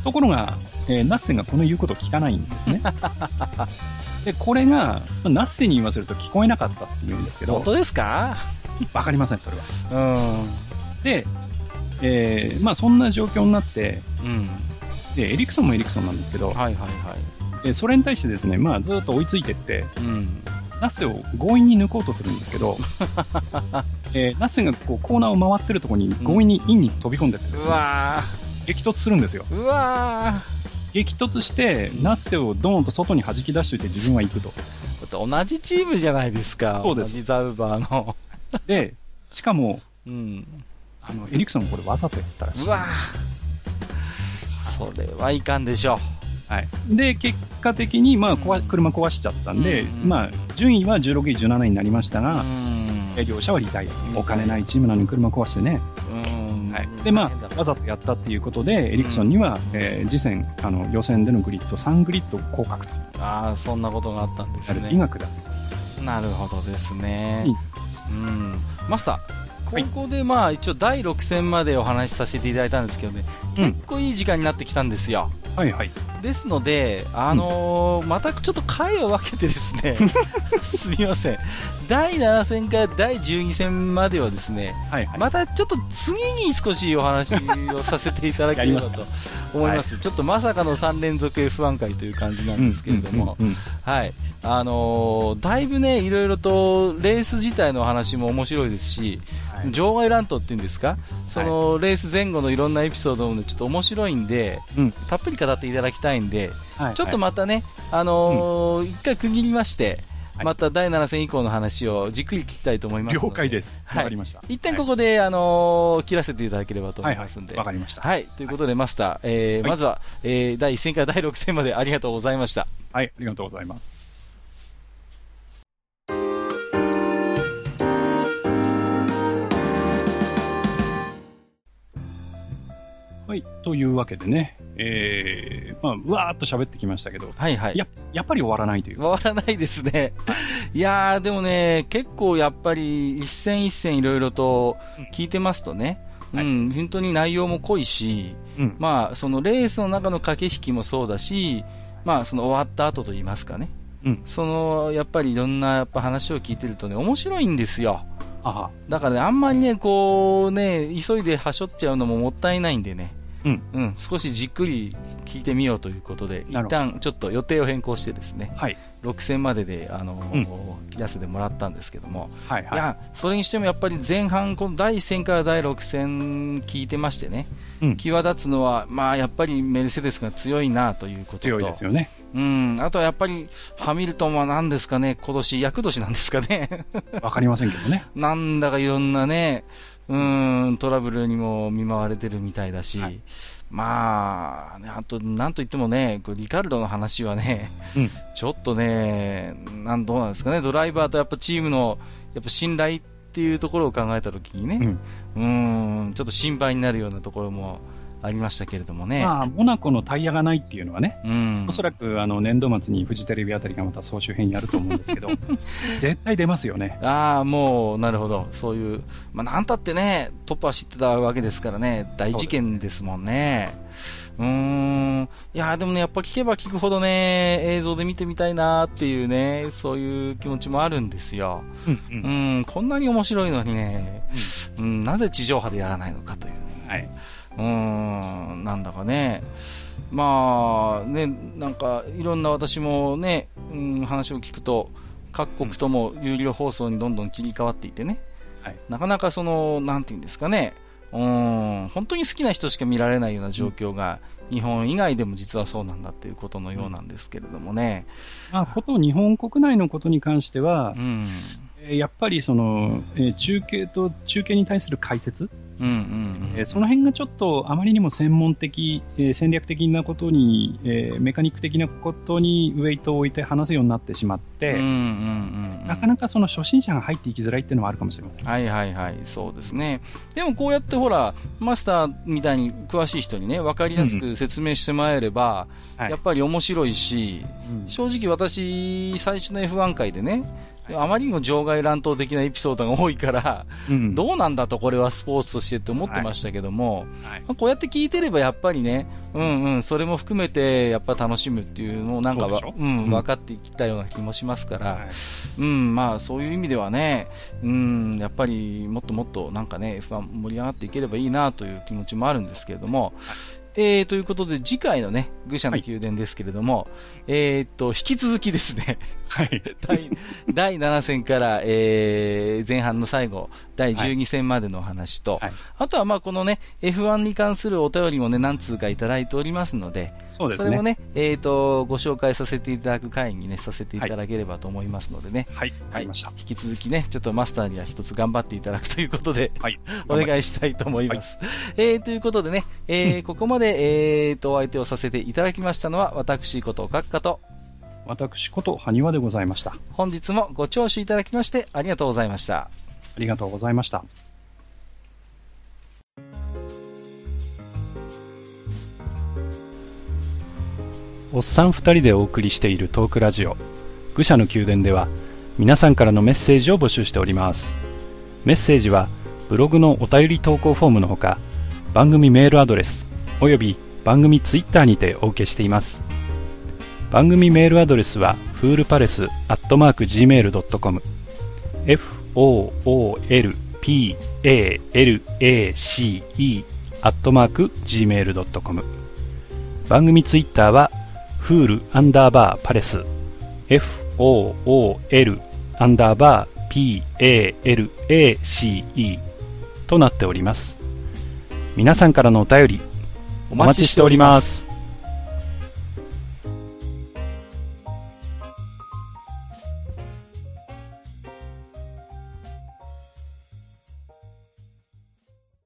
Speaker 2: ところが、えーナッセンがこの言うことを聞かないんですね。
Speaker 1: [laughs]
Speaker 2: で、これが、まあナッセンに言わせると聞こえなかったって言うんですけ
Speaker 1: 本
Speaker 2: ど、
Speaker 1: 当ですか
Speaker 2: わかりません、それは。
Speaker 1: うん。
Speaker 2: で、えーまあそんな状況になって、
Speaker 1: うん。
Speaker 2: でエリクソンもエリクソンなんですけど、
Speaker 1: はいはいは
Speaker 2: えーそれに対してですね、まあずっと追いついてって、
Speaker 1: い。うん。
Speaker 2: ナスを強引に抜こうとするんです
Speaker 1: [laughs]
Speaker 2: けど、えーナスがこうコーナーを回ってるところに強引にインに飛び込んでってです
Speaker 1: う
Speaker 2: ね、
Speaker 1: わ
Speaker 2: 激突するんですよ。
Speaker 1: ーうわ
Speaker 2: 激突して、ナッセをドーンと外に弾き出しておいて自分は行く
Speaker 1: [laughs]
Speaker 2: と。
Speaker 1: ーだって同じチームじゃないですか
Speaker 2: そうです
Speaker 1: 同じザウバーの
Speaker 2: で、しかも、
Speaker 1: うん
Speaker 2: あの、エリクソンこれわざとやったらし
Speaker 1: う
Speaker 2: い。
Speaker 1: わーそれはいかんでしょ
Speaker 2: はい。で、結果的に、まあ、壊
Speaker 1: うん
Speaker 2: 車壊しちゃったんで、
Speaker 1: うん
Speaker 2: まあ、順位は16位、17位になりました
Speaker 1: うう
Speaker 2: が、
Speaker 1: ん
Speaker 2: え両者はリタイア。お金ないチームなのに車壊してね。
Speaker 1: うん
Speaker 2: はい。で、まあ、わざとやったっていうことで、エリクソンには、えー次戦、あの、予選でのグリッド、3グリッド降格と
Speaker 1: ああそんなことがあったんです
Speaker 2: なる
Speaker 1: ね
Speaker 2: 医学だ。
Speaker 1: なるほどですね
Speaker 2: いい、
Speaker 1: うん、マスタ
Speaker 2: はい
Speaker 1: ー、ここでまあ一応第6戦までお話しさせていただいたんですけどね、
Speaker 2: うん
Speaker 1: 結構いい時間になってきたんですよ。
Speaker 2: はいはい。
Speaker 1: ですので、あのーまたちょっと回を分けてですね、 [laughs] すみません、第7戦から第12戦まではですね、
Speaker 2: はいはい。
Speaker 1: またちょっと次に少しお話をさせていただければ
Speaker 2: やり
Speaker 1: と思います。ちょっとまさかの3連続 F1 回という感じなんですけれども、
Speaker 2: うんうんうん
Speaker 1: はい、あのーだいぶね、いろいろとレース自体のお話も面白いですし、
Speaker 2: はい
Speaker 1: 場外乱闘っていうんですか、そのレース前後のいろんなエピソードもねちょっと面白いんで、
Speaker 2: うん
Speaker 1: たっぷり語っていただきたいんで、
Speaker 2: はい
Speaker 1: ちょっとまたね、あのー一回区切りまして、
Speaker 2: はい
Speaker 1: また第7戦以降の話をじっくり聞きたいと思いますので。
Speaker 2: 了解です。わ
Speaker 1: はい
Speaker 2: かりました。
Speaker 1: 一旦ここで、あのー切らせていただければと思
Speaker 2: はいいは
Speaker 1: ますんで。
Speaker 2: い。わかりました。
Speaker 1: はい、ということで、マスター、えー
Speaker 2: はい
Speaker 1: まずは、えー第1戦から第6戦までありがとうございました。
Speaker 2: はい、ありがとうございます。はい、というわけでね、えー、まあ、うわーっと喋ってきましたけど、
Speaker 1: はいはい。
Speaker 2: や、やっぱり終わらないという。
Speaker 1: 終わらないですね。いやー、でもね、結構やっぱり一戦一戦いろいろと聞いてますとね、う、
Speaker 2: うんん
Speaker 1: 本当に内容も濃いし、
Speaker 2: うん
Speaker 1: まあ、そのレースの中の駆け引きもそうだし、まあ、その終わった後といいますかね。
Speaker 2: うん
Speaker 1: その、やっぱりいろんなやっぱ話を聞いてるとね、面白いんですよ。
Speaker 2: あ
Speaker 1: だからね、あんまりね、こうね、急いではしょっちゃうのももったいないんでね。
Speaker 2: うん。
Speaker 1: 少しじっくり聞いてみようということで、
Speaker 2: な
Speaker 1: 一
Speaker 2: るほど
Speaker 1: 旦ちょっと予定を変更してですね、
Speaker 2: はい、
Speaker 1: 6戦までで、あのー切らせてもらったんですけども、
Speaker 2: はい、
Speaker 1: い、
Speaker 2: は
Speaker 1: や、それにしてもやっぱり前半、この第1戦から第6戦聞いてましてね、
Speaker 2: うん
Speaker 1: 際立つのは、まあ、やっぱりメルセデスが強いなということ
Speaker 2: い。
Speaker 1: と、
Speaker 2: 強いですよね。
Speaker 1: うん、あとはやっぱりハミルトンは何ですかね、今年、厄年なんですかね。 [laughs]
Speaker 2: わかりませんけどね。
Speaker 1: なんだかいろんなね、うーん、トラブルにも見舞われてるみたいだし、
Speaker 2: はい
Speaker 1: まあ、ねあと、なんといってもね、こうリカルドの話はね、
Speaker 2: うん
Speaker 1: ちょっとね、なんどうなんですかね、ドライバーとやっぱチームのやっぱ信頼っていうところを考えたときにね、うん、ん、ちょっと心配になるようなところもありましたけれどもね。
Speaker 2: まあ、モナコのタイヤがないっていうのはね、
Speaker 1: うん
Speaker 2: おそらくあの年度末にフジテレビあたりがまた総集編やると思うん [laughs] ですけど、絶対出ますよね。
Speaker 1: ああ、もう、なるほど。そういう、まあ、なんたってね、トップ走ってたわけですからね、大事件ですもんね。うーん。いやー、でもね、やっぱ聞けば聞くほどね、映像で見てみたいなーっていうね、そういう気持ちもあるんですよ。
Speaker 2: うんう
Speaker 1: うんん、こんなに面白いのにね、うん、なぜ地上波でやらないのかというね。
Speaker 2: はい。
Speaker 1: うーん、なんだかね。まあ、ね、なんか、いろんな私もね、うん、話を聞くと、各国とも有料放送にどんどん切り替わっていてね。
Speaker 2: はい
Speaker 1: なかなかその、なんていうんですかね。うーん、本当に好きな人しか見られないような状況が、日本以外でも実はそうなんだっていうことのようなんですけれどもね。
Speaker 2: まあ、こと日本国内のことに関しては
Speaker 1: う、ん。
Speaker 2: えーやっぱりその、えー中継と中継に対する解説、
Speaker 1: うんうん
Speaker 2: えーその辺がちょっとあまりにも専門的、えー戦略的なことに、えーメカニック的なことにウェイトを置いて話すようになってしまっ
Speaker 1: うん。うんう
Speaker 2: て、
Speaker 1: んうん。
Speaker 2: なかなかその初心者が入っていきづらいっていうのはあるかもしれません。
Speaker 1: はいはいはい、そうですね。でもこうやってほら、マスターみたいに詳しい人にね、わかりやすく説明してもらえれば、
Speaker 2: はい
Speaker 1: やっぱり面白いし、正直私、最初の F1 回でね、あまりにも場外乱闘的なエピソードが多いから、
Speaker 2: うん
Speaker 1: どうなんだとこれはスポーツとしてって思ってましたけども、
Speaker 2: はい
Speaker 1: まあこうやって聞いてればやっぱりね、うんうん、それも含めてやっぱ楽しむっていうのをなんかわ
Speaker 2: そうでし
Speaker 1: う
Speaker 2: ょ
Speaker 1: ん、
Speaker 2: うん
Speaker 1: 分かってきたような気もしますから、
Speaker 2: はい
Speaker 1: うん、まあそういう意味ではね、うん、やっぱりもっともっとなんかね、F1 盛り上がっていければいいなという気持ちもあるんですけれども、えー、ということで、次回のね、愚者の宮殿ですけれども、えーっと、引き続きですね、 [laughs]
Speaker 2: はい。
Speaker 1: 第 [laughs] 第7戦から、えー前半の最後、第12戦までのお話と、
Speaker 2: はい
Speaker 1: あとはまあこのね、F1 に関するお便りもね、何通かいただいておりますので、
Speaker 2: そうです
Speaker 1: れ
Speaker 2: ね。
Speaker 1: もね、えー、とご紹介させていただく回にね、させていただければと思いますのでね、
Speaker 2: はい。わかりました。
Speaker 1: 引き続きね、ちょっとマスターには一つ頑張っていただくということ [laughs] で、
Speaker 2: はい。
Speaker 1: お願いしたいと思います。えーということでね、えーここまで、えー、とお相手をさせていただきましたのは、私こと閣下と、
Speaker 2: 私こと、埴輪でございました。あ
Speaker 1: 本日もご聴取いただきましてありがとうございました。
Speaker 2: りがとうございました。おっさん二人でお送りしているトークラジオ愚者の宮殿では皆さんからのメッセージを募集しておりますメッセージはブログのお便り投稿フォームのほか番組メールアドレスおよび番組ツイッターにてお受けしています番組メールアドレスはフールパレスアットマーク Gmail.com foolpalace アットマーク Gmail.com 番組ツイッターはフールアンダーバーパレス FOOL アンダーバー PALACE となっております皆さんからのお便りお待ちしております